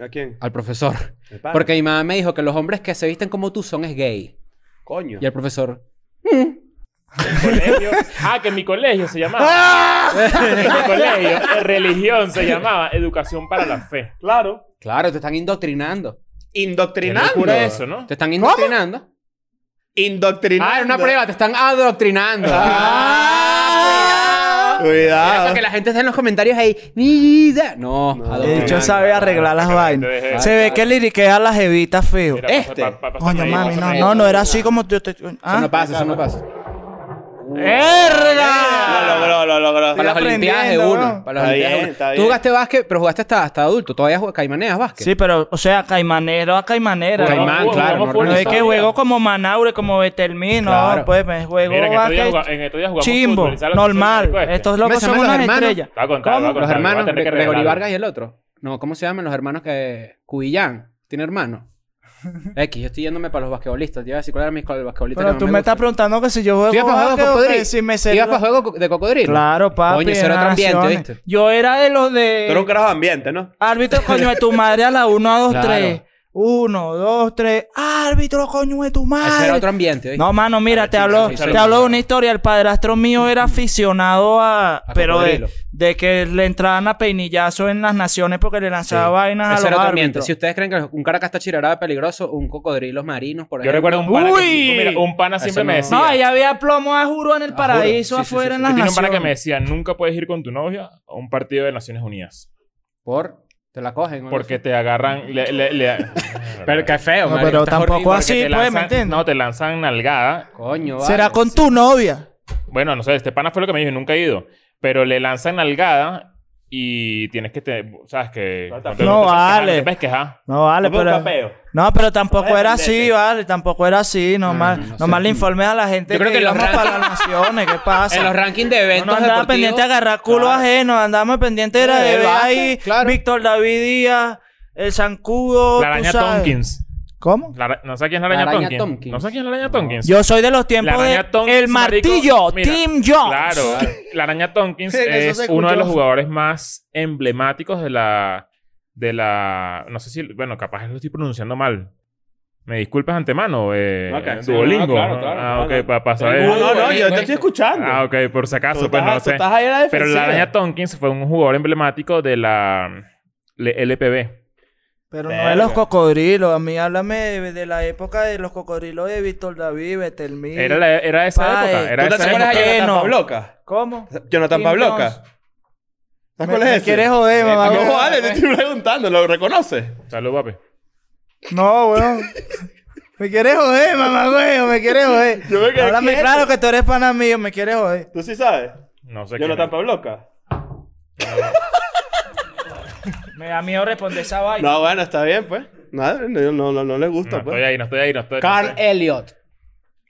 C: ¿A quién?
D: al profesor.
C: El padre.
D: Porque mi mamá me dijo que los hombres que se visten como tú son es gay.
C: Coño.
D: Y el profesor,
B: colegio. Ah, que mi colegio se llamaba. En mi colegio, eh, religión se llamaba Educación para la Fe.
C: Claro.
D: claro, te están indoctrinando.
B: Qué
C: Indoctrinando.
B: locura eso, ¿no?
D: Te están indoctrinando.
C: Indoctrinando.
D: Ah, era una prueba, te están adoctrinando.
C: Ah,
D: Era
C: Cuidado.
D: para que la gente esté en los comentarios ahí. "Mira". No,
C: No.
E: El
D: adoctrinando.
E: bicho sabe arreglar las vainas.
B: deje.
E: Se ve que liriquea a las evitas feo.
B: Mira, pasa-
C: Este.
B: pa- pa- pásame
E: Coño,
B: ahí,
E: mami,
B: pásame
E: no,
B: ahí.
E: no, no era así como yo te.
D: Eso no
E: Ah,
D: pasa, eso no pasa.
C: Lo
E: ¡Verga!
C: logró, lo logró.
D: Para las
E: Estoy
D: Olimpiadas de
E: aprendiendo,
D: uno.
E: bro.
D: Para las
C: Está
D: Olimpiadas de
C: bien,
D: uno.
C: está
D: Tú
C: bien.
D: jugaste básquet, pero jugaste hasta, hasta adulto. Todavía juegas caimaneas básquet.
E: Sí, pero, o sea, caimanero a caimanera.
B: Jugamos
D: Caimán,
B: fútbol,
D: claro,
B: jugamos
D: no-
B: fútbol
E: No es que
B: y
E: juego
B: sabía.
E: como Manaure, como Betelmino,
D: Claro.
E: pues me juego
B: Mira, en estos días
E: básquet
B: jugamos- en estos días jugamos
E: chimbo,
B: fútbol, ¿y sabes lo que hizo el
E: normal.
B: marico este?
E: Estos
D: ¿Cómo
E: locos
D: se llaman
E: son
D: los
E: unas
D: hermanos?
E: estrellas.
B: Te voy a contar, te voy a
D: Los
B: contar, voy a
D: hermanos,
B: tener que
D: Gre- Gregory
B: revelarlo.
D: Vargas y el otro. No, ¿cómo se llaman los hermanos que. Cubillán. ¿Tiene hermano? X, yo estoy yéndome para los basquetbolistas. Te iba a decir cuál era mi escuela de basquetbolista.
E: Pero
D: que
E: tú
D: más
E: me estás
D: gusta.
E: preguntando que si yo
D: ¿Tú ibas
E: juego
D: para juegos de
E: básquet o que
D: cocodrilo?
E: si me
D: ¿Tú
E: sé
D: ibas
E: lo-
D: para juegos de cocodrilo?
E: Claro, papi.
D: Coño, ese era otro ambiente,
E: naciones.
D: ¿viste?
E: Yo era de los de...
C: Tú eres un carajo de ambiente, ¿no?
E: Árbitro, coño de tu madre a la 1, 2,
D: Claro.
E: 3. 1, 2, 3. Árbitro, coño de tu madre.
D: Ese era otro ambiente. ¿oíste?
E: No, mano, mira, te hablo,
D: sí, sí,
E: te
D: sí.
E: hablo de una historia. El padrastro mío era aficionado a. pero de,
D: cocodrilo.
E: de que le entraban a peinillazos en las naciones porque le lanzaba vainas
D: Ese
E: a
D: era
E: los
D: otro ambiente.
E: árbitros.
D: Si ustedes creen que un caracas está chirarada peligroso, un cocodrilo marinos, por
B: Yo
D: ejemplo.
B: recuerdo un pana
E: ¡Uy!
B: que, mira, un pana siempre
D: Eso
B: me
D: no.
B: decía...
E: No, ahí había plomo a juro en el paraíso
D: Ah, juro. Sí, sí, sí,
E: afuera
B: yo
E: en las
B: tenía un pana
E: naciones.
B: que me decía, nunca puedes ir con tu novia a un partido de Naciones Unidas.
D: Por. Te la cogen. ¿no?
B: Porque te agarran... le- le- le-
D: Pero qué feo,
E: No,
D: marico,
E: pero
D: estás
E: tampoco
D: horrible.
E: así,
B: te
E: pues,
B: lanzan-
E: ¿me entiendes?
B: No, te lanzan nalgada
D: Coño, vale.
E: Será con tu novia.
B: Bueno, no sé, este pana fue lo que me dijo, nunca he ido. Pero le lanzan nalgada y tienes que te, sabes que
C: No,
B: te-
E: no
B: te-
E: vale.
B: Te puedes quejar.
E: No, vale,
C: Vamos a un
E: pero.
C: papeo.
E: No, pero tampoco
C: Vamos a
E: era
C: defenderte.
E: así, vale. Tampoco era así. Nomás, nomás le informé a la gente
D: Yo creo
E: que,
D: que los
E: íbamos para
D: rankings-
E: las naciones. ¿Qué pasa?
D: En los rankings de
E: No,
D: eventos
E: no andaba
D: deportivos,
E: pendiente de agarrar culo ajeno, andábamos pendiente de la
D: Claro, de
E: bebé
D: básquet,
E: ahí,
D: claro.
E: Víctor David Díaz, el Zancudo,
B: La araña
E: tú sabes.
B: Tompkins.
E: ¿Cómo?
B: La ara- no sé quién es la araña,
D: La araña
B: Tompkins.
D: Tompkins.
B: No sé quién es la araña Tompkins.
E: Yo soy de los tiempos
B: La
E: de
B: araña Tompkins,
E: El
B: marico,
E: Martillo,
B: mira,
E: Tim Jones.
B: Claro. La araña Tompkins
F: Eso se
B: es uno de
F: escuchó.
B: los jugadores más emblemáticos de la... De la... No sé si... Bueno, capaz lo estoy pronunciando mal. Me disculpas antemano. Eh,
C: No, que-
B: eh, Duolingo.
C: no, claro, claro,
B: ah,
C: claro.
B: ok. Para saber.
C: No, no, no, yo te estoy escuchando.
B: Ah, ok. Por si acaso.
C: Tú
B: Pues
C: estás-
B: no
C: tú
B: sé.
C: estás ahí a la
B: Pero la
C: defensiva.
B: araña Tompkins fue un jugador emblemático de la le- LPB.
E: Pero no
C: Verga.
E: de los cocodrilos. A mí háblame de, de la época de los cocodrilos de Víctor David, Betelmí.
B: Era, la- era esa
E: Ay,
B: época. Era
C: ¿Tú te
B: esa
C: acuerdas
B: época.
C: de Jonathan
E: Bueno.
C: Pabloca?
E: ¿Cómo?
C: Jonathan
E: Tim
C: Pabloca.
E: Jones.
C: ¿Sabes
E: Me-
C: cuál es
E: me
C: ese? Eh,
E: quieres joder, mamá.
C: No,
E: huevón.
C: vale, te estoy preguntando, ¿lo reconoces?
B: Salud, papi.
E: No, weón. Me quieres joder, mamá, weón. Me quieres joder.
C: Yo me quedé
E: Háblame
C: quieto.
E: claro que tú eres pana mío. Me quieres joder.
C: ¿Tú sí sabes?
B: No sé
C: Jonathan
B: quién
C: Pabloca.
E: Me da miedo responder esa vaina.
C: No, bueno, está bien, pues. Nada, no, no, no, no le
B: es.
C: gusta,
B: No estoy
C: pues.
B: ahí, no estoy ahí, no estoy
D: Carl eh,
B: no sé.
D: Elliot.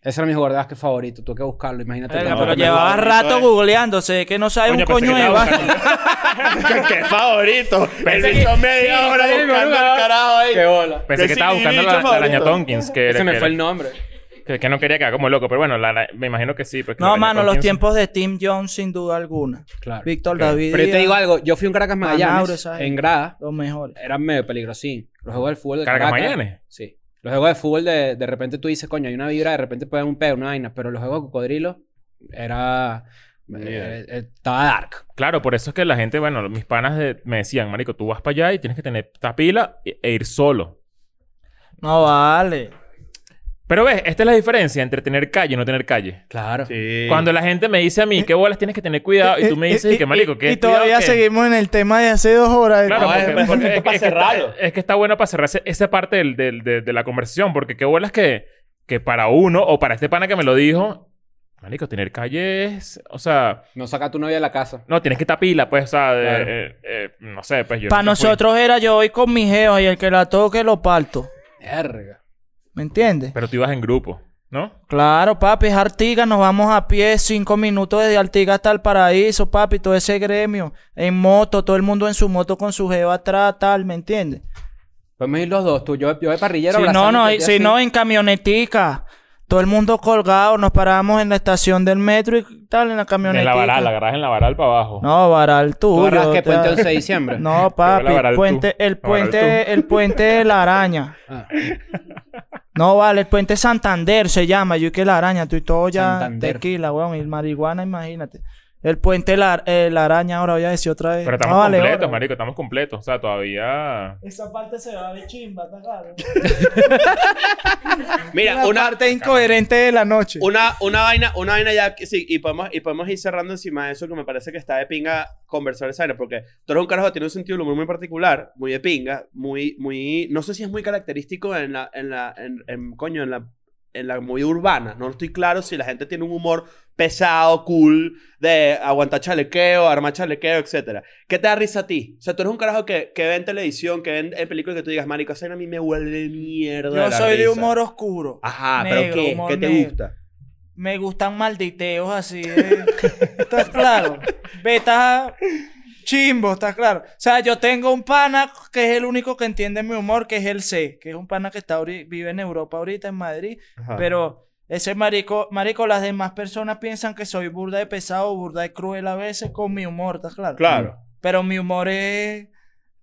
D: Ese era mi jugador de básquet favorito. Tuve que buscarlo, imagínate.
E: Verga,
D: No,
E: pero
D: no, no.
E: llevaba
C: bonito,
E: rato
C: eh.
E: googleándose que no sabe
B: Coño,
E: un
B: pensé
E: coño
B: que
E: de
B: estaba
E: básquet.
C: ¡Qué favorito!
B: Pensé
C: Ese
B: que-
C: hizo media hora
D: sí,
C: buscando al
D: boludo.
C: carajo ahí.
D: Qué bola.
B: Pensé que
C: Ese
B: estaba buscando la,
C: bicho
B: la araña
C: favorito.
B: Tompkins. Que, era-
D: Ese me
B: que
D: fue el
B: era-
D: nombre.
B: que, que no quería quedar como loco. Pero bueno, la ara- me imagino que sí. pues, que la
E: No,
B: araña
E: mano, los
B: Tompkins-
E: tiempos de Tim Jones, sin duda alguna.
D: Claro.
E: Víctor David. Ah,
D: Pero yo te
E: Díaz,
D: digo algo. Yo fui un Caracas
E: Manaure,
D: Magallanes
E: ¿sabes?
D: en grada.
E: Los mejores.
D: Eran medio peligrosín. Los juegos del fútbol de
B: Caracas
D: Caracas.
B: Magallanes.
D: Sí. Los juegos de fútbol, de, de repente tú dices, coño, hay una vibra, de repente pueden un pedo, una vaina. Pero los juegos de cocodrilo era. eh, eh, estaba dark.
B: Claro, por eso es que la gente, bueno, mis panas de- me decían, marico, tú vas para allá y tienes que tener esta pila e, e ir solo.
E: No vale.
B: Pero ves, esta es la diferencia entre tener calle y no tener calle.
D: Claro.
G: Sí.
B: Cuando la gente me dice a mí, ¿qué bolas tienes que tener cuidado? Y tú me dices,
F: Eh,
B: y que
F: eh,
B: marico,
F: y-
B: ¿qué
F: Y todavía
B: cuidado, qué?
F: seguimos en el tema de hace dos horas.
B: Claro,
G: No,
B: porque-
G: es- es
B: porque
G: perfecto
B: es que-
G: para
B: es que está-
G: cerrarlo.
B: es que está bueno para cerrar ese- esa parte del- del- de, de la conversación, porque qué bolas que, que para uno o para este pana que me lo dijo, marico, tener calle es, o sea,
D: No saca tu novia de la casa.
B: no, tienes que estar pila, pues, o sea, de-
D: Claro.
B: eh, eh, no sé, pues yo.
E: Para
B: nunca fui.
E: nosotros era yo voy con mi geo y el que la toque lo parto.
D: Verga.
E: ¿Me entiendes?
B: Pero tú ibas en grupo, ¿no?
E: Claro, papi, es Artigas, nos vamos a pie cinco minutos desde Artigas hasta el paraíso, papi, todo ese gremio, en moto, todo el mundo en su moto con su geo atrás, tal, ¿me entiendes?
D: Podemos ir Pues los dos. Tú, yo, yo de parrillero.
E: Si no,
D: abrazándote
E: no,
D: a ti
E: si
D: así.
E: no, en camionetica, todo el mundo colgado, nos parábamos en la estación del metro y tal, en la
B: En la
E: camionetica.
B: varal, la agarras en la varal para abajo.
E: No, varal
D: ¿Tú
E: tuyo.
D: agarras que
E: te-
D: puente 11 de diciembre?
E: No,
B: Pero
E: papi,
B: la varal
E: el
B: tú.
E: puente,
B: La
E: el
B: varal tú.
E: puente, el puente de la araña.
D: Ah.
E: No, vale, el puente Santander se llama. Yo que la araña, tú y todo ya
D: Santander.
E: tequila, weón. Y marihuana, imagínate. El puente la, eh, la araña, ahora voy a decir otra vez.
B: Pero estamos
E: No, vale,
B: completos,
E: ahora.
B: marico, estamos completos. O sea, todavía.
F: Esa parte se va de chimba, está claro.
G: Mira,
F: Una
G: una,
F: parte incoherente de la noche.
G: Una, una vaina, una vaina ya, que sí, y podemos, y podemos ir cerrando encima de eso que me parece que está de pinga conversar esa vaina, porque tú eres un carajo que tiene un sentido del humor muy particular, muy de pinga, muy, muy, no sé si es muy característico en la, en la, en, en- coño, en la, en la muy urbana, no estoy claro si la gente tiene un humor pesado, cool, de aguantar chalequeo, armar chalequeo, etcétera. ¿Qué te da risa a ti? O sea, tú eres un carajo que, que ve en televisión, que ve en, en películas que tú digas, marico, esa vaina a mí me huele mierda
E: Yo
G: la
E: soy de
G: risa".
E: humor oscuro.
C: Ah.
G: Ajá, pero
E: negro,
G: ¿qué?
E: humor
G: ¿Qué te
E: negro.
G: gusta?
E: Me gustan malditeos así. de- ¿Estás claro? Beta chimbo, ¿estás claro? O sea, yo tengo un pana que es el único que entiende mi humor, que es el C, que es un pana que está ahori- vive en Europa ahorita, en Madrid.
C: Ah.
G: Ajá.
E: Pero ese marico, marico, las demás personas piensan que soy burda de pesado, burda de cruel a veces con mi humor, ¿estás claro?
G: Claro.
E: Pero mi humor es.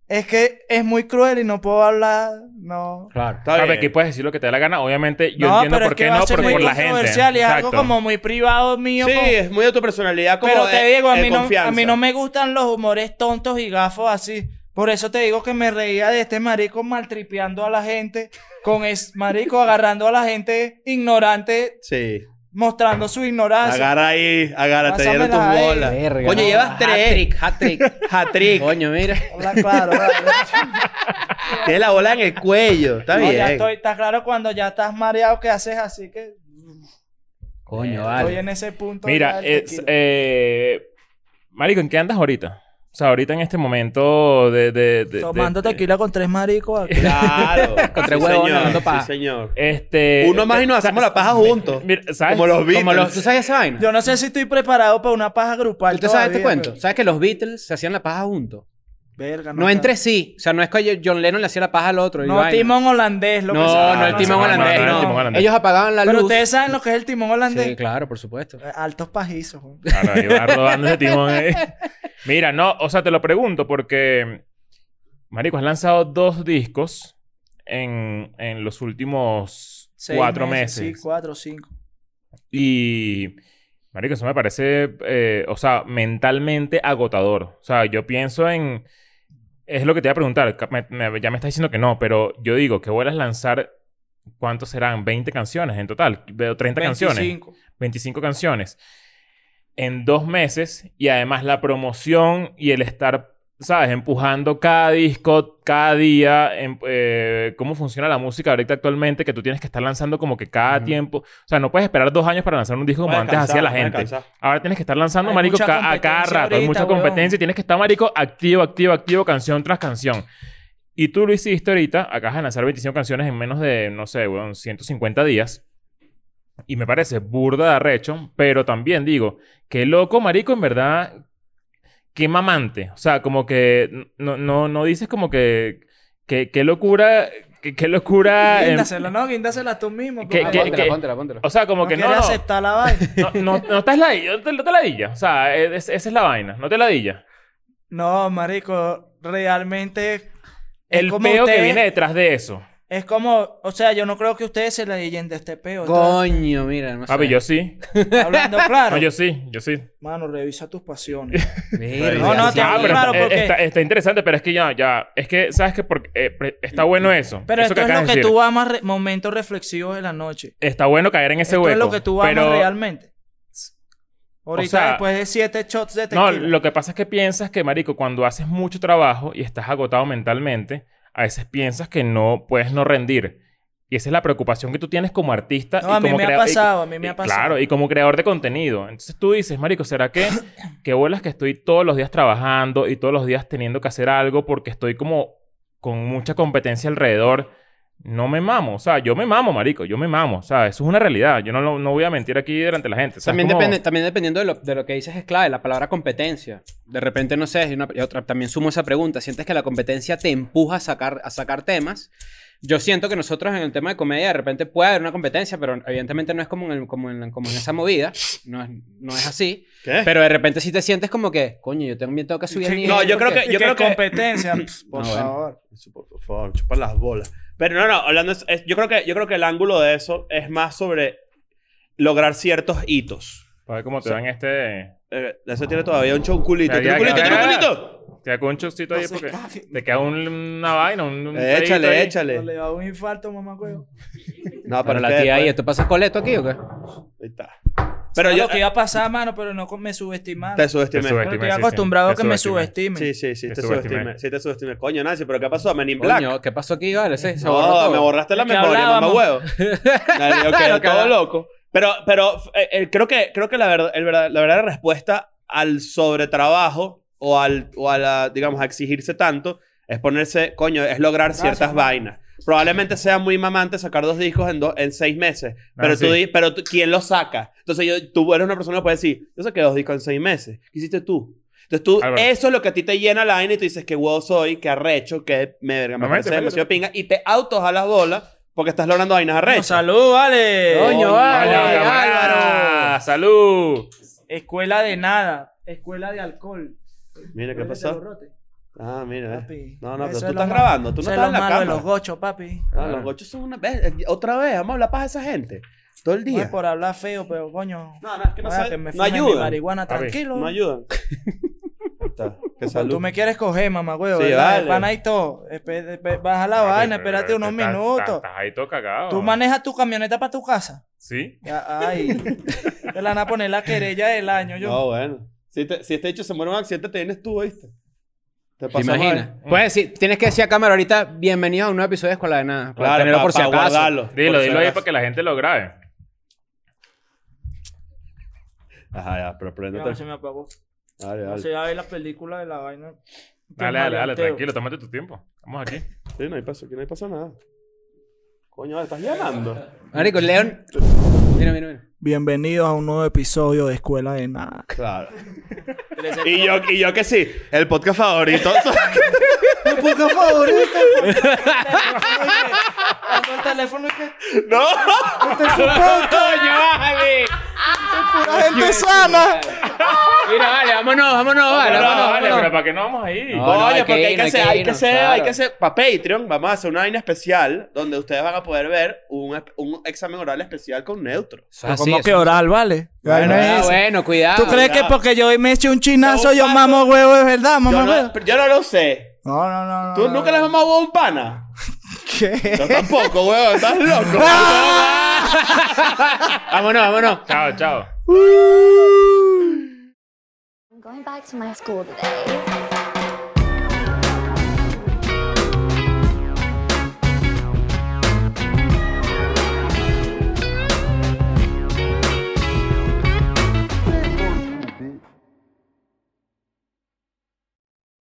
E: Es que es muy cruel y no puedo hablar. No.
D: Claro.
G: Está
B: a ver,
G: bien.
B: aquí puedes decir lo que te dé la gana. Obviamente, yo entiendo por qué
E: va a
B: no,
E: ser
B: pero
E: muy
B: por la gente.
E: controversial y es algo
B: Exacto.
E: como muy privado mío.
G: Sí,
E: como-
G: es muy de tu personalidad como
E: Pero te
G: de-
E: digo, a
G: de
E: mí, no, a
G: confianza.
E: mí no me gustan los humores tontos y gafos así. Por eso te digo que me reía de este marico maltripeando a la gente, con es marico agarrando a la gente ignorante,
G: Sí.
E: mostrando su ignorancia.
G: Agarra ahí, agárrate,
E: Pásamela
G: dieron tus
E: ahí.
G: bolas.
D: Verga.
G: Coño,
D: No,
G: llevas tres.
D: Hat-trick, hat-trick.
G: Hat-trick.
D: Coño, mira.
E: Habla claro, vale.
G: Tienes la bola en el cuello. Está
E: No,
G: bien.
E: ya estoy, está claro cuando ya estás mareado que haces así que
D: Coño,
E: estoy
D: vale.
E: en ese punto. ya
B: Mira,
E: del
B: es,
E: tequila.
B: eh, Marico, ¿en qué andas ahorita? O sea, ahorita en este momento de. de- de- de-
E: tomando tequila con tres maricos. aquí.
G: Claro.
D: Con tres
G: Sí,
D: huevos
G: señor.
D: hablando paja.
G: Sí, señor.
B: Este.
G: Uno más y nos hacemos la paja juntos.
B: Mira, ¿sabes?
G: Como los Beatles.
D: Como los, ¿Tú sabes esa vaina?
E: Yo no sé si estoy preparado para una paja grupal.
D: ¿Tú te sabes este
E: todavía,
D: cuento?
E: pero- Ah,
D: ¿Sabes que los Beatles se hacían la paja juntos?
E: Verga,
D: No entre sí. O sea, no es que John Lennon le hacía la paja al otro. y
E: No,
D: vaina.
E: timón holandés. Lo que
D: No,
E: sea.
D: no, el
B: no,
D: timón
B: no,
D: holandés,
B: no, no, el
D: no.
B: timón holandés.
D: Ellos apagaban la
E: Pero
D: luz.
E: ustedes saben lo que es el timón holandés.
D: Sí, claro, por supuesto.
E: Eh, Altos pajizos. güey.
B: Claro, ahí va rodando ese timón ahí. Mira, no, o sea, te lo pregunto porque. Marico, has lanzado dos discos en, en los últimos
E: Seis
B: cuatro meses.
E: Sí, cuatro, cinco.
B: Y, marico, eso me parece, eh, o sea, mentalmente agotador. O sea, yo pienso en... Es lo que te iba a preguntar. ca- me- me- ya me estás diciendo que no, pero yo digo que vuelas a lanzar... ¿Cuántos serán? ¿20 canciones en total? Veo 30 canciones.
E: 25.
B: 25 canciones. En dos meses. Y además la promoción y el estar, ¿sabes? Empujando cada disco, cada día. em- eh, ¿Cómo funciona la música ahorita actualmente? Que tú tienes que estar lanzando como que cada
D: Ujú.
B: tiempo. O sea, no puedes esperar dos años para lanzar un disco como
G: Voy a
B: antes hacía
G: descansar,
B: la
G: voy a
B: gente.
G: descansar.
B: Ahora tienes que estar lanzando,
E: Hay
B: marico,
E: mucha
B: ca- a cada
E: competencia
B: rato. Hay
E: ahorita,
B: mucha
E: weón.
B: competencia. y Tienes que estar, marico, activo, activo, activo, canción tras canción. Y tú lo hiciste ahorita. Acabas de lanzar 25 canciones en menos de, no sé, weón, 150 días. Y me parece burda de arrecho. Pero también digo, qué loco, marico, en verdad... Qué mamante. O sea, como que... No, no, no dices como que... que- Qué locura... que- Qué locura... em,
E: Guíndasela, no, guíndasela tú mismo.
B: ¿Qué-
E: porque
B: qué-
E: no
D: Póntela,
B: qué?
D: póntela, póntela.
B: o sea, como que no...
E: quiere
B: no.
E: aceptar la vaina.
B: No, no, no estás ladilla, no te, no te ladilla. O sea, e, es- esa es la vaina, no te ladilla.
E: No, marico, realmente. es
B: El peo que
E: ustedes-
B: viene detrás de eso.
E: Es como, o sea, yo no creo que ustedes se la leyen de este peo. ¿estás
D: Coño, mira, no sé.
B: Papi, yo sí.
E: Hablando claro.
B: No, yo sí, yo sí.
E: Mano, revisa tus pasiones.
D: Verga,
E: No, no,
D: sí.
E: te-
B: Ah, pero
E: claro,
B: está,
E: porque-
B: está- está interesante, pero es que ya, ya. Es que, ¿sabes qué? Porque, eh, pre- está bueno eso.
E: Pero
B: eso
E: esto es
B: acabas
E: lo
B: de
E: que
B: decir.
E: tú amas, re- momentos reflexivos de la noche.
B: Está bueno caer en ese
E: Esto
B: hueco.
E: es lo que tú amas
B: pero-
E: realmente. Ahorita
B: sea,
E: después de siete shots de
B: No,
E: tequila.
B: lo que pasa es que piensas que, marico, cuando haces mucho trabajo y estás agotado mentalmente, a veces piensas que no puedes no rendir. Y esa es la preocupación que tú tienes como artista.
E: No,
B: y
E: a mí
B: como
E: me ha
B: crea- y-
E: pasado, a mí me
B: y-
E: ha pasado.
B: Claro, y como creador de contenido. Entonces tú dices, marico, ¿será que qué bolas que estoy todos los días trabajando y todos los días teniendo que hacer algo porque estoy como con mucha competencia alrededor? No me mamo, o sea, yo me mamo, marico, yo me mamo, o sea, eso es una realidad. Yo no, lo- no voy a mentir aquí delante de la gente. o sea, es
D: También,
B: como-
D: depende, también dependiendo de lo, de lo que dices es clave, la palabra competencia. De repente, no sé, es una- y otra, también sumo esa pregunta. ¿Sientes que la competencia te empuja a sacar, a sacar temas? Yo siento que nosotros en el tema de comedia de repente puede haber una competencia, pero evidentemente no es como en, el- como en, como en esa movida. No es, no es así.
C: ¿Qué?
D: Pero de repente sí te sientes como que, coño, yo también tengo que subir el nivel.
C: No, yo creo
D: porque-
C: que- yo creo que-
E: competencia, pss, por
D: No, bueno.
E: favor.
C: Eso, Por, por favor, chupa las bolas. Pero no, no, hablando. es- es- yo, creo que, yo creo que el ángulo de eso es más sobre lograr ciertos hitos.
B: A ver cómo te
C: O sea,
B: dan este...
C: Eh, eso tiene todavía un show, un culito.
B: Ya,
C: ¿Tiene
B: ya,
C: un culito?
B: ya,
C: ¿Tiene un
B: ya, ya.
C: culito?
B: Te da un chocito ahí porque
E: Entonces,
B: te queda un- una vaina, un, un pedito
C: Échale,
B: ahí.
E: No
C: échale.
E: le va un infarto, mamá huevo.
D: Pero
C: No, pero pues.
D: la tía ahí, ¿te pasas coleto aquí o qué?
C: Ahí está. Pero yo eh,
E: lo que iba a pasar, mano, pero no con- me subestimaron.
C: te
B: Te
C: subestimé.
B: subestimé,
E: Pero
B: sí,
E: estoy
B: sí.
E: acostumbrado a
B: Te
E: que me
B: subestimé.
E: subestimen.
C: Sí, sí, sí,
B: Te
C: te,
B: subestimé.
C: subestimé. Sí, te subestimé. Coño, Nancy, ¿pero qué pasó? Men in Black.
D: Coño, ¿qué pasó aquí? Vale, sí, se borró
C: No,
D: todo.
C: me borraste la
E: ¿De qué
C: memoria, mamá
E: hablábamos?
C: huevo. Dale, ok,
D: Claro que
C: todo
D: habla-
C: loco. Pero, pero eh, eh, creo que, creo que la, verdad, el verdad- la verdadera respuesta al sobretrabajo o, al, o a la, digamos, a exigirse tanto es ponerse, coño, es lograr ciertas vainas. Probablemente sea muy mamante sacar dos discos en, do- en seis meses. Pero,
B: Ah,
C: tú,
B: sí.
C: di- pero tú- ¿quién los saca? Entonces yo, tú eres una persona que puede decir, yo saqué dos discos en seis meses. ¿Qué hiciste tú? Entonces tú,
B: Álvaro.
C: eso es lo que a ti te llena la vaina y tú dices, qué huevo soy, qué arrecho, qué me verga, me
B: Mamá,
C: parece
B: te-
C: demasiado pinga. Y te autos a las bolas porque estás logrando vainas
E: No,
C: arrechas.
E: salud, vale.
D: Coño, vale,
B: ¡Vaya,
D: Álvaro.
B: camarada! ¡Salud!
E: Escuela de nada. Escuela de alcohol.
C: Mira, ¿qué pasó? Ah, mira. eh.
E: Papi,
C: No, no,
E: eso
C: pero tú
E: es lo
C: estás
E: malo.
C: grabando, tú
E: Eso
C: no
E: es
C: estás en
E: lo
C: la
E: malo de los
C: cámara.
E: gochos, papi.
C: Ah, los gochos son una vez. eh, Otra vez, vamos a hablar paz a esa gente. Todo el
E: No
C: día.
E: es por hablar feo, pero coño.
C: No, no, es que no,
E: vaya
C: sabe-
E: que me
C: no
E: fumen mi
C: ayudan.
E: marihuana,
B: Papi,
E: tranquilo.
C: No ayudan. Ahí está. Que salud.
E: Tú me quieres coger, mamá, güey.
C: Sí,
E: Sí,
C: vale.
E: vale. Pana y todo. Espe- espe- baja la
C: este
E: vaina, espérate unos
B: Estás- Estás,
E: minutos.
B: estás ahí todo cagado.
E: Tú manejas tu camioneta para tu casa.
B: Sí.
E: Ya, ay. Te la van a poner la querella del año, yo.
C: No, bueno. Si, te- si este hecho se muere un accidente, te vienes tú, ¿viste? Te
D: ¿Te
C: pasas
D: imaginas?
C: vaina.
D: Puedes decir, tienes que decir a cámara ahorita, bienvenido a un nuevo episodio de Escuela de Nada. Para
C: Claro,
D: tenerlo
C: pa-
D: por si
C: pa'
D: acaso.
C: guardarlo.
B: Dilo,
C: por si
B: dilo ahí
C: acaso.
B: para que la gente lo grabe.
C: Ajá, ya, pero
E: Ya,
C: préndete.
E: se me apagó.
C: Dale,
E: No
C: dale.
E: se va a ver la película de la vaina.
B: Dale, dale, dale,
E: Maleanteo.
B: tranquilo, tómate tu tiempo. Vamos aquí.
C: Sí, no hay paso, aquí no hay paso nada. Coño, vale, estás llamando.
D: Marico, León. Mira, mira, mira.
I: Bienvenidos a un nuevo episodio de Escuela de Nada.
C: Claro. y, yo, y yo que sí, el podcast favorito.
I: Mi podcast favorito.
E: Cuando el teléfono y que-
C: no,
D: ¡Coño, vale!
I: La gente sana.
D: Mira, vale, vámonos, vámonos, vale,
B: Pero,
D: vámonos,
B: vale,
D: vámonos.
B: pero ¿para qué no vamos ahí?
D: No,
C: coño,
D: hay que
C: porque hay que
D: irnos,
C: hacer,
D: hay que
C: hay que
D: irnos,
C: hacer,
D: claro.
C: hay que hacer. Para Patreon, vamos a hacer una vaina especial donde ustedes van a poder ver un, un examen oral especial con neutro.
D: Eso es así,
I: ¿Cómo
D: eso
I: que
D: es-
I: oral, vale?
C: Bueno,
I: Vaina
D: Ah,
I: es-
D: bueno, cuidado.
I: ¿Tú crees que
C: cuidado.
I: porque yo hoy me eché un
C: No,
I: chinazo
C: un
I: yo
C: paso.
I: mamo huevo es verdad,
C: Yo
I: mamá huevo?
C: no, yo no lo sé.
I: No, no, no. no,
C: ¿Tú
E: Ah.
I: no.
C: nunca le has mamado huevo a un pana?
I: ¿Qué?
C: Yo tampoco, huevón, estás loco.
D: Vámonos, vámonos.
B: Chao, chao.
I: Uh.
A: I'm going back to my school today.